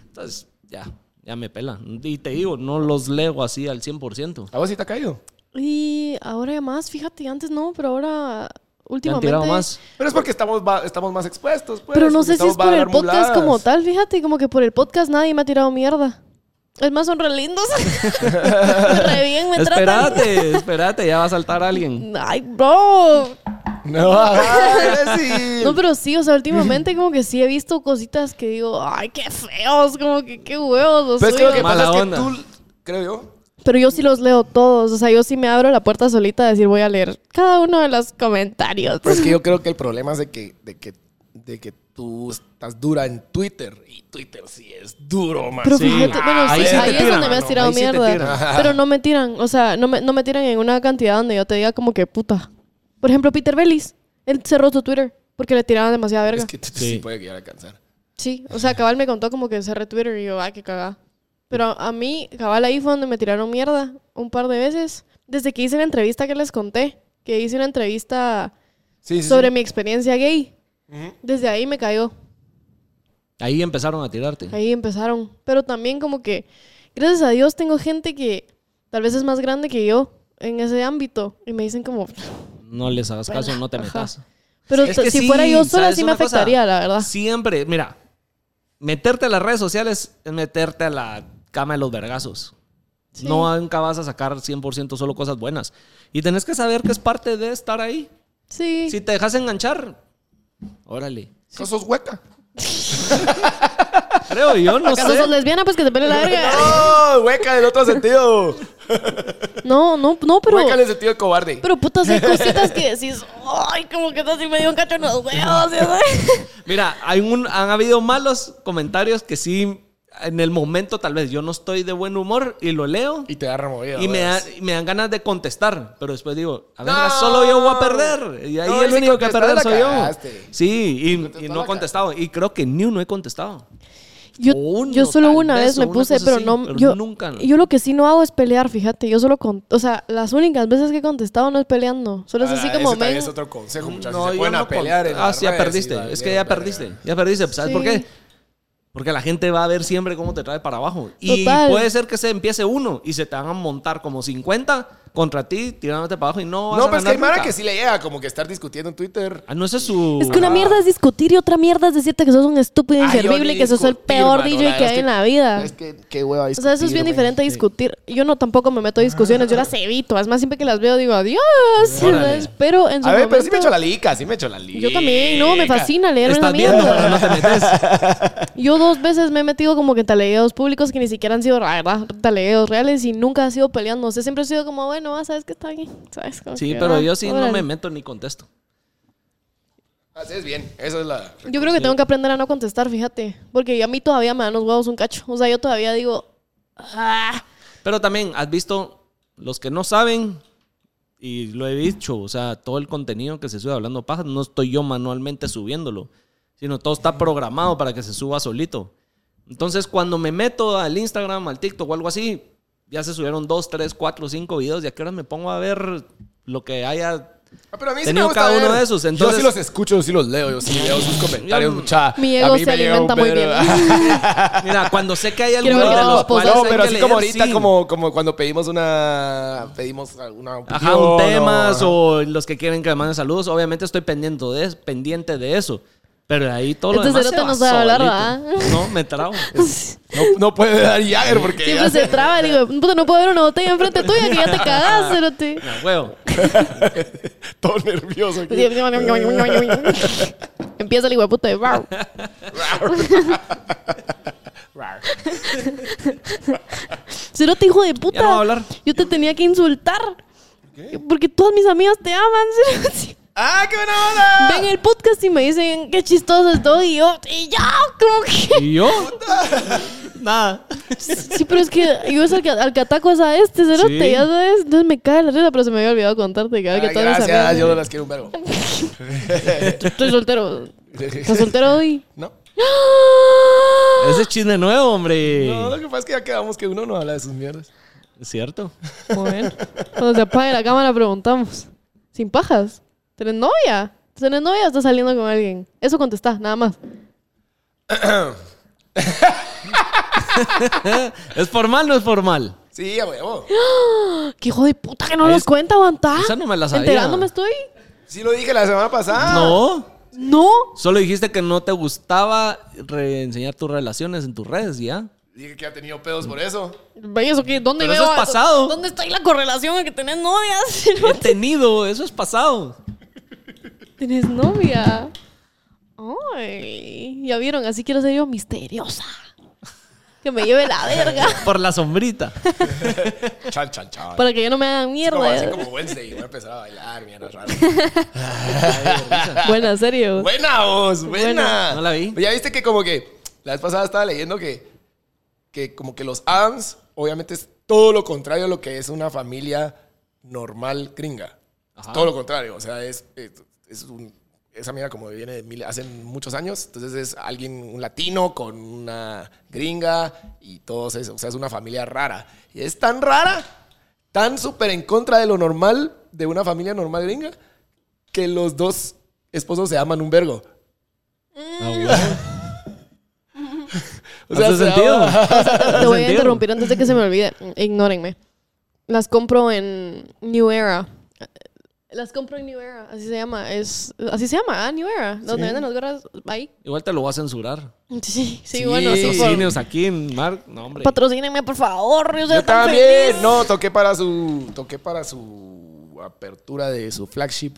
Speaker 3: Entonces, ya, ya me pela. Y te digo, no los leo así al 100%.
Speaker 1: ¿A vos sí te ha caído?
Speaker 2: Y ahora más, fíjate, antes no, pero ahora
Speaker 3: ¿Te han
Speaker 2: últimamente...
Speaker 3: tirado más?
Speaker 1: Pero es porque estamos, va- estamos más expuestos, pues.
Speaker 2: Pero no
Speaker 1: porque
Speaker 2: sé si es
Speaker 1: estamos va a
Speaker 2: por el
Speaker 1: dar
Speaker 2: podcast
Speaker 1: muladas.
Speaker 2: como tal, fíjate, como que por el podcast nadie me ha tirado mierda. Es más, son re lindos. *laughs* Pues re bien me tratan.
Speaker 3: Espérate, espérate, ya va a saltar alguien.
Speaker 2: Ay, bro.
Speaker 1: *laughs* No, ajá, sí.
Speaker 2: *laughs* No, pero sí, o sea, últimamente como que sí he visto cositas que digo, ay, qué feos, como que qué huevos los
Speaker 1: Pero
Speaker 3: Pues
Speaker 1: es que lo que
Speaker 2: suyos".
Speaker 1: pasa
Speaker 3: Mala
Speaker 1: es que
Speaker 3: onda.
Speaker 1: tú, creo yo,
Speaker 2: Pero yo sí los leo todos, o sea, yo sí me abro la puerta solita a decir, voy a leer cada uno de los comentarios.
Speaker 3: Pues,
Speaker 1: Pero es que yo creo que el problema es de que, de que de que tú estás dura en Twitter. Y Twitter sí es duro, man.
Speaker 2: Pero
Speaker 3: Sí.
Speaker 2: fíjate, bueno,
Speaker 3: Ahí
Speaker 2: sí,
Speaker 3: sí te
Speaker 2: ahí es
Speaker 3: tiran,
Speaker 2: donde me has
Speaker 3: mano,
Speaker 2: tirado
Speaker 3: ahí sí te
Speaker 2: mierda. *laughs*
Speaker 3: tiran.
Speaker 2: pero no me tiran, o sea, no me, no me tiran en una cantidad donde yo te diga como que puta. Por ejemplo, Peter Bellis, él cerró su Twitter porque le tiraban demasiada verga.
Speaker 1: Es que t- t- sí.
Speaker 3: Sí.
Speaker 1: puede llegar a cansar.
Speaker 2: Sí, o sea, Cabal me contó como que cerré Twitter y yo, ay, qué cagada. Pero a mí, Cabal ahí fue donde me tiraron mierda un par de veces. Desde que hice la entrevista que les conté, que hice una entrevista
Speaker 1: Sí, sí,
Speaker 2: sobre
Speaker 1: sí.
Speaker 2: mi experiencia gay,
Speaker 1: Ujú.
Speaker 2: desde ahí me cayó.
Speaker 3: Ahí empezaron a tirarte.
Speaker 2: Ahí empezaron. Pero también como que, gracias a Dios, tengo gente que tal vez es más grande que yo en ese ámbito. Y me dicen como,
Speaker 3: No les hagas caso, no te
Speaker 2: Ajá.
Speaker 3: metas.
Speaker 2: pero
Speaker 3: Es que
Speaker 2: si
Speaker 3: sí,
Speaker 2: fuera yo sola
Speaker 3: ¿sabes
Speaker 2: sí me
Speaker 3: una cosa?
Speaker 2: afectaría, la verdad.
Speaker 3: Siempre, mira, meterte a las redes sociales es meterte a la cama de los vergazos.
Speaker 2: Sí.
Speaker 3: No nunca vas a sacar 100% solo cosas buenas. Y tenés que saber que es parte de estar ahí.
Speaker 2: Sí.
Speaker 3: Si te dejas enganchar, órale.
Speaker 1: Sos- sos hueca.
Speaker 3: Creo
Speaker 2: *laughs*
Speaker 3: yo, no
Speaker 2: ¿Acaso sos
Speaker 3: sé.
Speaker 2: lesbiana? Pues que te pele
Speaker 3: *laughs*
Speaker 2: la verga.
Speaker 1: ¡Oh! Hueca del otro sentido.
Speaker 2: No, no, no, *laughs* pero...
Speaker 1: Hueca en el sentido de cobarde.
Speaker 2: Pero putas, hay cositas que decís, ay, como que así me dio un cacho en los huevos. ¿sí?
Speaker 3: *laughs*
Speaker 2: *laughs*
Speaker 3: Mira, hay un, han habido malos comentarios que sí, en el momento tal vez yo no estoy de buen humor y lo leo
Speaker 1: y te pues. da removido.
Speaker 3: y me, da-
Speaker 1: ¿ves?
Speaker 3: y me dan ganas de contestar, pero después digo, a ver,
Speaker 1: No.
Speaker 3: solo yo voy a perder. Y ahí
Speaker 1: No,
Speaker 3: el
Speaker 1: si
Speaker 3: único que
Speaker 1: contestó,
Speaker 3: perder
Speaker 1: la
Speaker 3: soy yo.
Speaker 1: cagaste.
Speaker 3: Sí, y- y,
Speaker 1: contestó,
Speaker 3: no
Speaker 1: la
Speaker 3: he contestado. Y creo que ni uno he contestado.
Speaker 2: Yo,
Speaker 3: Uno,
Speaker 2: yo solo
Speaker 3: tal
Speaker 2: una vez
Speaker 3: vez, o
Speaker 2: me
Speaker 3: una
Speaker 2: puse,
Speaker 3: cosa
Speaker 2: pero
Speaker 3: así,
Speaker 2: no,
Speaker 3: pero
Speaker 2: yo,
Speaker 3: nunca.
Speaker 2: yo lo que sí no hago es pelear, fíjate, yo solo con, o sea, las únicas veces que he contestado no es peleando, solo es
Speaker 1: Ah,
Speaker 2: así
Speaker 1: ese
Speaker 2: como,
Speaker 1: también
Speaker 2: men,
Speaker 1: es otro consejo, muchachos.
Speaker 3: No,
Speaker 1: se
Speaker 3: yo
Speaker 1: pueden
Speaker 3: no
Speaker 1: a pelear.
Speaker 3: con-
Speaker 1: en
Speaker 3: Ah,
Speaker 1: las
Speaker 3: sí, ya
Speaker 1: redes y
Speaker 3: perdiste.
Speaker 1: valieron
Speaker 3: es que ya
Speaker 1: verga.
Speaker 3: perdiste. Ya perdiste. pues, ¿Sabes por
Speaker 2: Sí.
Speaker 3: qué? Porque la gente va a ver siempre cómo te trae para abajo. Y
Speaker 2: Total.
Speaker 3: puede ser que se empiece uno y se te van a montar como 50 contra ti, tirándote para abajo y no vas
Speaker 1: No,
Speaker 3: a
Speaker 1: pero es que hay
Speaker 3: ganar
Speaker 1: Mara
Speaker 3: nunca.
Speaker 1: que sí le llega como que estar discutiendo en Twitter.
Speaker 3: Ah, no, ese es su...
Speaker 2: es que una mierda es discutir y otra mierda es decirte que sos un estúpido
Speaker 1: Ay, Ah, yo
Speaker 2: inservible
Speaker 1: ni
Speaker 2: y que sos el
Speaker 1: discutir,
Speaker 2: peor
Speaker 1: mano,
Speaker 2: DJ
Speaker 1: la
Speaker 2: que
Speaker 1: verdad es
Speaker 2: hay en
Speaker 1: que-
Speaker 2: la vida.
Speaker 1: Es que qué hueva
Speaker 2: O sea, eso es bien diferente a discutir. Yo no tampoco me meto a discusiones, yo las
Speaker 1: Ah.
Speaker 2: evito. Es más, siempre que las veo digo adiós. ¿sabes? Pero en su
Speaker 1: A ver, pero sí me
Speaker 2: momento-
Speaker 1: echo la lica, sí me echo la lica.
Speaker 2: Yo también, no, me fascina leerme la
Speaker 3: Estás viendo, pero
Speaker 2: mierda.
Speaker 3: no te metes.
Speaker 2: Yo dos veces me he metido como que en talegueos públicos que ni siquiera han sido, la verdad, talegueos reales y nunca ha sido peleando. O sea, siempre he sido como, bueno, ah, sabes que está aquí, ¿sabes? Como *laughs*
Speaker 3: Sí,
Speaker 2: que,
Speaker 3: pero
Speaker 2: ah,
Speaker 3: yo sí no
Speaker 2: órale.
Speaker 3: me meto ni contesto.
Speaker 1: Así Ah, es bien, esa es la...
Speaker 2: Yo creo que tengo que aprender a no contestar, fíjate. Porque a mí todavía me dan los huevos un cacho. O sea, yo todavía digo, ah,
Speaker 3: Pero también, has visto los que no saben, y lo he dicho, o sea, todo el contenido que se sube hablando paja, no estoy yo manualmente subiéndolo, sino todo está programado para que se suba solito. Entonces, cuando me meto al Instagram, al TikTok o algo así, ya se subieron dos, tres, cuatro, cinco videos, y a qué hora me pongo a ver lo que haya.
Speaker 1: Ah, Pero a mí sí
Speaker 3: Tenía
Speaker 1: me gusta
Speaker 3: cada uno
Speaker 1: ver.
Speaker 3: de esos,
Speaker 1: Yo
Speaker 3: entonces-
Speaker 1: sí los escucho, yo sí los leo, yo sí leo
Speaker 2: *laughs*
Speaker 1: sus comentarios,
Speaker 3: Yo-
Speaker 1: mucha...
Speaker 2: mi
Speaker 1: a
Speaker 2: ego
Speaker 1: mí
Speaker 2: se
Speaker 1: me llega
Speaker 2: alimenta
Speaker 1: un
Speaker 2: muy
Speaker 1: verbo.
Speaker 2: bien.
Speaker 3: Mira, cuando sé que hay
Speaker 2: Quiero
Speaker 3: alguno
Speaker 2: ver
Speaker 3: de
Speaker 2: que
Speaker 3: los
Speaker 2: los
Speaker 3: cuales
Speaker 2: posas-
Speaker 1: no,
Speaker 3: hay
Speaker 1: pero
Speaker 3: que
Speaker 1: así como
Speaker 3: leer,
Speaker 1: ahorita,
Speaker 3: sí.
Speaker 1: como, como cuando pedimos una... Pedimos alguna opinión,
Speaker 3: Ajá, un temas
Speaker 1: o...
Speaker 3: o los que quieren que me manden saludos. Obviamente estoy pendiente de, es- pendiente de eso. Pero de ahí todo lo
Speaker 2: Este
Speaker 3: demás se
Speaker 2: cerote
Speaker 3: va
Speaker 2: no sabe hablar,
Speaker 3: solito.
Speaker 2: ¿verdad?
Speaker 3: No,
Speaker 2: *laughs*
Speaker 3: me trago.
Speaker 1: No, no puede dar Jagger porque...
Speaker 2: Siempre se traba. Digo, puta, no puedo ver una botella enfrente tuya que ya
Speaker 3: *laughs*
Speaker 2: te cagás, cerote.
Speaker 3: No, huevo.
Speaker 1: *laughs* Todo nervioso aquí.
Speaker 2: *laughs* Empieza el hijueputa de
Speaker 3: *laughs*
Speaker 2: wow. Cerote, hijo de puta.
Speaker 3: Ya no va a hablar.
Speaker 2: Yo te tenía que insultar. Porque todas mis amigas te aman. cerote.
Speaker 1: ¡Ah, qué buena onda!
Speaker 2: Ven el podcast y me dicen qué chistoso estoy. Y yo, y yo, como que.
Speaker 3: *laughs* ¿Y yo? Nada.
Speaker 2: Sí, pero es que yo es al que, al que ataco es a este cerote,
Speaker 3: Sí.
Speaker 2: ya sabes. Entonces me cae la risa, pero se me había olvidado contarte que, que
Speaker 1: Ay,
Speaker 2: todas mis
Speaker 1: gracias,
Speaker 2: amigas-
Speaker 1: yo no las quiero un verbo.
Speaker 2: *laughs* Estoy soltero. ¿Estás soltero hoy?
Speaker 1: *laughs* ¿No?
Speaker 3: Ese es chisme nuevo, hombre.
Speaker 1: No, lo que pasa es que ya quedamos que uno no habla de sus mierdas.
Speaker 3: ¿Es cierto?
Speaker 2: Bueno, *laughs* cuando se apague la cámara preguntamos. Sin pajas. ¿Tenés novia? ¿Tenés novia o estás saliendo con alguien? Eso contestás, nada más. *gasps*
Speaker 3: ¿Es formal o no es formal?
Speaker 1: Sí, a huevo.
Speaker 2: ¡Qué hijo de puta que no
Speaker 3: Ahí
Speaker 2: nos
Speaker 3: es-
Speaker 2: cuenta, aguantá!
Speaker 3: Esa no me la sabía.
Speaker 2: ¿Enterándome estoy?
Speaker 1: Sí lo dije la semana pasada.
Speaker 3: No.
Speaker 2: ¡No!
Speaker 3: Solo dijiste que no te gustaba reenseñar tus relaciones en tus redes, ¿ya?
Speaker 1: Dije que ha tenido pedos por eso.
Speaker 2: Ve, ¿Eso qué? ¿Dónde
Speaker 3: Pero
Speaker 2: veo
Speaker 3: eso es
Speaker 2: a-
Speaker 3: pasado.
Speaker 2: ¿Dónde está ahí la correlación de que tenés novia? *laughs*
Speaker 3: He tenido, eso es pasado.
Speaker 2: ¿Tenés novia? Ay, ya vieron, así quiero ser yo misteriosa. Que me lleve la verga.
Speaker 3: *laughs* Por
Speaker 2: *laughs*
Speaker 3: la sombrita.
Speaker 1: Chan, chan, chan.
Speaker 2: Para que yo no me hagan
Speaker 1: Es como, así
Speaker 3: eh.
Speaker 2: mierda.
Speaker 1: como Wednesday. Voy a empezar a bailar, mierda rara.
Speaker 2: Buena, serio.
Speaker 1: Buena vos, buena.
Speaker 3: Buena. No la vi.
Speaker 1: Ya viste que como que la vez pasada estaba leyendo que, que como que los Adams obviamente es todo lo contrario a lo que es una familia normal gringa. Es
Speaker 3: Ajá.
Speaker 1: todo lo contrario. O sea, es, es, es un- esa mierda como viene de mil- hace muchos años. Entonces es alguien, un latino con una gringa y todos eso. O sea, es una familia rara. Y es tan rara, tan súper en contra de lo normal de una familia normal gringa que los dos esposos se aman un vergo. *laughs* O
Speaker 3: Ah, ¿Hace
Speaker 1: se
Speaker 3: sentido?
Speaker 1: aman-
Speaker 2: Te voy a
Speaker 3: Sentido.
Speaker 2: interrumpir antes de que se me olvide. Ignórenme. Las compro en New Era. Las compro en New Era, así se llama. Es, así se llama, ah, New Era. Donde venden las gorras ahí.
Speaker 3: Igual te lo voy a censurar.
Speaker 2: Sí, sí, bueno, sí. por-
Speaker 3: Patrocinios aquí en Mar. No, hombre.
Speaker 2: Patrocínenme, por favor. Yo, soy
Speaker 1: Yo
Speaker 2: tan
Speaker 1: también.
Speaker 2: feliz.
Speaker 1: No, toqué para su. Toqué para su apertura de su flagship.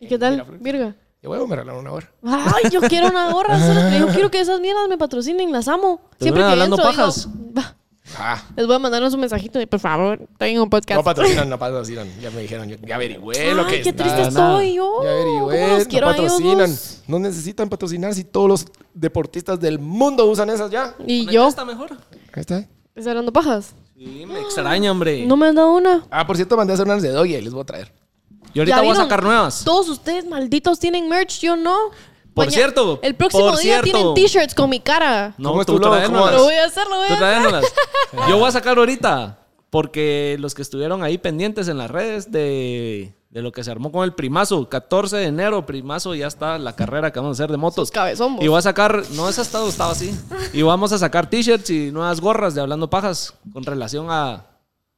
Speaker 2: ¿Y qué tal, Virga?
Speaker 1: Y huevo, me regalaron una hora.
Speaker 2: Ay, yo quiero una gorra. solo que Yo quiero que esas mierdas me patrocinen, las amo.
Speaker 3: Te
Speaker 2: Siempre que
Speaker 3: ven hablando
Speaker 2: entro, digo,
Speaker 3: pajas.
Speaker 2: "Va".
Speaker 1: Ah.
Speaker 2: les voy a mandarnos un mensajito de, por favor, tengo un podcast.
Speaker 1: No patrocinan, no patrocinan. Ya me dijeron, yo- ya averigüé lo
Speaker 2: Ay,
Speaker 1: que
Speaker 2: qué
Speaker 1: está.
Speaker 2: triste
Speaker 3: nada, nada.
Speaker 2: soy yo.
Speaker 1: Ya averigüé,
Speaker 2: ¿Cómo los
Speaker 1: no
Speaker 2: quiero a ellos
Speaker 1: patrocinan.
Speaker 2: dos?
Speaker 1: No necesitan patrocinar si todos los deportistas del mundo usan esas ya.
Speaker 2: Y
Speaker 3: Conecta
Speaker 2: yo,
Speaker 3: esta mejor?
Speaker 1: Ahí está.
Speaker 2: ¿estás hablando pajas?
Speaker 3: Sí, me extraña, hombre.
Speaker 2: No me han dado una.
Speaker 1: Ah, por cierto, mandé a hacer unas de Doye les voy a traer.
Speaker 3: Yo ahorita
Speaker 2: ¿Ya
Speaker 3: voy a
Speaker 2: vieron?
Speaker 3: sacar nuevas.
Speaker 2: Todos ustedes malditos tienen merch, yo no.
Speaker 3: Por
Speaker 2: Maña-
Speaker 3: cierto,
Speaker 2: El próximo
Speaker 3: por
Speaker 2: día tienen
Speaker 3: cierto.
Speaker 2: t-shirts con mi cara.
Speaker 3: No,
Speaker 1: ¿Cómo es
Speaker 3: tú
Speaker 1: tu logo? ¿Cómo
Speaker 3: tráenoslas.
Speaker 1: es?
Speaker 2: Lo voy a hacer, lo voy
Speaker 3: Tú
Speaker 2: a hacer. *laughs*
Speaker 3: tráenoslas. Yo voy a sacar ahorita. Porque los que estuvieron ahí pendientes en las redes de, de lo que se armó con el primazo, 14 de enero, primazo, ya está la carrera que vamos a hacer de motos.
Speaker 2: Sus cabezón, vos.
Speaker 3: Y voy a sacar, no, esa estado estaba así. Y vamos a sacar t-shirts y nuevas gorras de Hablando Pajas con relación a,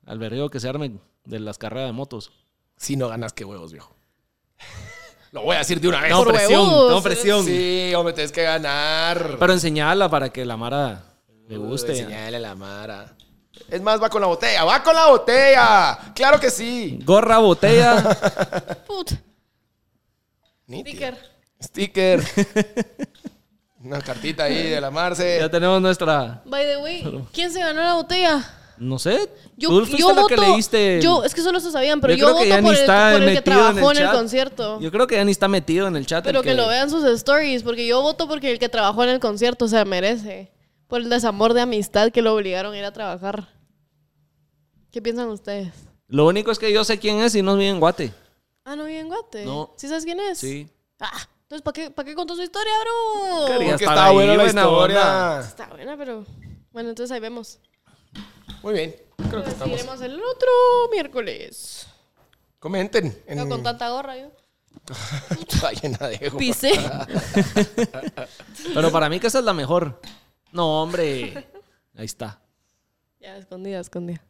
Speaker 3: al berreo que se armen de las carreras de motos.
Speaker 1: Si no ganas, qué huevos, viejo. *laughs* Lo voy a decir de una vez.
Speaker 3: Tengo
Speaker 2: Por
Speaker 3: presión,
Speaker 2: huevos.
Speaker 3: tengo presión.
Speaker 1: Sí, hombre, tienes que ganar.
Speaker 3: Pero enseñala para que la Mara le guste.
Speaker 1: Señale la Mara. Es más, va con la botella, va con la botella. Claro que sí.
Speaker 3: Gorra, botella.
Speaker 2: Put.
Speaker 1: Nítido.
Speaker 2: Sticker.
Speaker 1: Sticker.
Speaker 3: *laughs*
Speaker 1: Una cartita ahí de la
Speaker 3: ya
Speaker 1: Marce.
Speaker 3: tenemos nuestra.
Speaker 2: By the way, ¿quién se ganó la botella?
Speaker 3: No sé.
Speaker 2: Yo,
Speaker 3: tú fuiste
Speaker 2: yo
Speaker 3: la
Speaker 2: voto.
Speaker 3: que leíste. el-
Speaker 2: Yo, es que solo se sabían, pero yo,
Speaker 3: creo
Speaker 2: voto
Speaker 3: que ya ni
Speaker 2: por el,
Speaker 3: está
Speaker 2: por el que
Speaker 3: metido
Speaker 2: trabajó en el,
Speaker 3: chat.
Speaker 2: concierto.
Speaker 3: Yo creo que ya ni está metido en el chat.
Speaker 2: pero
Speaker 3: el
Speaker 2: que... lo vean sus stories, porque yo voto porque el que trabajó en el concierto se merece. Por el desamor de amistad que lo obligaron a ir a trabajar. ¿Qué piensan ustedes?
Speaker 3: Lo único es que yo sé quién es y no vive en Guate.
Speaker 2: Ah, no vive en Guate.
Speaker 3: No.
Speaker 2: ¿Sí sabes quién es?
Speaker 3: Sí.
Speaker 2: Ah, entonces, ¿para qué, ¿para qué contó su historia, bro?
Speaker 3: Quería-
Speaker 1: Porque
Speaker 3: estaba
Speaker 1: está
Speaker 3: ahí,
Speaker 1: Uh, buena la
Speaker 3: buena
Speaker 1: historia.
Speaker 2: Está buena, pero. Bueno, entonces ahí vemos.
Speaker 1: Muy bien. Creo que
Speaker 2: Nos
Speaker 1: estamos.
Speaker 2: seguiremos el otro miércoles.
Speaker 1: Comenten.
Speaker 2: Yo
Speaker 1: En... *laughs*
Speaker 2: con tanta gorra, yo.
Speaker 1: Está llena de ego. *laughs*
Speaker 2: Pisé.
Speaker 3: Pero para mí que esa es la mejor. No, hombre. Ahí está.
Speaker 2: ya, escondida, escondida.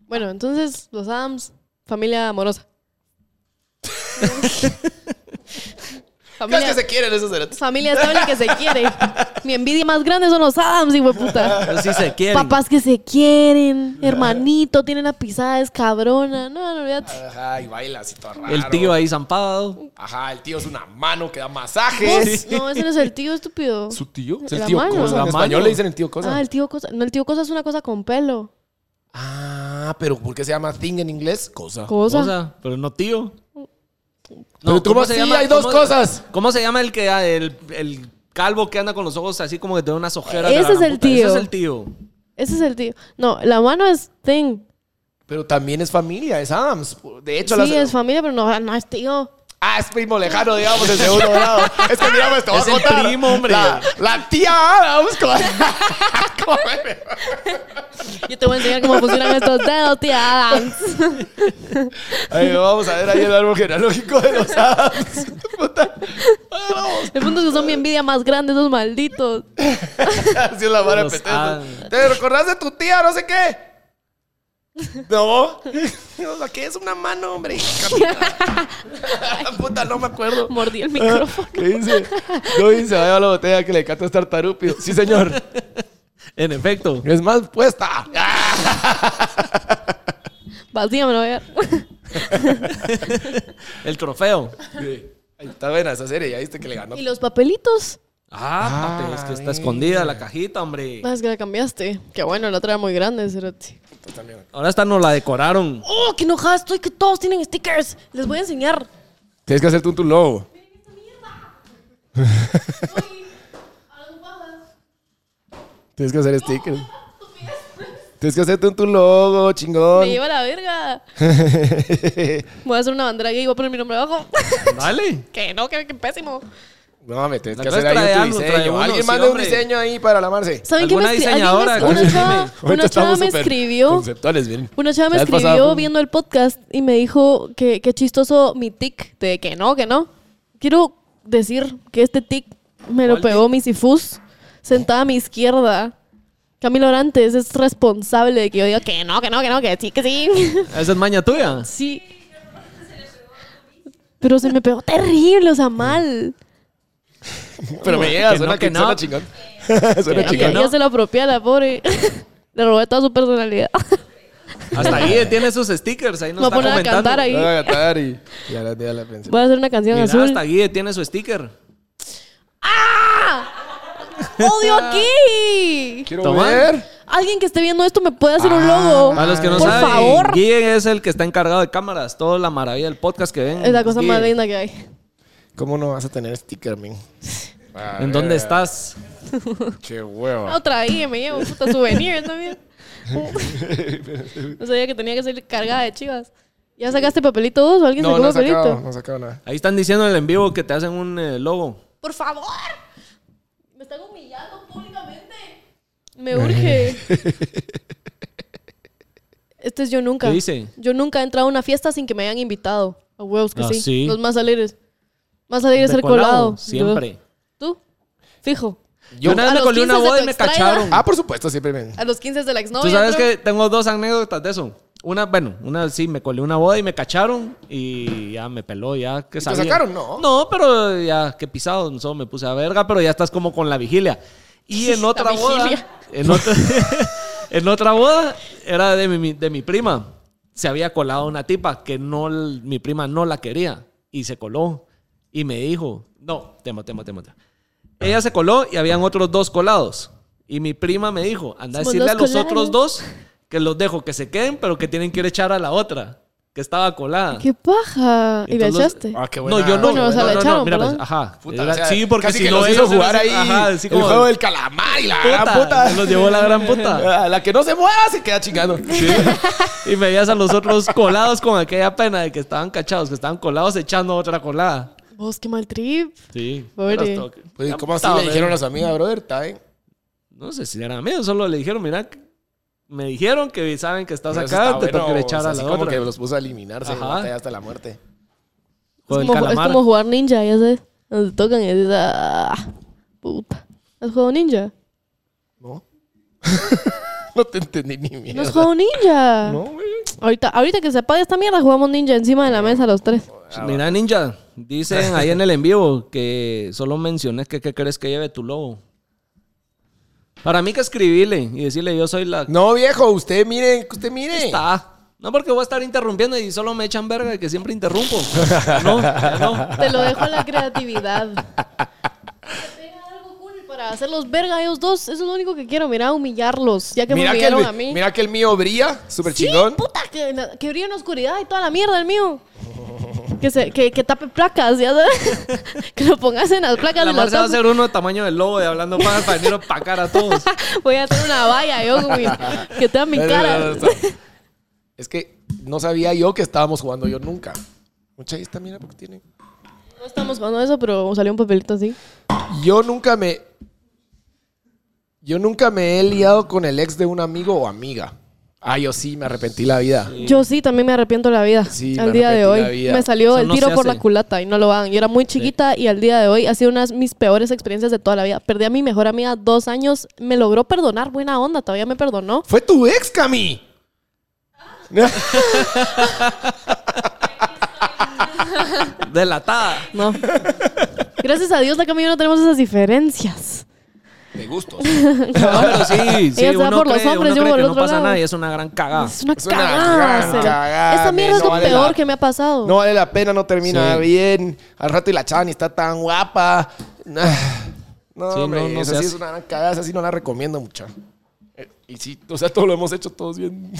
Speaker 2: Bueno, entonces, los Adams,
Speaker 1: *laughs*
Speaker 2: familia amorosa.
Speaker 1: ¿Crees que
Speaker 2: familia,
Speaker 1: se quieren esos cerotes?
Speaker 2: familia estable que se quiere. Mi envidia más grande son los Adams, hijo de puta.
Speaker 3: Pero sí se quiere.
Speaker 2: Papás que se quieren, hermanito, tienen la pisada, es cabrona. No, no, olvídate.
Speaker 1: Ajá, y baila así todo raro.
Speaker 3: El tío ahí zampado.
Speaker 1: Ajá, el tío es una mano que da masajes.
Speaker 2: ¿Vos? No, ese no es el tío, estúpido.
Speaker 1: ¿Su tío? Es
Speaker 2: La
Speaker 1: el tío
Speaker 2: mano.
Speaker 1: Cosa.
Speaker 3: La
Speaker 1: En español
Speaker 3: mano.
Speaker 1: le dicen el tío Cosa.
Speaker 2: Ah, el tío cosa. No, el tío cosa es una cosa con pelo.
Speaker 1: Ah, pero ¿por qué se llama thing en inglés? Ah, Cosa.
Speaker 2: Cosa.
Speaker 3: Cosa, pero no tío.
Speaker 1: Pero tú sí, hay dos
Speaker 3: cómo-
Speaker 1: cosas.
Speaker 3: ¿Cómo se llama el que ah, el, el calvo que anda con los ojos así como que tiene unas ojeras? de
Speaker 2: Ese
Speaker 3: la gran
Speaker 2: es el
Speaker 3: puta?
Speaker 2: tío.
Speaker 3: Ese es el tío.
Speaker 2: Ese es el tío. No, la mano es thing.
Speaker 1: Pero también es familia, es Adams. De hecho, las-
Speaker 2: Sí, es familia, pero no, no es tío.
Speaker 1: Ah, es primo lejano, digamos, de segundo grado. Es que mira, pues te voy a
Speaker 3: Es el
Speaker 1: contar.
Speaker 3: primo, hombre.
Speaker 1: La, la tía Adams con... con- *laughs*
Speaker 2: Yo te voy a enseñar cómo funcionan estos dedos, tía Adams.
Speaker 1: Ahí vamos a ver ahí el árbol genealógico de los Adams. *laughs* Puta. Ahí vamos.
Speaker 2: El punto es que son mi envidia más grande, esos malditos.
Speaker 1: Así es la vara de
Speaker 3: Los
Speaker 1: Bethesda.
Speaker 3: Adams.
Speaker 1: ¿Te recordás de tu tía, no sé qué? No. No, aquí es una mano, hombre. Camina. Puta, no me acuerdo.
Speaker 2: Mordí el micrófono.
Speaker 1: ¿Qué dice? No dice, vaya a la botella que le canta estar tarúpido. Sí, señor.
Speaker 2: *laughs*
Speaker 3: En efecto.
Speaker 1: Es más puesta. ¡Ah!
Speaker 2: Vacía, me lo voy *laughs* a ver.
Speaker 3: El trofeo.
Speaker 1: Sí. Ahí Está buena esa serie, ya viste que le ganó.
Speaker 2: ¿Y los papelitos?
Speaker 3: Ah, papi,
Speaker 1: Ah,
Speaker 3: es que está
Speaker 1: verga.
Speaker 3: escondida la cajita, hombre.
Speaker 2: Ah, Es que la cambiaste. Que bueno, la otra era muy grande, cerote.
Speaker 1: Pues también.
Speaker 3: Ahora esta nos la decoraron.
Speaker 2: ¡Oh, qué enojada estoy que todos tienen stickers! Les voy a enseñar.
Speaker 1: Tienes que hacerte un tu logo. Tienes que hacer sticker. Tienes que hacerte un tu logo, chingón.
Speaker 2: Me lleva la *laughs* verga. Voy a hacer una bandera gay y voy a poner mi nombre abajo.
Speaker 3: Dale.
Speaker 2: *laughs* que no, que, que pésimo.
Speaker 1: No, me tienes
Speaker 3: La
Speaker 1: que
Speaker 3: cosa
Speaker 1: hacer
Speaker 3: es
Speaker 1: ahí
Speaker 3: trae
Speaker 1: un tu
Speaker 3: algo, trae
Speaker 1: diseño.
Speaker 3: uno,
Speaker 1: Alguien
Speaker 3: sí,
Speaker 1: manda un
Speaker 3: hombre.
Speaker 1: diseño ahí para lamarse.
Speaker 2: ¿Saben qué me
Speaker 3: ¿Alguna
Speaker 2: escri-
Speaker 3: diseñadora?
Speaker 2: alguien
Speaker 1: *laughs*
Speaker 2: me- Una chava, una chava me escribió.
Speaker 1: Conceptuales, miren.
Speaker 2: Una chava me
Speaker 1: La vez pasada fue
Speaker 2: escribió
Speaker 1: un-
Speaker 2: viendo el podcast y me dijo que, que chistoso mi tic de que no, que no. Quiero decir que este tic me lo
Speaker 3: ¿Cuál
Speaker 2: pegó mi sifus sentada a mi izquierda. Camilo Orantes es responsable de que yo diga que no, que no, que no, que sí, que sí. *laughs*
Speaker 3: Esa es maña tuya.
Speaker 2: sí. Pero se me pegó terrible, o sea, mal.
Speaker 1: Pero me llega,
Speaker 3: Que no,
Speaker 1: suena
Speaker 3: que
Speaker 1: que
Speaker 3: no.
Speaker 1: suena chingón. *laughs*
Speaker 2: Que
Speaker 1: Suena
Speaker 2: no, que
Speaker 1: chingón.
Speaker 2: ella se lo apropia a la pobre. *laughs* Le robé toda su personalidad. *laughs*
Speaker 3: Hasta ahí él tiene sus stickers. Ahí nos
Speaker 2: Voy a
Speaker 3: está
Speaker 2: poner a
Speaker 3: comentando.
Speaker 2: cantar ahí.
Speaker 1: Lo voy a agarrar y ya la, ya la pensé.
Speaker 2: Voy a hacer una canción
Speaker 3: Mira,
Speaker 2: azul.
Speaker 3: hasta Guille tiene su sticker.
Speaker 2: ¡Odio aquí!
Speaker 1: Quiero
Speaker 3: Toma.
Speaker 1: ver.
Speaker 2: Alguien que esté viendo esto me puede hacer un
Speaker 1: Ah,
Speaker 2: logo.
Speaker 3: Para los que no
Speaker 2: Por
Speaker 3: saben,
Speaker 2: favor.
Speaker 3: Guille es el que está encargado de cámaras. Toda la maravilla del podcast que ven.
Speaker 2: Es la cosa
Speaker 3: Guille,
Speaker 2: más linda que hay.
Speaker 1: ¿Cómo no vas a tener sticker, men?
Speaker 3: ¿En dónde estás?
Speaker 1: Qué
Speaker 3: Oh.
Speaker 1: huevo.
Speaker 2: Otra ahí que me llevo, puta, souvenirs
Speaker 3: *laughs*
Speaker 2: también. no sabía que tenía que ser cargada de chivas. ¿Ya sacaste papelito vos o alguien
Speaker 1: No,
Speaker 2: sacó
Speaker 1: no he
Speaker 2: papelito?
Speaker 1: sacado, no he sacado nada.
Speaker 3: Ahí están diciendo en el en vivo que te hacen un eh, logo.
Speaker 2: ¡Por favor! Me están humillando públicamente. Me
Speaker 3: *laughs*
Speaker 2: urge. este es yo nunca.
Speaker 3: ¿Qué dice?
Speaker 2: Yo nunca he entrado a una fiesta sin que me hayan invitado. A huevos que
Speaker 3: Ah,
Speaker 2: sí.
Speaker 3: sí.
Speaker 2: Los más alegres. Más alegres ser
Speaker 3: Decolado,
Speaker 2: colado.
Speaker 3: Siempre.
Speaker 2: ¿Tú? Fijo.
Speaker 3: Yo una
Speaker 2: A
Speaker 3: vez me
Speaker 2: los
Speaker 3: colé una
Speaker 2: 15 se
Speaker 3: boda y
Speaker 2: te
Speaker 3: me
Speaker 2: extrae,
Speaker 3: cacharon.
Speaker 1: Ah, por supuesto, siempre men.
Speaker 2: A los 15 de la exnovia.
Speaker 3: Tú sabes
Speaker 2: creo.
Speaker 3: que tengo dos anécdotas de eso. Una, bueno, una sí, me colé una boda y me cacharon y ya me peló, ya que
Speaker 1: te
Speaker 3: sabía.
Speaker 1: sacaron? No.
Speaker 3: No, pero ya que pisado, solo me puse a verga, pero ya estás como con la vigilia.
Speaker 1: *laughs*
Speaker 3: Y en
Speaker 2: La
Speaker 3: otra boda,
Speaker 2: vigilia.
Speaker 3: en otra, *laughs* en otra boda era de mi, de mi prima. Se había colado una tipa que no, mi prima no la quería y se coló y me dijo, no, tema, tema, tema, tema. Ella se coló y habían otros dos colados. Y mi prima me dijo, anda a
Speaker 2: Somos
Speaker 3: decirle a
Speaker 2: los
Speaker 3: los
Speaker 2: colados.
Speaker 3: otros dos que los dejo que se queden, pero que tienen que ir a echar a la otra, que estaba colada.
Speaker 2: ¡Qué paja! ¿Y la
Speaker 3: Entonces,
Speaker 2: echaste?
Speaker 1: Ah, qué buena.
Speaker 3: No, yo no.
Speaker 2: Bueno, o sea, la echaron,
Speaker 3: mira,
Speaker 2: ¿verdad?
Speaker 3: pues, ajá.
Speaker 1: Puta,
Speaker 3: Era-
Speaker 1: o sea,
Speaker 3: sí, porque
Speaker 1: casi
Speaker 3: si
Speaker 1: que
Speaker 3: no
Speaker 1: los
Speaker 3: ellos
Speaker 1: hizo jugar
Speaker 3: eran-
Speaker 1: ahí
Speaker 3: Ajá, así
Speaker 1: el
Speaker 3: como
Speaker 1: juego del calamar y la gran puta.
Speaker 3: Los llevó la gran puta.
Speaker 1: A *laughs* la que no se mueva se queda chingando.
Speaker 3: Y me veías a los otros colados con aquella pena de que estaban cachados, que estaban colados echando otra colada.
Speaker 2: Vos, qué mal trip.
Speaker 3: Sí.
Speaker 2: Pobre.
Speaker 1: Pues, ¿Cómo así le dijeron a las amigas, brother? Está bien.
Speaker 3: No sé si eran amigos, solo le dijeron, mira, que- me dijeron que saben que estás
Speaker 1: Pero eso
Speaker 3: acá,
Speaker 1: está
Speaker 3: te tengo
Speaker 1: bueno,
Speaker 3: que
Speaker 1: o
Speaker 3: echar
Speaker 1: sea,
Speaker 3: a
Speaker 1: así
Speaker 3: la
Speaker 1: como
Speaker 3: otra.
Speaker 1: que los puso a eliminarse
Speaker 3: Ajá.
Speaker 1: batalla hasta la muerte.
Speaker 2: es,
Speaker 3: Con el
Speaker 2: como, es
Speaker 3: calamar.
Speaker 2: como jugar ninja, ya sabes. Donde tocan y dices, ah, puta. ¿Has jugado ninja?
Speaker 1: ¿No? *laughs* no te entendí ni mierda.
Speaker 2: No has jugado ninja.
Speaker 1: No, güey.
Speaker 2: Ahorita, ahorita que se apague esta mierda, jugamos ninja encima de la mesa los tres.
Speaker 3: Ah, Mira, ninja, dicen ahí en el en vivo que solo menciones que qué crees que lleve tu logo. Para mí que escribirle y decirle yo soy la...
Speaker 1: No, viejo, usted mire, usted mire.
Speaker 3: Está. No porque voy a estar interrumpiendo y solo me echan verga de que siempre interrumpo. No, ya
Speaker 2: *laughs*
Speaker 3: no.
Speaker 2: Te lo dejo a la
Speaker 3: *laughs*
Speaker 2: creatividad. Pega algo cool Para hacerlos verga a ellos dos, eso es lo único que quiero, mira, humillarlos, ya que
Speaker 1: Mira
Speaker 2: me
Speaker 1: que,
Speaker 2: humillaron
Speaker 1: el,
Speaker 2: a mí.
Speaker 1: mira que el mío brilla, súper
Speaker 2: Sí,
Speaker 1: chingón.
Speaker 2: puta, que, la- que brilla en la oscuridad y toda la mierda el mío. Que, se, que, que tape placas, ya sabes. *laughs* que lo pongas en las placas
Speaker 3: La
Speaker 2: de las
Speaker 3: marcha va a
Speaker 2: casas.
Speaker 3: ser uno tamaño del lobo de hablando para para venir a opacar a todos.
Speaker 2: *laughs* Voy a hacer una valla yo con mi, que tenga
Speaker 1: *laughs*
Speaker 2: mi
Speaker 1: No, no, no,
Speaker 2: cara.
Speaker 1: no, no. Es que no sabía yo que estábamos jugando yo nunca. Mucha esta mira porque tiene.
Speaker 2: No estamos jugando eso, pero salió un papelito así.
Speaker 1: Yo nunca me. Yo nunca me he liado con el ex de un amigo o amiga. Ah, yo sí, me arrepentí la vida.
Speaker 2: Yo sí, también me arrepiento de la vida.
Speaker 1: Sí,
Speaker 2: al
Speaker 1: me
Speaker 2: día de
Speaker 1: arrepentí la
Speaker 2: hoy.
Speaker 1: vida.
Speaker 2: Me salió
Speaker 3: Eso
Speaker 2: el
Speaker 3: no
Speaker 2: tiro
Speaker 3: se
Speaker 2: por la
Speaker 3: hace.
Speaker 2: culata y no lo hagan. Yo era muy chiquita y al día de hoy ha sido una de mis peores experiencias de toda la vida. Perdí a mi mejor amiga dos años. Me logró perdonar. Buena onda, todavía me perdonó.
Speaker 1: ¡Fue tu ex, Cami!
Speaker 3: Delatada.
Speaker 2: *laughs*
Speaker 1: *laughs*
Speaker 2: No. Gracias a Dios, la Cami y yo no tenemos esas diferencias.
Speaker 1: De gusto.
Speaker 3: No, pero sí, sí.
Speaker 2: Ella se va
Speaker 3: uno
Speaker 2: por los
Speaker 3: cree-
Speaker 2: hombres,
Speaker 3: uno
Speaker 2: yo por
Speaker 3: cree
Speaker 2: el
Speaker 3: que no
Speaker 2: otro
Speaker 3: pasa
Speaker 2: lado.
Speaker 3: nada y es una gran cagada.
Speaker 2: Es una
Speaker 1: Ah, Es una
Speaker 2: cagada.
Speaker 1: gran
Speaker 2: cero.
Speaker 1: cagada,
Speaker 2: Esta mierda
Speaker 1: men,
Speaker 2: es
Speaker 1: no
Speaker 2: lo
Speaker 1: vale
Speaker 2: peor
Speaker 1: la-
Speaker 2: que me ha pasado.
Speaker 1: *laughs* No vale la pena, no termina
Speaker 3: Sí.
Speaker 1: bien. Al rato y la chava ni está tan guapa. Ah, No,
Speaker 3: Sí,
Speaker 1: hombre,
Speaker 3: no, no
Speaker 1: esa
Speaker 3: se
Speaker 1: sí
Speaker 3: hace.
Speaker 1: es una cagada, esa sí no la recomiendo mucho. Y sí, o sea, todo lo hemos hecho todos bien.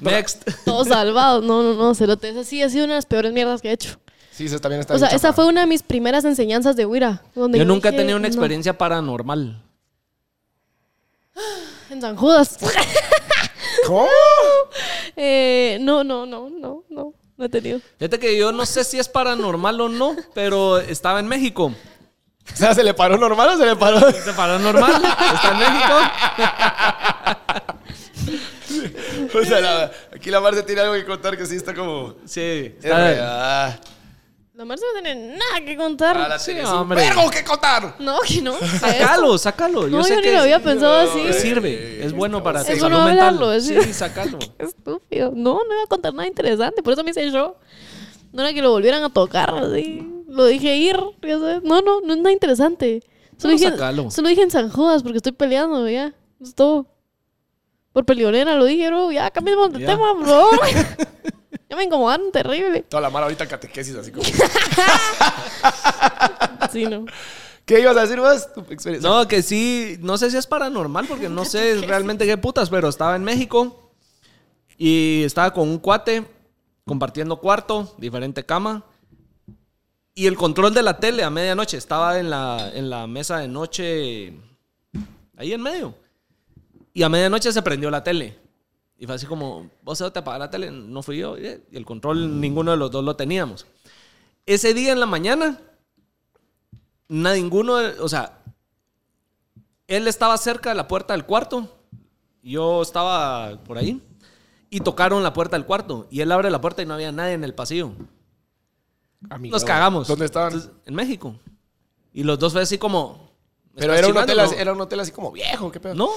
Speaker 3: Next.
Speaker 2: Todos salvados. No, no, no, cerote. Esa sí ha sido una de las peores mierdas que he hecho.
Speaker 1: Sí, esa también está
Speaker 2: o sea,
Speaker 1: bien
Speaker 2: esa
Speaker 1: chafa.
Speaker 2: fue una de mis primeras enseñanzas de Huira. donde
Speaker 3: Yo nunca he
Speaker 2: dije,
Speaker 3: tenido una
Speaker 2: "No".
Speaker 3: experiencia paranormal.
Speaker 2: En San Judas. *laughs*
Speaker 1: ¿Cómo?
Speaker 2: Eh, no, no, no, no, no. No he tenido.
Speaker 3: Fíjate que yo no sé si es paranormal o no, pero estaba en México.
Speaker 1: O sea, ¿se le paró normal o se le paró? *laughs*
Speaker 3: ¿Es paranormal? ¿Está en México?
Speaker 1: O sea, la- aquí la Marce tiene algo que contar que sí está como...
Speaker 3: Sí.
Speaker 1: Hombre,
Speaker 3: Está,
Speaker 1: ah,
Speaker 2: La Marcia no tiene nada que
Speaker 1: ah,
Speaker 2: contar.
Speaker 1: la
Speaker 3: Sí,
Speaker 1: tenés
Speaker 3: hombre.
Speaker 1: un vergo que contar.
Speaker 2: No, que no. que
Speaker 3: sácalo, sácalo. Yo
Speaker 2: No,
Speaker 3: sé
Speaker 2: yo ni
Speaker 3: que
Speaker 2: lo había
Speaker 3: sí
Speaker 2: pensado así.
Speaker 3: sirve. Es bueno para
Speaker 2: Es
Speaker 3: tu
Speaker 2: bueno
Speaker 3: salud mental.
Speaker 2: hablarlo, es-
Speaker 3: Sí, sácalo.
Speaker 2: Qué estúpido. No, no iba a contar nada interesante. Por eso me hice yo. No era que lo volvieran a tocar. así. Lo dije ir. ya sabes. No, no, no es nada interesante. Solo,
Speaker 3: No,
Speaker 2: dije,
Speaker 3: sacalo.
Speaker 2: solo dije en San Judas porque estoy peleando, ya. Es todo. Por peleonera lo dije, bro. Ya, cambiemos de
Speaker 3: Ya.
Speaker 2: tema, por favor. *laughs* ya me incomodaron terrible.
Speaker 1: Toda la mara ahorita en catequesis, así como...
Speaker 2: Sí, no.
Speaker 1: ¿Qué ibas a decir vos? Tu experiencia.
Speaker 3: No, que sí, no sé si es paranormal porque no sé realmente qué putas, pero estaba en México y estaba con un cuate compartiendo cuarto, diferente cama. Y el control de la tele a medianoche estaba en la, en la mesa de noche, ahí en medio. Y a medianoche se prendió la tele. Y fue así como, vos te apagar la tele, no fui yo. Y el control ninguno de los dos lo teníamos. Ese día en la mañana, na- ninguno, de- o sea, él estaba cerca de la puerta del cuarto. Yo estaba por ahí. Y tocaron la puerta del cuarto. Y él abre la puerta y no había nadie en el pasillo.
Speaker 1: Amigo,
Speaker 3: Nos cagamos.
Speaker 1: ¿Dónde estaban?
Speaker 3: Entonces, en México. Y los dos fue así como. ¿me
Speaker 1: Pero
Speaker 3: estás
Speaker 1: era un,
Speaker 3: chivando,
Speaker 1: hotel, así-
Speaker 3: no?
Speaker 1: era un hotel así como viejo, qué pedo.
Speaker 3: No.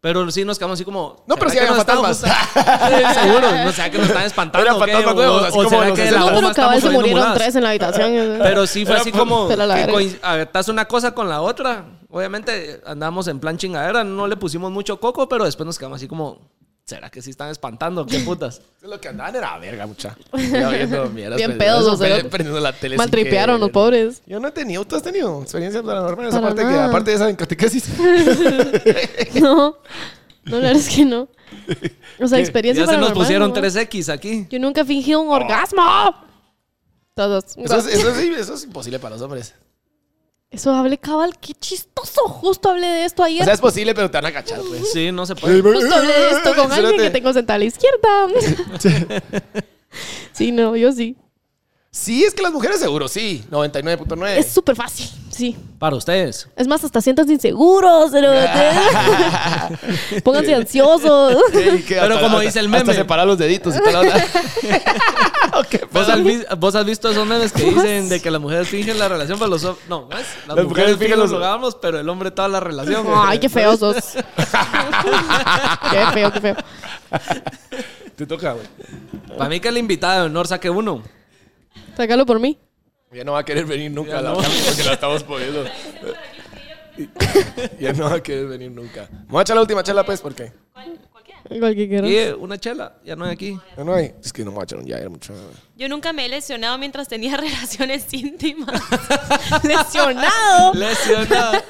Speaker 3: Pero sí nos quedamos así como.
Speaker 1: No, pero
Speaker 3: ¿será
Speaker 1: sí
Speaker 3: que
Speaker 1: habían
Speaker 3: nos estaban
Speaker 1: *laughs*
Speaker 3: justa- Sí, seguro. No sé que nos están espantando.
Speaker 1: Eran
Speaker 3: o qué,
Speaker 1: fantasmas
Speaker 3: o-
Speaker 1: nuevos,
Speaker 3: o
Speaker 1: así como
Speaker 3: será
Speaker 1: los
Speaker 3: que *laughs* de
Speaker 1: de
Speaker 3: la
Speaker 2: No,
Speaker 1: Santa
Speaker 3: bomba
Speaker 2: pero cabal
Speaker 3: estamos
Speaker 2: se
Speaker 3: oyendo
Speaker 2: murieron
Speaker 3: muladas.
Speaker 2: tres en la
Speaker 3: *laughs*
Speaker 2: habitación. ya sabes. *laughs*
Speaker 3: Pero sí fue así como
Speaker 2: Pero la
Speaker 3: que
Speaker 2: verga.
Speaker 3: coinc- adaptaste una cosa con la otra. Obviamente andamos en plan chingadera, no le pusimos mucho coco, pero después nos quedamos así como, ¿será que sí están espantando? ¿Qué putas?
Speaker 1: Lo que andaban era verga, mucha. Ya viendo mierdas, prendiendo-
Speaker 2: Bien pedos,
Speaker 1: eso,
Speaker 2: o sea,
Speaker 1: pre- *laughs* Prendiendo la tele. sin
Speaker 2: Maltripearon los
Speaker 1: querer.
Speaker 2: pobres.
Speaker 1: Yo no he tenido, tú has tenido experiencias paranormales.
Speaker 2: Para
Speaker 1: Aparte, que,
Speaker 2: nada.
Speaker 1: aparte de esa en catequesis. *laughs*
Speaker 2: No, no, la verdad es que no.
Speaker 3: *laughs*
Speaker 2: O sea, experiencia
Speaker 3: ya se nos
Speaker 2: paranormal,
Speaker 3: pusieron
Speaker 2: ¿no?
Speaker 3: 3X aquí.
Speaker 2: *laughs* Yo nunca fingí un orgasmo. Todos.
Speaker 1: Ah. Eso es, eh, eso, es, eso es imposible para los hombres.
Speaker 2: Eso hablé cabal, qué chistoso. Justo hablé de esto
Speaker 1: O
Speaker 2: ayer.
Speaker 1: sea, es posible, pero te van a cachar, pues.
Speaker 3: Sí, no se puede.
Speaker 2: Justo hablé de esto con alguien que tengo sentada a la izquierda. *laughs* sí, no, yo sí.
Speaker 1: Sí, es que las mujeres seguro, sí. 99.9.
Speaker 2: Es súper fácil, sí.
Speaker 3: Para ustedes.
Speaker 2: Es más, hasta siéntanse inseguros.
Speaker 1: *laughs*
Speaker 2: pero- *laughs*
Speaker 1: *laughs*
Speaker 2: Pónganse ansiosos.
Speaker 1: Ey, que
Speaker 3: Pero como dice el
Speaker 1: Hasta
Speaker 3: meme.
Speaker 1: separar los deditos y
Speaker 2: *laughs*
Speaker 1: toda la *laughs* onda. Ok,
Speaker 2: Pues
Speaker 1: pues
Speaker 3: ¿Vos
Speaker 1: pero-
Speaker 3: has, vi- vos has visto esos memes que dicen de que las mujeres fingen la relación, pero los hom- No, ¿ves? Las,
Speaker 1: mujeres
Speaker 3: mujeres
Speaker 1: fingen
Speaker 3: fingen los
Speaker 1: los-
Speaker 3: orgasmos, pero el hombre toda la relación.
Speaker 2: *laughs* Ay, qué feos sos.
Speaker 1: *laughs*
Speaker 2: qué feo, qué feo.
Speaker 1: Te toca, güey.
Speaker 3: Para mí que la invitada de honor saque uno.
Speaker 2: Sácalo por mí.
Speaker 1: Ya no va a querer venir nunca
Speaker 3: Ya
Speaker 1: a la
Speaker 3: no.
Speaker 1: cama porque la estamos *laughs* poniendo. ya no va a querer venir nunca. Vamos a echar la última charla, pues, porque
Speaker 4: ¿Cuál? ¿Cualquiera?
Speaker 2: Igual que
Speaker 3: Y
Speaker 2: quieras.
Speaker 3: eh, una chela, ya no hay aquí.
Speaker 1: ya no hay. Es que no me voy a echar un ya, era mucho.
Speaker 4: Yo nunca me he lesionado mientras tenía *laughs* relaciones íntimas. *laughs*
Speaker 2: Lesionado.
Speaker 3: Lesionada.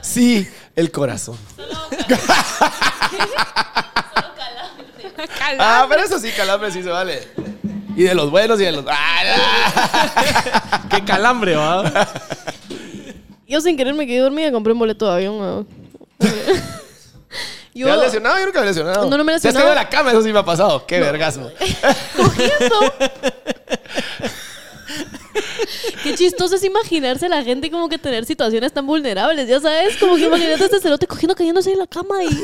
Speaker 1: Sí, el corazón.
Speaker 4: Solo calambre.
Speaker 1: Ah, pero eso sí, calambre sí se vale. Y de los buenos y de los. ¡Ah,
Speaker 3: qué calambre, va.
Speaker 2: Yo sin querer me quedé dormida y compré un boleto de avión. weón.
Speaker 1: *laughs* no!
Speaker 2: Yo
Speaker 1: ¿Te has lesionado? Yo nunca me he lesionado.
Speaker 2: No, no me he
Speaker 1: Te has caído
Speaker 2: lesionado.
Speaker 1: de la cama, eso sí me ha pasado. Qué
Speaker 2: *laughs*
Speaker 1: vergazo. *laughs*
Speaker 2: cogiendo. Qué chistoso es imaginarse a la gente como que tener situaciones tan vulnerables, ya sabes, como que imagínate a este cerote cogiendo cayéndose en la cama y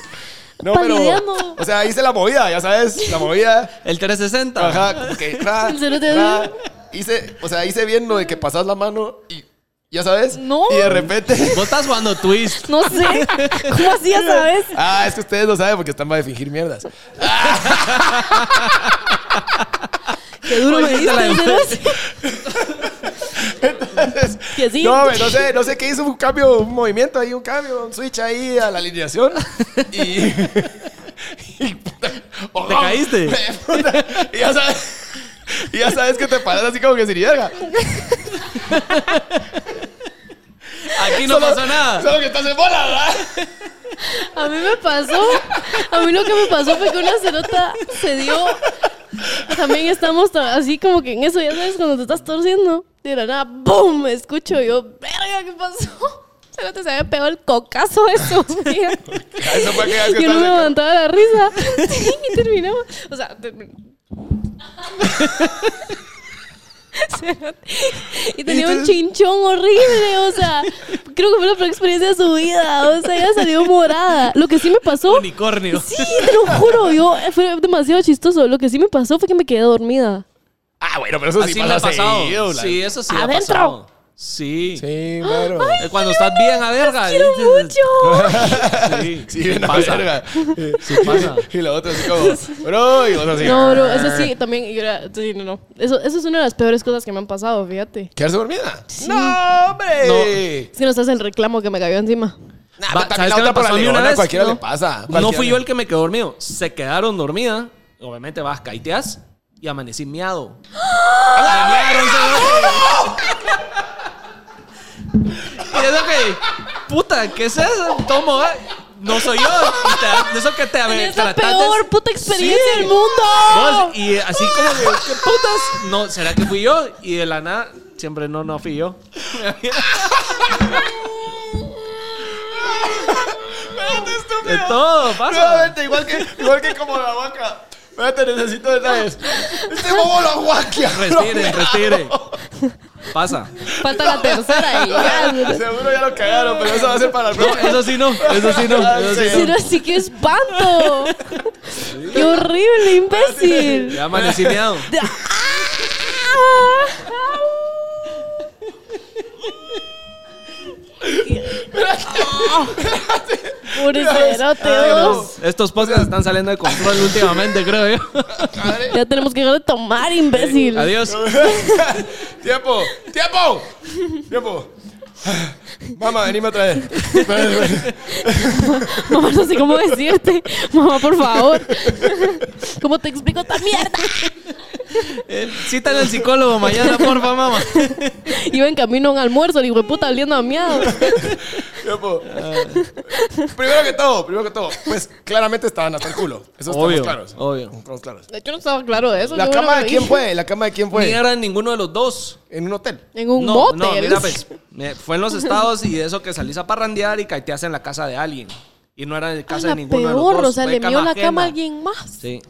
Speaker 1: No,
Speaker 2: palideando.
Speaker 1: pero. O sea, hice la movida, ya sabes. La movida.
Speaker 3: El 360.
Speaker 2: Ah.
Speaker 1: Ajá, como que ra,
Speaker 2: *laughs* El cerote.
Speaker 1: ra. hice, o sea, hice bien lo de que pasas la mano y ya sabes,
Speaker 2: No.
Speaker 1: y de repente,
Speaker 3: Vos estás jugando twist.
Speaker 2: No sé, ¿cómo así ya sabes?
Speaker 1: ah, es que ustedes lo saben porque están para de fingir mierdas.
Speaker 2: Qué duro me
Speaker 3: Oye,
Speaker 2: diste,
Speaker 3: la de-
Speaker 2: cerote.
Speaker 1: Entonces,
Speaker 2: Que sí.
Speaker 1: No, hombre, no sé, no sé qué hizo un cambio, un movimiento ahí, un cambio, un switch ahí a la alineación y *laughs* y puta, oh,
Speaker 3: ¿Te
Speaker 1: *laughs*
Speaker 3: caíste?
Speaker 1: puta, y ya sabes, y ya sabes que te paras así como que sin verga.
Speaker 3: Aquí no pasó nada.
Speaker 1: Solo que estás en bola, ¿verdad?
Speaker 2: A mí me pasó, a mí lo que me pasó fue que una cerota se dio. También estamos to- así como que en eso, ya sabes, cuando te estás torciendo, de la nada, ¡boom! Me escucho y yo, ¡verga, qué pasó! Cerote se había pegado el cocazo de su
Speaker 1: *laughs*
Speaker 2: vida.
Speaker 1: Eso fue aquella vez que
Speaker 2: Yo no
Speaker 1: estás
Speaker 2: me
Speaker 1: en-
Speaker 2: levantaba
Speaker 1: *laughs*
Speaker 2: la risa. Sí, y terminamos. O sea, termi- Cerote. Y tenía un chinchón horrible, o sea, creo que fue la peor experiencia de su vida, o sea, ella salió morada. Lo que sí me pasó,
Speaker 3: Unicornio.
Speaker 2: sí, te lo juro, yo eh, fue demasiado chistoso. Lo que sí me pasó fue que me quedé dormida.
Speaker 1: Ah, bueno, pero eso sí
Speaker 3: Así me
Speaker 1: pasa
Speaker 3: ha pasado.
Speaker 1: seguido, la-
Speaker 3: Sí, eso sí ha
Speaker 2: Adentro.
Speaker 3: pasado. Sí.
Speaker 1: Sí, pero... *laughs*
Speaker 3: Eh, Cuando estás bien a verga.
Speaker 2: Quiero
Speaker 3: dices,
Speaker 2: mucho.
Speaker 3: Sí,
Speaker 1: Sí, bien a
Speaker 3: pasa.
Speaker 1: verga.
Speaker 3: Sí pasa.
Speaker 1: *laughs* Y la otra así como, bro, y vos así.
Speaker 2: No, bro, eso sí, también, yo era- sí, no, no. Eso, eso es una de las peores cosas que me han pasado, fíjate.
Speaker 1: ¿Quedarse dormida?
Speaker 2: Sí.
Speaker 1: No, hombre.
Speaker 2: Es que no estás el reclamo que me cayó encima.
Speaker 1: Nah,
Speaker 3: Va,
Speaker 1: pero también
Speaker 3: ¿sabes
Speaker 1: la
Speaker 3: qué me
Speaker 1: otra por la
Speaker 3: pasó a mí una
Speaker 1: leona,
Speaker 3: vez?
Speaker 1: cualquiera
Speaker 3: No.
Speaker 1: le pasa.
Speaker 3: No
Speaker 1: Cualquiera
Speaker 3: fui
Speaker 1: le-
Speaker 3: yo el que me quedó dormido. Se quedaron dormidas. Obviamente vas, caiteas. Y amanecí miado.
Speaker 1: *laughs*
Speaker 3: ¡Miaron, señor! Y eso que, puta, ¿qué es eso? Tomo, ¿eh? no soy yo. Y te da- de eso que te
Speaker 2: Es la
Speaker 3: trataste-
Speaker 2: peor puta experiencia
Speaker 3: Sí.
Speaker 2: del mundo.
Speaker 3: Vos, y así como que, ¿qué putas? No, ¿será que fui yo? Y de la nada, siempre no, no fui yo.
Speaker 1: Espérate,
Speaker 3: De
Speaker 1: estúpido.
Speaker 3: todo,
Speaker 1: No,
Speaker 3: pasa.
Speaker 1: vete, igual que, igual que como la vaca. Espérate, necesito detalles. Este bobo lo guaquea.
Speaker 3: Respiren, respiren. Pasa.
Speaker 2: Falta la tercera y *laughs* ya.
Speaker 1: Seguro ya lo cagaron, pero eso va a ser para el
Speaker 3: No,
Speaker 1: próximo.
Speaker 3: eso sí no, eso sí no.
Speaker 2: *laughs*
Speaker 3: Eso sí
Speaker 2: Pero así que espanto. Qué horrible,
Speaker 3: no.
Speaker 2: imbécil.
Speaker 3: Ya amanecí meado.
Speaker 2: Ah. Pobre cerote, vos.
Speaker 3: Estos podcasts están saliendo de control últimamente,
Speaker 2: *laughs*
Speaker 3: creo yo.
Speaker 2: Ya tenemos que dejar de tomar, imbécil.
Speaker 3: Adiós.
Speaker 1: *laughs* ¡Tiempo! ¡Tiempo! ¡Tiempo! Mamá, venime otra vez. Espérate, espérate.
Speaker 2: Mamá, no sé cómo decirte. Mamá, por favor. ¿Cómo te explico esta mierda?
Speaker 3: Eh, Citan al psicólogo mañana, porfa, mamá.
Speaker 2: Iba en camino a un almuerzo, le digo, puta, oliendo a miado.
Speaker 1: Tiempo. Primero que todo, primero que todo. Pues claramente estaban hasta el culo. Eso
Speaker 3: Obvio,
Speaker 1: estamos claros.
Speaker 3: obvio.
Speaker 1: Estamos claros.
Speaker 2: Yo no estaba claro de eso.
Speaker 1: ¿La
Speaker 2: yo
Speaker 1: cama
Speaker 2: no
Speaker 1: de
Speaker 2: lo
Speaker 1: quién
Speaker 2: vi.
Speaker 1: fue? ¿La cama de quién
Speaker 3: Ni
Speaker 1: fue?
Speaker 3: era ninguno de los dos.
Speaker 1: En un hotel.
Speaker 2: En un
Speaker 3: no,
Speaker 2: motel.
Speaker 3: no, mira, pues, me- fue en los estados y de eso que salís a parrandear y caiteas en la casa de alguien. Y no era en
Speaker 2: Ah,
Speaker 3: casa
Speaker 2: la
Speaker 3: de ninguno de los
Speaker 2: peor,
Speaker 3: dos.
Speaker 2: o sea,
Speaker 3: fue
Speaker 2: le mió la
Speaker 3: ajena.
Speaker 2: cama a alguien más.
Speaker 3: Sí.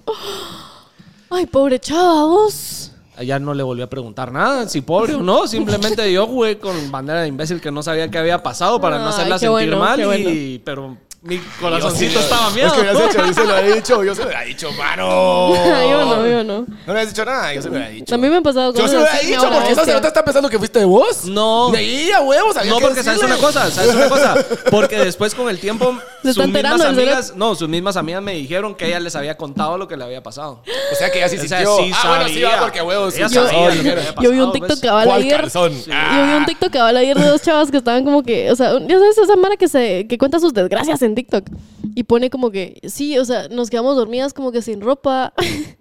Speaker 2: Ay, pobre chava, vos.
Speaker 3: Allá no le volví a preguntar nada, si pobre
Speaker 2: *laughs*
Speaker 3: o no. Simplemente yo jugué con bandera de imbécil que no sabía qué había pasado para no
Speaker 2: Ay,
Speaker 3: hacerla
Speaker 2: qué
Speaker 3: sentir
Speaker 2: bueno,
Speaker 3: mal.
Speaker 2: qué bueno.
Speaker 3: Y, pero mi
Speaker 1: Sí,
Speaker 3: corazoncito
Speaker 1: lo-
Speaker 3: estaba
Speaker 1: Es
Speaker 3: miedo.
Speaker 1: que hubieras hecho, yo se lo he dicho, yo se lo hubiera dicho, mano.
Speaker 2: *laughs* yo no, yo no.
Speaker 1: No le has dicho nada, yo se lo hubiera dicho.
Speaker 2: También me han pasado
Speaker 1: Yo
Speaker 2: cosas
Speaker 1: se lo hubiera
Speaker 2: así,
Speaker 1: dicho
Speaker 2: me hago la
Speaker 1: porque esa
Speaker 2: bestia.
Speaker 1: cerota está pensando que fuiste vos.
Speaker 3: No.
Speaker 1: De ahí a huevos, había
Speaker 3: No,
Speaker 1: que
Speaker 3: porque sabes
Speaker 1: decirle.
Speaker 3: una cosa, sabes una cosa. Porque después con el tiempo,
Speaker 2: Se está
Speaker 3: sus mismas
Speaker 2: enterando, el
Speaker 3: amigas, no, sus mismas amigas me dijeron que ella les había contado lo que le había pasado.
Speaker 1: O sea que ya sí
Speaker 3: O sea,
Speaker 1: sintió.
Speaker 3: sí
Speaker 1: ah, bueno, sí,
Speaker 3: sabía.
Speaker 1: va porque a huevos.
Speaker 3: Ella
Speaker 1: sí,
Speaker 3: sabía
Speaker 1: sabía
Speaker 3: lo que era.
Speaker 2: Yo vi un
Speaker 3: pasado,
Speaker 2: TikTok
Speaker 3: pues.
Speaker 2: cabal
Speaker 1: ¿Cuál
Speaker 2: ayer.
Speaker 1: calzón?
Speaker 3: Ah.
Speaker 1: Ah.
Speaker 2: Yo vi un TikTok que hablaba ayer de dos chavas que estaban como que, o sea, un- ya sabes, esa mara que se que cuenta sus desgracias en TikTok y pone como que, sí, o sea, nos quedamos dormidas como que sin ropa *laughs*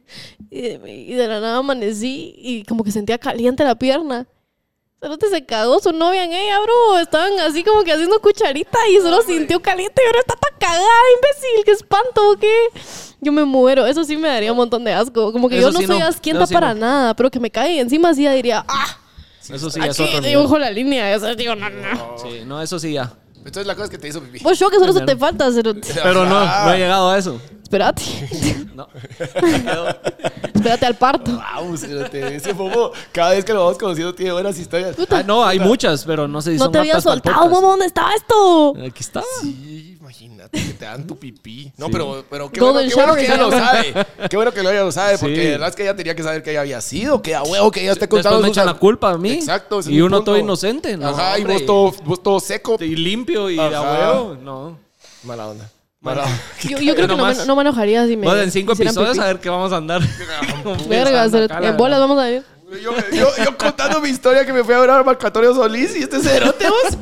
Speaker 2: y, y de la nada amanecí y como que sentía caliente la pierna. Cerote se cagó su novia en ella, bro. Estaban así como que haciendo cucharita y solo sintió caliente y ahora está tan cagada, imbécil. Qué espanto, ¿o ¿qué? Yo me muero. Eso sí me daría un montón de asco. Como que
Speaker 3: Eso
Speaker 2: yo no
Speaker 3: sí
Speaker 2: soy
Speaker 3: no,
Speaker 2: asquienta
Speaker 3: eso sí
Speaker 2: para
Speaker 3: no.
Speaker 2: nada, pero que me caiga encima sí ya diría, ah,
Speaker 3: Eso sí, ya es
Speaker 2: Aquí
Speaker 3: otro nivel.
Speaker 2: dibujo la línea, eso digo, no, no.
Speaker 3: Sí, no, eso sí ya.
Speaker 1: Entonces la cosa es que te hizo pipí.
Speaker 2: *laughs* Pues yo que solo se te falta,
Speaker 3: *laughs*
Speaker 2: pero
Speaker 3: Pero no, no he llegado a eso.
Speaker 2: espérate, *laughs*
Speaker 1: *laughs*
Speaker 3: No.
Speaker 2: espérate al parto.
Speaker 3: Ah,
Speaker 1: Wow, cerote, ese bobo, cada vez que lo vamos conociendo tiene buenas historias.
Speaker 3: Ah, no, hay muchas, pero no sé si
Speaker 2: No
Speaker 3: son
Speaker 2: te había
Speaker 3: aptas para el
Speaker 2: soltado,
Speaker 3: podcast.
Speaker 2: mamá, ¿dónde estaba esto?
Speaker 3: Aquí está.
Speaker 1: Sí, imagínate que te dan tu pipí. No, pero, pero qué, bueno,
Speaker 2: Golden
Speaker 1: qué bueno que ella
Speaker 2: shower, se
Speaker 1: lo
Speaker 2: llama.
Speaker 1: sabe. Qué bueno que lo ella lo sabe, porque
Speaker 3: Sí.
Speaker 1: de verdad es que ella tenía que saber que ella había sido, que a huevo que ella esté contando.
Speaker 3: Después me
Speaker 1: sus-
Speaker 3: echan la culpa a mí.
Speaker 1: Exacto. ese es
Speaker 3: Y
Speaker 1: mi
Speaker 3: uno
Speaker 1: punto.
Speaker 3: todo inocente, ¿no?
Speaker 1: Ajá, y vos
Speaker 3: Hombre.
Speaker 1: todo, vos todo seco.
Speaker 3: Y limpio y
Speaker 1: Ajá.
Speaker 3: a huevo. No.
Speaker 1: Mala onda. Mala onda.
Speaker 2: Yo, yo creo que no me,
Speaker 3: nomás.
Speaker 2: no me enojaría si me.
Speaker 3: Bueno, en cinco
Speaker 2: hicieran
Speaker 3: episodios
Speaker 2: pipí.
Speaker 3: a ver qué vamos
Speaker 1: *laughs*
Speaker 3: a andar.
Speaker 2: Verga,
Speaker 3: Pensando
Speaker 2: se-
Speaker 3: acá, la
Speaker 2: en bolas
Speaker 3: verdad.
Speaker 2: vamos a ver.
Speaker 1: Yo, yo, yo contando mi historia que me fui a ver a Marco Antonio Solís y este
Speaker 2: *laughs*
Speaker 1: cerote vos.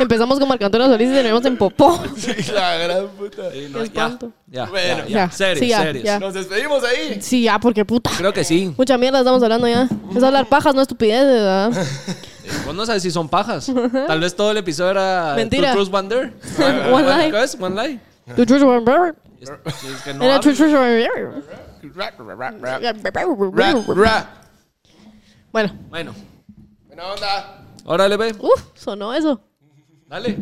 Speaker 2: Empezamos con Marcantona Solís y terminamos en Popó. *laughs*
Speaker 1: Sí, la gran puta.
Speaker 3: Sí,
Speaker 2: Qué
Speaker 3: no, ya,
Speaker 2: espanto.
Speaker 3: ya,
Speaker 1: Bueno.
Speaker 3: ya,
Speaker 2: Ya,
Speaker 3: ya. Serios,
Speaker 2: sí, ya,
Speaker 3: serios.
Speaker 2: ya.
Speaker 1: Nos despedimos ahí.
Speaker 2: Sí, ya, porque puta.
Speaker 3: Creo que sí. *laughs*
Speaker 2: Mucha mierda estamos hablando ya. Es hablar pajas, no estupideces, ¿verdad? *laughs*
Speaker 3: Vos Pues no sabes si son pajas. Tal vez todo el episodio era
Speaker 2: Mentira.
Speaker 3: True Truth One Dare.
Speaker 2: One lie.
Speaker 3: ¿Qué es? One lie.
Speaker 2: Tu chucho, brum, brum.
Speaker 3: Es- sí, es que no
Speaker 2: Era
Speaker 3: hablo.
Speaker 2: chucho, brum,
Speaker 1: Ra, ra, ra, ra, ra,
Speaker 2: brum,
Speaker 1: ra,
Speaker 2: brum, brum.
Speaker 1: ra.
Speaker 2: Bueno,
Speaker 3: Bueno,
Speaker 1: Buena onda.
Speaker 3: órale, ve.
Speaker 2: uff, sonó eso.
Speaker 3: Dale.